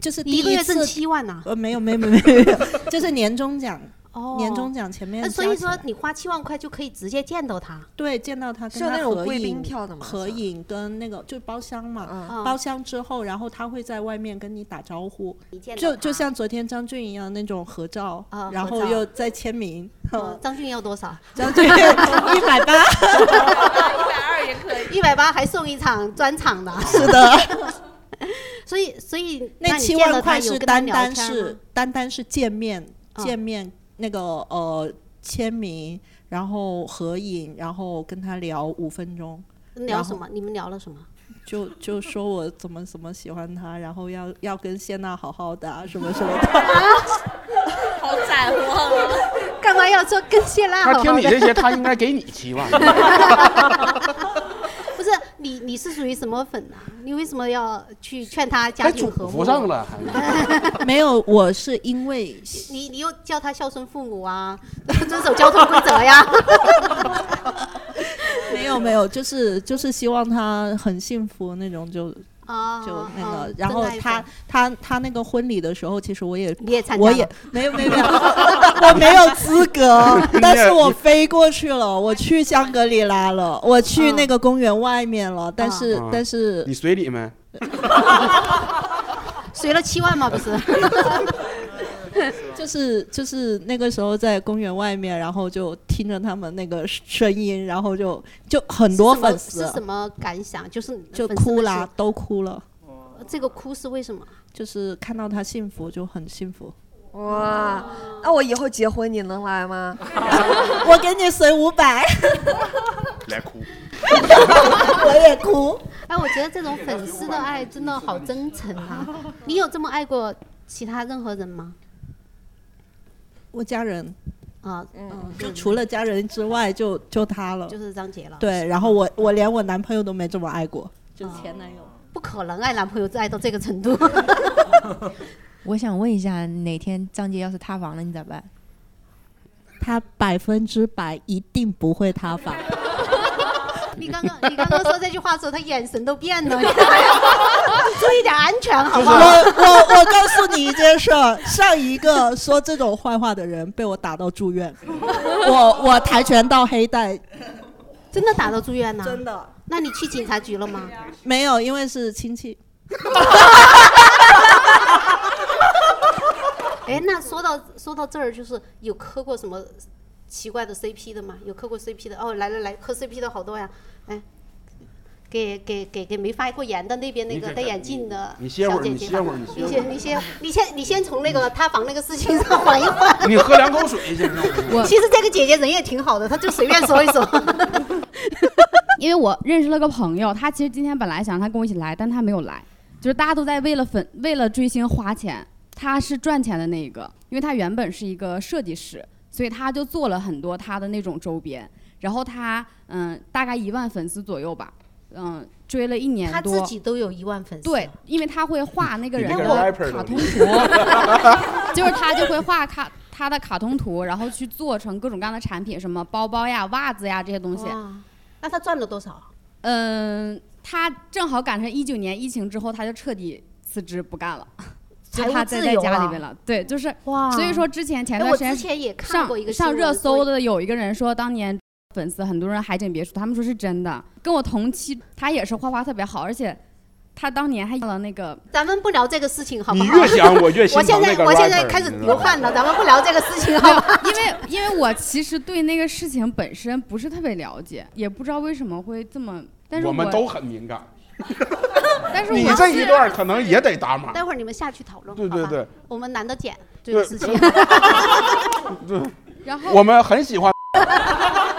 [SPEAKER 7] 就是
[SPEAKER 3] 你
[SPEAKER 7] 第
[SPEAKER 3] 一个月
[SPEAKER 7] 次
[SPEAKER 3] 挣七万啊呐
[SPEAKER 7] 呃没有没有没有没有， 就是年终奖，
[SPEAKER 3] 哦，
[SPEAKER 7] 年终奖前面
[SPEAKER 3] 那
[SPEAKER 7] 加起
[SPEAKER 3] 所
[SPEAKER 7] 来。
[SPEAKER 3] 以说你花七万块就可以直接见到他。
[SPEAKER 7] 对，见到他跟
[SPEAKER 3] 是有
[SPEAKER 7] 他
[SPEAKER 3] 那种
[SPEAKER 7] 合
[SPEAKER 3] 贵宾
[SPEAKER 7] 影
[SPEAKER 3] 票的吗
[SPEAKER 7] 合影跟那个就包厢嘛，
[SPEAKER 3] 嗯
[SPEAKER 7] 包厢之后，然后他会在外面跟你打招呼
[SPEAKER 3] 你见，到
[SPEAKER 7] 就
[SPEAKER 3] 他
[SPEAKER 7] 就像昨天张俊一样那种合照，
[SPEAKER 3] 啊
[SPEAKER 7] 然
[SPEAKER 3] 合
[SPEAKER 7] 后
[SPEAKER 3] 照
[SPEAKER 7] 又再签名。
[SPEAKER 3] 嗯张俊要多少？
[SPEAKER 7] 张俊180
[SPEAKER 3] 二也可以，一百八还送一场专场的。
[SPEAKER 7] 是的。
[SPEAKER 3] 所以，所以
[SPEAKER 7] 那
[SPEAKER 3] 你
[SPEAKER 7] 七
[SPEAKER 3] 见
[SPEAKER 7] 万
[SPEAKER 3] 了他
[SPEAKER 7] 块
[SPEAKER 3] 有
[SPEAKER 7] 是
[SPEAKER 3] 跟他
[SPEAKER 7] 单
[SPEAKER 3] 聊
[SPEAKER 7] 单
[SPEAKER 3] 天
[SPEAKER 7] 是
[SPEAKER 3] 吗
[SPEAKER 7] 单单是见面
[SPEAKER 3] 嗯
[SPEAKER 7] 见面那个呃签名，然后合影，然后跟他聊五分钟。
[SPEAKER 3] 聊
[SPEAKER 7] 然
[SPEAKER 3] 什
[SPEAKER 7] 后
[SPEAKER 3] 么？你们聊了什么？
[SPEAKER 7] 就就说我怎么怎么喜欢他，然后要要跟谢娜好好的、 啊，什么什么的。
[SPEAKER 3] 好展望啊！ 干嘛要说跟谢娜好
[SPEAKER 1] 他
[SPEAKER 3] 好的？
[SPEAKER 1] 听你这些，他应该给你七 万。
[SPEAKER 3] 不是你，你是属于什么粉啊？你为什么要去劝他家
[SPEAKER 1] 还
[SPEAKER 3] 庭
[SPEAKER 1] 嘱
[SPEAKER 3] 和 睦？
[SPEAKER 1] 咐上了，还
[SPEAKER 7] 没有，我是因为
[SPEAKER 3] 你你又叫他孝顺父母啊， 遵守交通规则呀。
[SPEAKER 7] 没有没有，就是就是希望他很幸福那种就。
[SPEAKER 3] 啊，
[SPEAKER 7] 就那个，
[SPEAKER 3] 啊
[SPEAKER 7] 然后
[SPEAKER 3] 真爱
[SPEAKER 7] 他他他那个婚礼的时候，其实我也
[SPEAKER 3] 你也参加
[SPEAKER 7] 我
[SPEAKER 3] 了
[SPEAKER 7] 也没有没有 没有，我没有资格
[SPEAKER 3] 你也，
[SPEAKER 7] 但是我飞过去了，我去香格里拉了，我去
[SPEAKER 3] 嗯
[SPEAKER 7] 那个公园外面了，但是
[SPEAKER 1] 啊
[SPEAKER 7] 但是
[SPEAKER 1] 你随礼没？
[SPEAKER 3] 随了七万吗？不是，
[SPEAKER 7] 就是就是那个时候在公园外面，然后就听着他们那个声音，然后就就 很多
[SPEAKER 3] 是什么
[SPEAKER 7] 粉丝啊
[SPEAKER 3] 是什么感想？就是你的
[SPEAKER 7] 就
[SPEAKER 3] 粉丝
[SPEAKER 7] 哭
[SPEAKER 3] 们
[SPEAKER 7] 啦，都哭了，
[SPEAKER 3] 是。这个哭是为什么？
[SPEAKER 7] 就是看到他幸福就很幸福。
[SPEAKER 4] 哇，那
[SPEAKER 3] 哦
[SPEAKER 4] 我以后结婚你能来 吗？
[SPEAKER 7] 我给你随五百，
[SPEAKER 17] 来哭。
[SPEAKER 7] 我也哭。
[SPEAKER 3] 哎，我觉得这种粉丝的爱真的好真诚啊！你有这么爱过其他任何人吗？
[SPEAKER 7] 我家人
[SPEAKER 3] 啊，
[SPEAKER 7] 嗯，就除了家人之外，就就他了。
[SPEAKER 3] 就是张杰了。
[SPEAKER 7] 对，然后我我连我男朋友都没这么爱过。
[SPEAKER 3] 就是前男友。不可能爱男朋友爱到这个 程度。
[SPEAKER 21] 我想问一下，哪天张杰要是塌房了，你咋办？
[SPEAKER 7] 他百分之百一定不会塌房。
[SPEAKER 3] 你刚刚你刚刚说这句话的时候，他眼神都变了。注意点安全，好
[SPEAKER 7] 我
[SPEAKER 3] 不好？
[SPEAKER 7] 我我告诉你一件事儿，上一个说这种坏话的人被我打到住院，我我跆拳道黑带
[SPEAKER 3] 真的打到住院呢？
[SPEAKER 7] 真的？
[SPEAKER 3] 那你去警察局了吗？
[SPEAKER 7] 没有，因为是亲戚。
[SPEAKER 3] 哎，那说到说到这儿，就是有磕过什么奇怪的 CP 的吗？有磕过 CP 的？哦，来来来，磕 CP 的好多呀！哎，给给给给没发过言的那边那
[SPEAKER 1] 你
[SPEAKER 3] 个
[SPEAKER 1] 给
[SPEAKER 3] 戴
[SPEAKER 1] 他
[SPEAKER 3] 眼镜的
[SPEAKER 1] 你歇会
[SPEAKER 3] 小
[SPEAKER 1] 儿
[SPEAKER 3] 姐
[SPEAKER 1] 你
[SPEAKER 3] 姐
[SPEAKER 1] 歇
[SPEAKER 3] 吧
[SPEAKER 1] 会儿你歇
[SPEAKER 3] 你
[SPEAKER 1] 会
[SPEAKER 3] 先
[SPEAKER 1] 儿
[SPEAKER 3] 你先你先你先从那个塌房那个事情上缓一缓。
[SPEAKER 1] 你喝两口水先 让
[SPEAKER 15] 我
[SPEAKER 3] 其实这个姐姐人也挺好的，她就随便说一说。
[SPEAKER 18] 因为我认识了个朋友，他其实今天本来想让他跟我一起来，但他没有来，就是大家都在为了粉为了追星花钱，他是赚钱的那一个，因为他原本是一个设计师，所以他就做了很多他的那种周边，然后他嗯大概一万粉丝左右吧，嗯追了一年
[SPEAKER 3] 她
[SPEAKER 18] 多，
[SPEAKER 3] 自己都有一万粉丝。
[SPEAKER 18] 对，因为他会画那个
[SPEAKER 1] 你
[SPEAKER 18] 人
[SPEAKER 1] 那个
[SPEAKER 18] 的
[SPEAKER 1] rapper
[SPEAKER 18] 卡
[SPEAKER 1] 都
[SPEAKER 18] 通
[SPEAKER 1] 是
[SPEAKER 18] 图， 就是他就会画卡他的卡通图，然后去做成各种各样的产品，什么包包呀、袜子呀这些东西。
[SPEAKER 3] 哇哦那她赚了多少？啊
[SPEAKER 18] 嗯，他正好赶上一九年疫情之后，他就彻底辞职不干了。就
[SPEAKER 3] 财务
[SPEAKER 18] 他待
[SPEAKER 3] 自
[SPEAKER 18] 在
[SPEAKER 3] 由
[SPEAKER 18] 家
[SPEAKER 3] 啊
[SPEAKER 18] 里面了，对，就是，
[SPEAKER 3] 哇
[SPEAKER 18] 所以说之前前
[SPEAKER 3] 哎
[SPEAKER 18] 段
[SPEAKER 3] 我
[SPEAKER 18] 时间
[SPEAKER 3] 之前也看
[SPEAKER 18] 上
[SPEAKER 3] 过一个
[SPEAKER 18] 上
[SPEAKER 3] 新
[SPEAKER 18] 热
[SPEAKER 3] 闻
[SPEAKER 18] 搜
[SPEAKER 3] 所以
[SPEAKER 18] 的有一个人说，当年粉丝很多人海景别墅，他们说是真的，跟我同期，他也是画画特别好，而且他当年还要了那个，
[SPEAKER 3] 咱们不聊这个事情好不
[SPEAKER 18] 你
[SPEAKER 3] 好？
[SPEAKER 18] 越讲我 越
[SPEAKER 3] 我
[SPEAKER 18] 心
[SPEAKER 3] 现
[SPEAKER 18] 疼
[SPEAKER 3] 在
[SPEAKER 18] 那个
[SPEAKER 3] 我现在
[SPEAKER 18] rapper，
[SPEAKER 3] 开始
[SPEAKER 18] 你知道
[SPEAKER 3] 流
[SPEAKER 18] 吧
[SPEAKER 3] 汗了，咱们不聊这个事情
[SPEAKER 18] 没
[SPEAKER 3] 好
[SPEAKER 18] 有
[SPEAKER 3] 吧？
[SPEAKER 18] 因为因为我其实对那个事情本身不是特别了解，也不知道为什么会这么，但是
[SPEAKER 1] 我们都很敏感。
[SPEAKER 18] 但是
[SPEAKER 1] 你
[SPEAKER 18] 我
[SPEAKER 1] 这
[SPEAKER 18] 是
[SPEAKER 1] 一段可能也得打码。
[SPEAKER 3] 待会儿你们下去讨论，
[SPEAKER 1] 对
[SPEAKER 3] 好
[SPEAKER 1] 对
[SPEAKER 3] 吧
[SPEAKER 1] 对，
[SPEAKER 3] 我们难得减这
[SPEAKER 1] 对
[SPEAKER 3] 个 事情。
[SPEAKER 1] 对，
[SPEAKER 18] 然后
[SPEAKER 1] 我们很喜欢。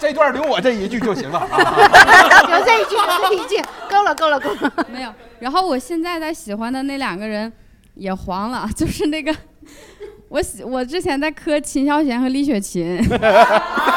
[SPEAKER 1] 这段留我这一句就行了 啊。
[SPEAKER 18] 留
[SPEAKER 3] 这一句留这一句，够了够了够了。
[SPEAKER 18] 没有，然后我现在在喜欢的那两个人也黄了，就是那个 我喜我之前在磕秦霄贤和李雪琴，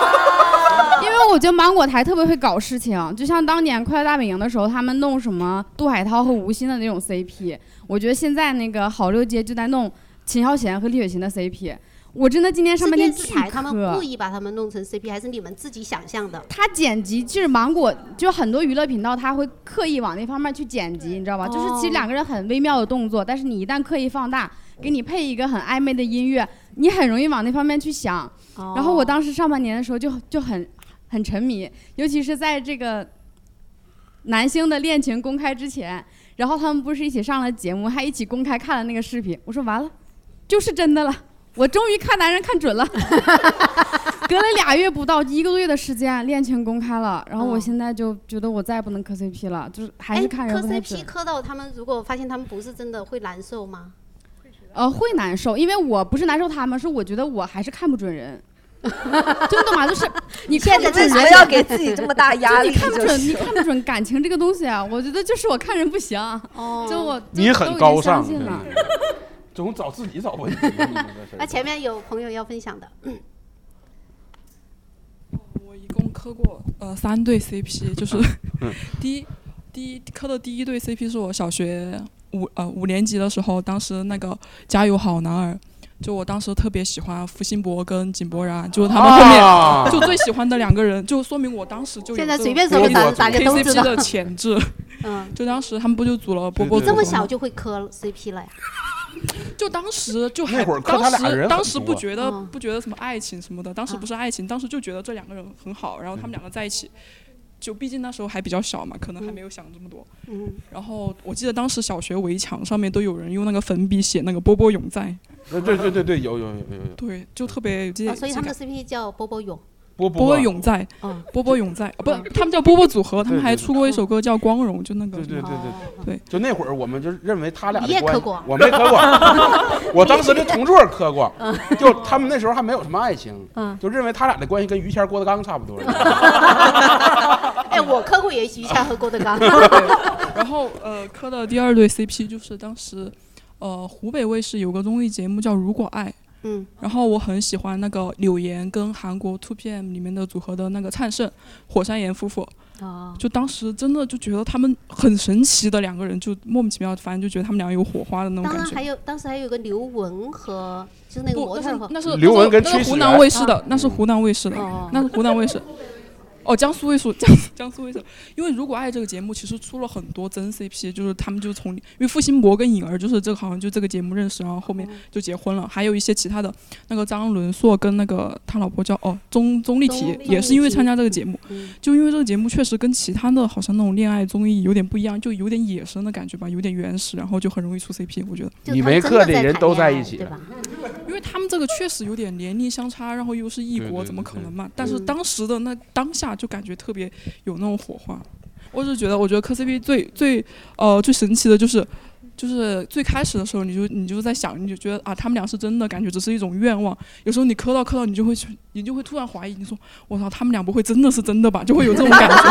[SPEAKER 18] 因为我觉得芒果台特别会搞事情，就像当年《快乐大本营》的时候，他们弄什么杜海涛和吴昕的那种 CP，我觉得现在那个好六街就在弄秦霄贤和李雪琴的 CP。我真的今天上
[SPEAKER 3] 是
[SPEAKER 18] 半天
[SPEAKER 3] 电视
[SPEAKER 18] 巨
[SPEAKER 3] 台
[SPEAKER 18] 磕，
[SPEAKER 3] 他们故意把他们 弄成 CP，还是你们自己想象的？
[SPEAKER 18] 他剪辑就是芒果，就很多娱乐频道他会刻意往那方面去剪辑，你知道吧？就是其
[SPEAKER 3] 哦
[SPEAKER 18] 实两个人很微妙的动作，但是你一旦刻意放大，给你配一个很暧昧的音乐，你很容易往那方面去想。然后我当时上半年的时候就就很很沉迷，尤其是在这个男星的恋情公开之前，然后他们不是一起上了节目，还一起公开看了那个视频。我说完了，就是真的了，我终于看男人看 准了。隔了俩月不到，一个多月的时间，恋情公开了，然后我
[SPEAKER 3] 嗯
[SPEAKER 18] 现在就觉得我再也不能磕 CP 了，就是还
[SPEAKER 3] 哎
[SPEAKER 18] 是看人
[SPEAKER 3] 磕
[SPEAKER 18] 不太准
[SPEAKER 3] CP。磕到他们，如果发现他们不是真的，会难受吗？
[SPEAKER 18] 呃，会难受，因为我不是难受他们，是我觉得我还是看不 准人。就你懂吗？就是你看不准
[SPEAKER 4] 现在为
[SPEAKER 18] 人，
[SPEAKER 4] 什么要给自己这么大压力
[SPEAKER 18] 就你看不准，
[SPEAKER 4] 就是
[SPEAKER 18] 你看不准感情这个东西啊！我觉得就是我看人不行，
[SPEAKER 4] 哦
[SPEAKER 18] 就我就
[SPEAKER 1] 你很
[SPEAKER 18] 都已经
[SPEAKER 1] 高
[SPEAKER 18] 相
[SPEAKER 1] 尚啊
[SPEAKER 18] 信了。
[SPEAKER 1] 总找自己找问题。你这事儿
[SPEAKER 3] 那前面有朋友要分享的，嗯
[SPEAKER 9] 共磕过呃三对 CP，就是第一第一磕的第一对 CP 是我小学五呃五年级的时候，当时那个《加油好男儿》，就我当时特别喜欢付辛博跟井柏然，就是他们后面、
[SPEAKER 16] 啊
[SPEAKER 9] 就最喜欢的两个人，就说明我当时就有
[SPEAKER 3] 现在
[SPEAKER 9] 这
[SPEAKER 3] 随
[SPEAKER 9] 种
[SPEAKER 3] 便说个
[SPEAKER 9] 波波
[SPEAKER 3] 大大家都
[SPEAKER 9] KCP
[SPEAKER 3] 知道
[SPEAKER 9] 的潜质。
[SPEAKER 3] 嗯，
[SPEAKER 9] 就当时他们不就组了波波
[SPEAKER 3] 你
[SPEAKER 9] 组
[SPEAKER 3] 这么
[SPEAKER 9] 合吗
[SPEAKER 3] 小就会磕 CP 了呀？
[SPEAKER 9] 就当时就还
[SPEAKER 3] 那会儿磕
[SPEAKER 9] 当
[SPEAKER 3] 他俩
[SPEAKER 9] 时
[SPEAKER 3] 人很
[SPEAKER 9] 当时不
[SPEAKER 3] 多
[SPEAKER 9] 觉得
[SPEAKER 3] 嗯
[SPEAKER 9] 不觉得什么爱情什么的，当时不是爱情，当时就觉得这两个人很好，然后
[SPEAKER 3] 嗯
[SPEAKER 9] 他们两个在一起，就毕竟那时候还比较小嘛，可能还没有想这么多。
[SPEAKER 3] 嗯，
[SPEAKER 9] 然后我记得当时小学围墙上面都有人用那个粉笔写那个“波波永在
[SPEAKER 1] 对对对对对，有有有有有”，。
[SPEAKER 9] 对，就特别有这、
[SPEAKER 3] 啊，所以他们的
[SPEAKER 9] 这
[SPEAKER 3] CP 叫波波勇。
[SPEAKER 1] 波
[SPEAKER 9] 波波永在
[SPEAKER 3] 嗯，
[SPEAKER 9] 波波永在，啊不，他们叫波波组合，他
[SPEAKER 1] 对
[SPEAKER 9] 们
[SPEAKER 1] 对
[SPEAKER 9] 还
[SPEAKER 1] 对
[SPEAKER 9] 出过一首歌叫《光荣》，就那个
[SPEAKER 1] 对对对
[SPEAKER 9] 对
[SPEAKER 1] 对，就那会儿我们就认为他俩的
[SPEAKER 9] 你也
[SPEAKER 1] 关
[SPEAKER 9] 磕
[SPEAKER 1] 系
[SPEAKER 9] 过
[SPEAKER 1] 我没磕过，我当时的同桌磕过，就他们那时候还没有什么爱情，就认为他俩的关系跟于谦、郭德纲差不多。
[SPEAKER 3] 哎，我磕过也于谦和郭德纲。
[SPEAKER 9] 然后呃，磕的第二对 CP 就是当时，呃，湖北卫视有个综艺节目叫《如果爱》，
[SPEAKER 3] 嗯，
[SPEAKER 9] 然后我很喜欢那个柳岩跟韩国 Two PM 里面的组合的那个灿盛、火山岩夫妇，
[SPEAKER 3] 哦，
[SPEAKER 9] 就当时真的就觉得他们很神奇的两个人，就莫名其妙，反正就觉得他们俩有火花的那种
[SPEAKER 3] 当
[SPEAKER 9] 感
[SPEAKER 3] 然
[SPEAKER 9] 觉。
[SPEAKER 3] 还有，当时还有个刘雯和就是那个
[SPEAKER 9] 不
[SPEAKER 3] 模
[SPEAKER 9] 那
[SPEAKER 3] 特
[SPEAKER 9] 是
[SPEAKER 3] 和
[SPEAKER 9] 那是
[SPEAKER 1] 刘雯跟
[SPEAKER 9] 那是
[SPEAKER 1] 崔
[SPEAKER 9] 湖
[SPEAKER 1] 始
[SPEAKER 9] 南
[SPEAKER 1] 源
[SPEAKER 9] 卫视的，那是湖南卫视的，
[SPEAKER 3] 啊哦
[SPEAKER 9] 那是湖南卫视。哦，江苏卫视，江苏江苏卫视，因为《如果爱》这个节目其实出了很多真 CP，就是他们就从因为付辛博跟颖儿就是这个好像就这个节目认识，然后后面就结婚了，还有一些其他的那个张伦硕跟那个他老婆叫哦钟钟丽缇，也是因为参加这个节目，就因为这个节目确实跟其他的好像那种恋爱综艺有点不一样，就有点野生的感觉吧，有点原始，然后就很容易出 CP，我觉得。
[SPEAKER 1] 你没课的人都在一起了，
[SPEAKER 9] 因为他们这个确实有点年龄相差，然后又是异
[SPEAKER 1] 对
[SPEAKER 9] 国，
[SPEAKER 1] 对
[SPEAKER 9] 怎么
[SPEAKER 1] 对
[SPEAKER 9] 可能嘛
[SPEAKER 1] 嗯？
[SPEAKER 9] 但是当时的那当下就感觉特别有那种火花。我只是觉得，我觉得磕 CP 最最呃最神奇的就是，就是最开始的时候你就你就在想，你就觉得啊他们俩是真的，感觉只是一种愿望。有时候你磕到磕到，你就会去你就会突然怀疑，你说我操他们俩不会真的是真的吧？就会有这种感觉。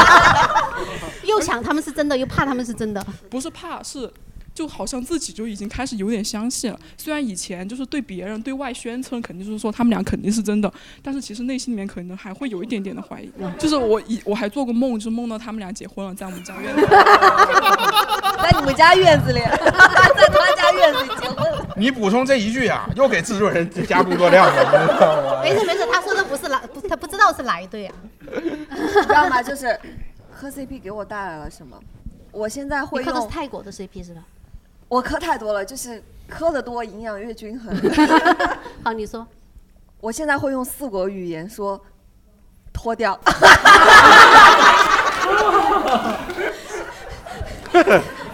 [SPEAKER 3] 又想他们是真的，又怕他们是真的。
[SPEAKER 9] 不是怕，是就好像自己就已经开始有点相信了。虽然以前就是对别人对外宣称肯定就是说他们俩肯定是真的，但是其实内心里面可能还会有一点点的怀疑。
[SPEAKER 3] 嗯
[SPEAKER 9] 就是我以我还做过梦，就是梦到他们俩结婚了，在我们家院 子。
[SPEAKER 4] 在你们家院子里，在他家院子里结婚了。
[SPEAKER 17] 你补充这一句啊，又给制作人加工作量了，你知道吗？
[SPEAKER 3] 没事没事，他说的不是哪，不他不知道是哪一对啊。
[SPEAKER 4] 你 知道吗？就是磕 CP 给我带来了什么？我现在会
[SPEAKER 3] 你磕
[SPEAKER 4] 用
[SPEAKER 3] 的是泰国的 CP 是吧？
[SPEAKER 4] 我磕太多了，就是磕的多，营养越均衡。
[SPEAKER 3] 好，你说。
[SPEAKER 4] 我现在会用四国语言说脱 掉。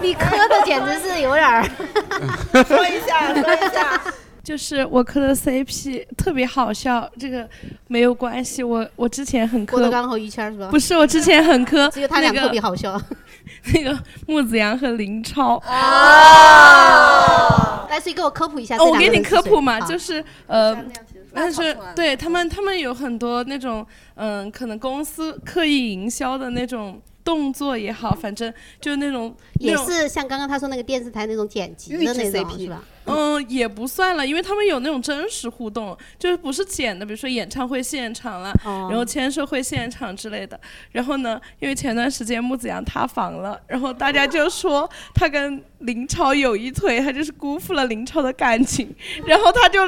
[SPEAKER 3] 你磕的简直是有点儿。
[SPEAKER 13] 说一
[SPEAKER 4] 下说一下。
[SPEAKER 13] 就是我磕的 CP 特别好笑，这个没有关系。我我之前很
[SPEAKER 3] 郭德
[SPEAKER 13] 磕，
[SPEAKER 3] 纲和于谦是吧？
[SPEAKER 13] 不是我之前很 磕，
[SPEAKER 3] 只有他俩
[SPEAKER 13] 那个
[SPEAKER 3] 特别好笑。
[SPEAKER 13] 那个木子洋和林超。
[SPEAKER 3] 来，谁给我科普一下？
[SPEAKER 13] 哦，我给你科普嘛，就是是呃，但是对他们，他们有很多那种嗯、可能公司刻意营销的那种动作也好，反正就是那种
[SPEAKER 3] 也。
[SPEAKER 13] 那种
[SPEAKER 3] 是像刚刚他说那个电视台那种剪辑
[SPEAKER 13] 预
[SPEAKER 3] 的
[SPEAKER 13] 制
[SPEAKER 3] 那种
[SPEAKER 13] CP
[SPEAKER 3] 是吧？
[SPEAKER 13] 嗯，也不算了，因为他们有那种真实互动，就是不是剪的，比如说演唱会现场啦，
[SPEAKER 3] 哦
[SPEAKER 13] 然后签售会现场之类的。然后呢，因为前段时间木子洋塌房了，然后大家就说他跟林超有一腿，他就是辜负了林超的感情，然后他就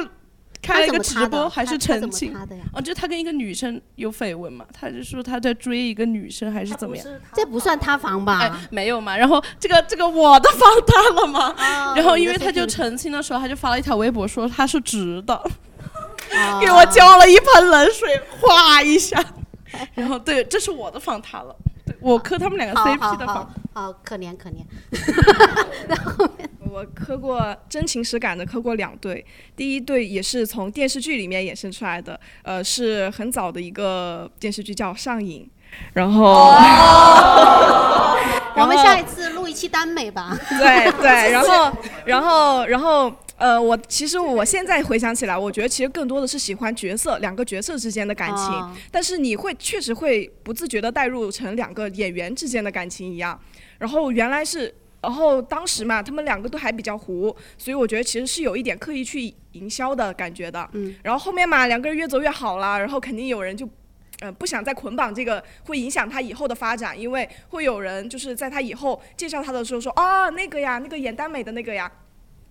[SPEAKER 13] 开了一个直
[SPEAKER 3] 啊
[SPEAKER 13] 播，还是澄清。哦，就他跟一个女生有绯闻嘛，他就说他在追一个女生还是怎么样？
[SPEAKER 3] 这不算塌房吧？
[SPEAKER 13] 哎，没有嘛。然后这个这个我的房塌了吗？
[SPEAKER 3] 啊
[SPEAKER 13] 然后因为他就澄清的时候，他就发了一条微博说他是直的，
[SPEAKER 3] 啊
[SPEAKER 13] 给我浇了一盆冷水，哗一 下。然后对，这是我的房塌了，对我磕他们两个
[SPEAKER 3] 好
[SPEAKER 13] CP
[SPEAKER 3] 好
[SPEAKER 13] 的
[SPEAKER 3] 好
[SPEAKER 13] 房。，
[SPEAKER 3] 好可怜可怜。
[SPEAKER 11] 我磕过真情实感的磕过两对，第一对也是从电视剧里面衍生出来的，呃，是很早的一个电视剧叫《上瘾》，然后，
[SPEAKER 3] 哦我
[SPEAKER 11] 然
[SPEAKER 3] 们
[SPEAKER 11] 后
[SPEAKER 3] 下一次录一期耽美 吧。
[SPEAKER 11] 对对，然后然后然后呃，我其实我现在回想起来，我觉得其实更多的是喜欢角色两个角色之间的感情，
[SPEAKER 3] 啊
[SPEAKER 11] 但是你会确实会不自觉的带入成两个演员之间的感情一样。然后原来是，然后当时嘛，他们两个都还比较糊，所以我觉得其实是有一点刻意去营销的感觉的。
[SPEAKER 3] 嗯，
[SPEAKER 11] 然后后面嘛，两个人越走越好了，然后肯定有人就嗯，不想再捆绑这个，会影响他以后的发展，因为会有人就是在他以后介绍他的时候说，啊，那个呀，那个演耽美的那个呀，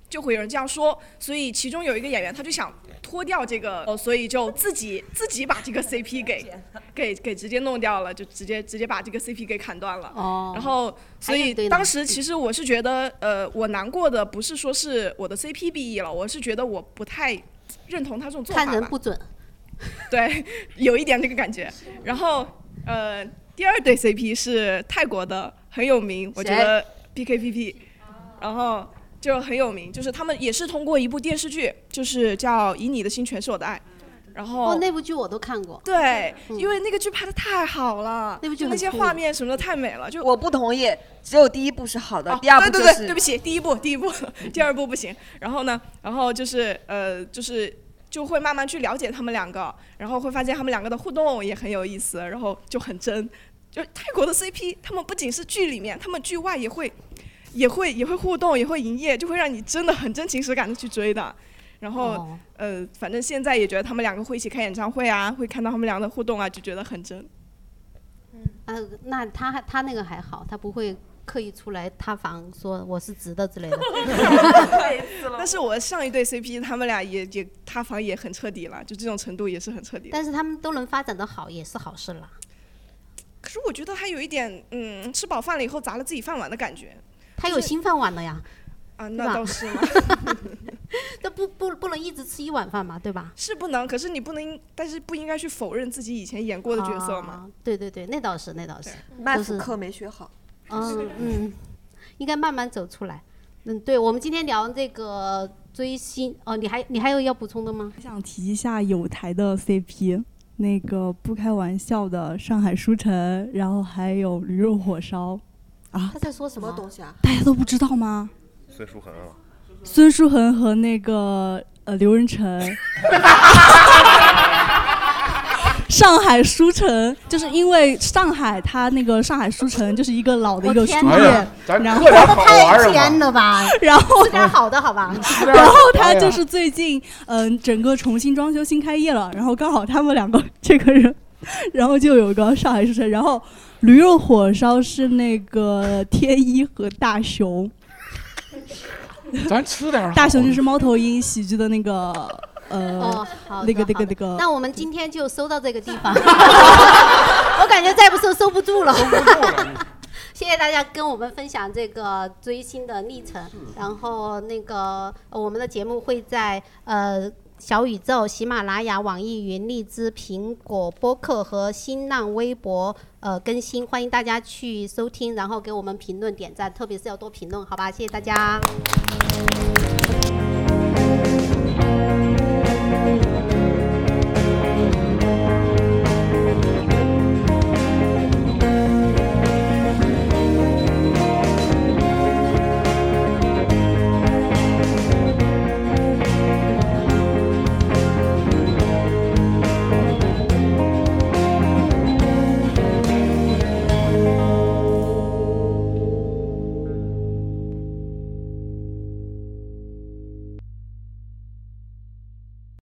[SPEAKER 11] 就会有人这样说。所以其中有一个演员，他就想脱掉这个，哦，所以就自己自己把这个 CP 给给给直接弄掉了，就直接直接把这个 CP 给砍断了。
[SPEAKER 3] 哦
[SPEAKER 11] 然后所
[SPEAKER 3] 还有一
[SPEAKER 11] 以
[SPEAKER 3] 堆呢嗯
[SPEAKER 11] 当时其实我是觉得，呃，我难过的不是说是我的 CP 毕业了，我是觉得我不太认同他这种做法。
[SPEAKER 3] 看人不准。
[SPEAKER 11] 对，有一点这个感觉。然后呃，第二对 CP 是泰国的，很有名，我觉
[SPEAKER 3] 谁
[SPEAKER 11] 得 PKPP，然后就很有名，就是他们也是通过一部电视剧，就是叫《以你的心全是我的爱》，然后
[SPEAKER 3] 哦，那部剧嗯我都看过。
[SPEAKER 11] 对，因为那个剧拍的太好了，那
[SPEAKER 3] 剧
[SPEAKER 11] 那
[SPEAKER 3] 很
[SPEAKER 11] 些
[SPEAKER 3] 酷
[SPEAKER 11] 画面什么的太美了。就
[SPEAKER 4] 我不同意，只有第一部是好的，
[SPEAKER 11] 哦
[SPEAKER 4] 第二部
[SPEAKER 11] 对
[SPEAKER 4] 就
[SPEAKER 11] 对
[SPEAKER 4] 是
[SPEAKER 11] 对，对不起，第一部第一部， 第二部不行。然后呢，然后就是呃，就是就会慢慢去了解他们两个，然后会发现他们两个的互动也很有意思，然后就很真。就泰国的 CP，他们不仅是剧里面，他们剧外也会也会也会互动，也会营业，就会让你真的很真情实感的去追的。然后、
[SPEAKER 3] 哦
[SPEAKER 11] 呃，反正现在也觉得他们两个会一起开演唱会啊，会看到他们俩的互动啊，就觉得很真。
[SPEAKER 3] 啊，那他还他那个还好，他不会刻意出来塌房说我是直的之 类的。
[SPEAKER 11] 但是我上一对 CP 他们俩也也塌房也很彻底了，就这种程度也是很彻底。
[SPEAKER 3] 但是他们都能发展的好也是好事啦。
[SPEAKER 11] 可是我觉得还有一点，嗯，吃饱饭了以后砸了自己饭碗的感觉。
[SPEAKER 3] 他有新饭碗了呀，
[SPEAKER 11] 啊，
[SPEAKER 3] 对吧
[SPEAKER 11] 那倒是 嘛，
[SPEAKER 3] 这不不不能一直吃一碗饭嘛，对吧？
[SPEAKER 11] 是不能，可是你不能，但是不应该去否认自己以前演过的角色嘛。
[SPEAKER 3] 啊对对对，那倒是那倒是，
[SPEAKER 4] 麦
[SPEAKER 3] 都
[SPEAKER 4] 福
[SPEAKER 3] 是
[SPEAKER 4] 克没学好。
[SPEAKER 3] 嗯嗯，应该慢慢走出来。嗯，对，我们今天聊这个追星哦，你还你还有要补充的吗？
[SPEAKER 14] 想提一下有台的 CP，那个不开玩笑的上海书城，然后还有驴肉火烧，啊，
[SPEAKER 3] 他在说什么
[SPEAKER 4] 东西啊？
[SPEAKER 14] 大家都不知道吗？
[SPEAKER 17] 孙书恒啊，
[SPEAKER 14] 孙书恒和那个呃刘仁 成，上海书城，就是因为上海它那个上海书城就是一个老的一个书
[SPEAKER 3] 天哪哎
[SPEAKER 14] 店
[SPEAKER 3] 呀，咱
[SPEAKER 14] 然后
[SPEAKER 3] 这都太偏了吧？
[SPEAKER 14] 然后
[SPEAKER 3] 吃点好的好吧？
[SPEAKER 14] 然后他
[SPEAKER 3] 哎
[SPEAKER 14] 就是最近嗯、整个重新装修新开业了，然后刚好他们两个这个人，然后就有一个上海书城，然后驴肉火烧是那个天一和大熊。
[SPEAKER 1] 咱吃点
[SPEAKER 14] 大熊就是猫头鹰喜剧的那个呃
[SPEAKER 3] 哦，好，
[SPEAKER 14] 那个那
[SPEAKER 3] 好
[SPEAKER 14] 个那
[SPEAKER 3] 的
[SPEAKER 14] 个。
[SPEAKER 3] 那我们今天就收到这个地 方，我感觉再不收收不住了。谢谢大家跟我们分享这个追星的历程，然后那个呃我们的节目会在呃。小宇宙、喜马拉雅、网易云、荔枝、苹果播客和新浪微博呃更新，欢迎大家去收听，然后给我们评论、点赞，特别是要多评论，好吧？谢谢大家。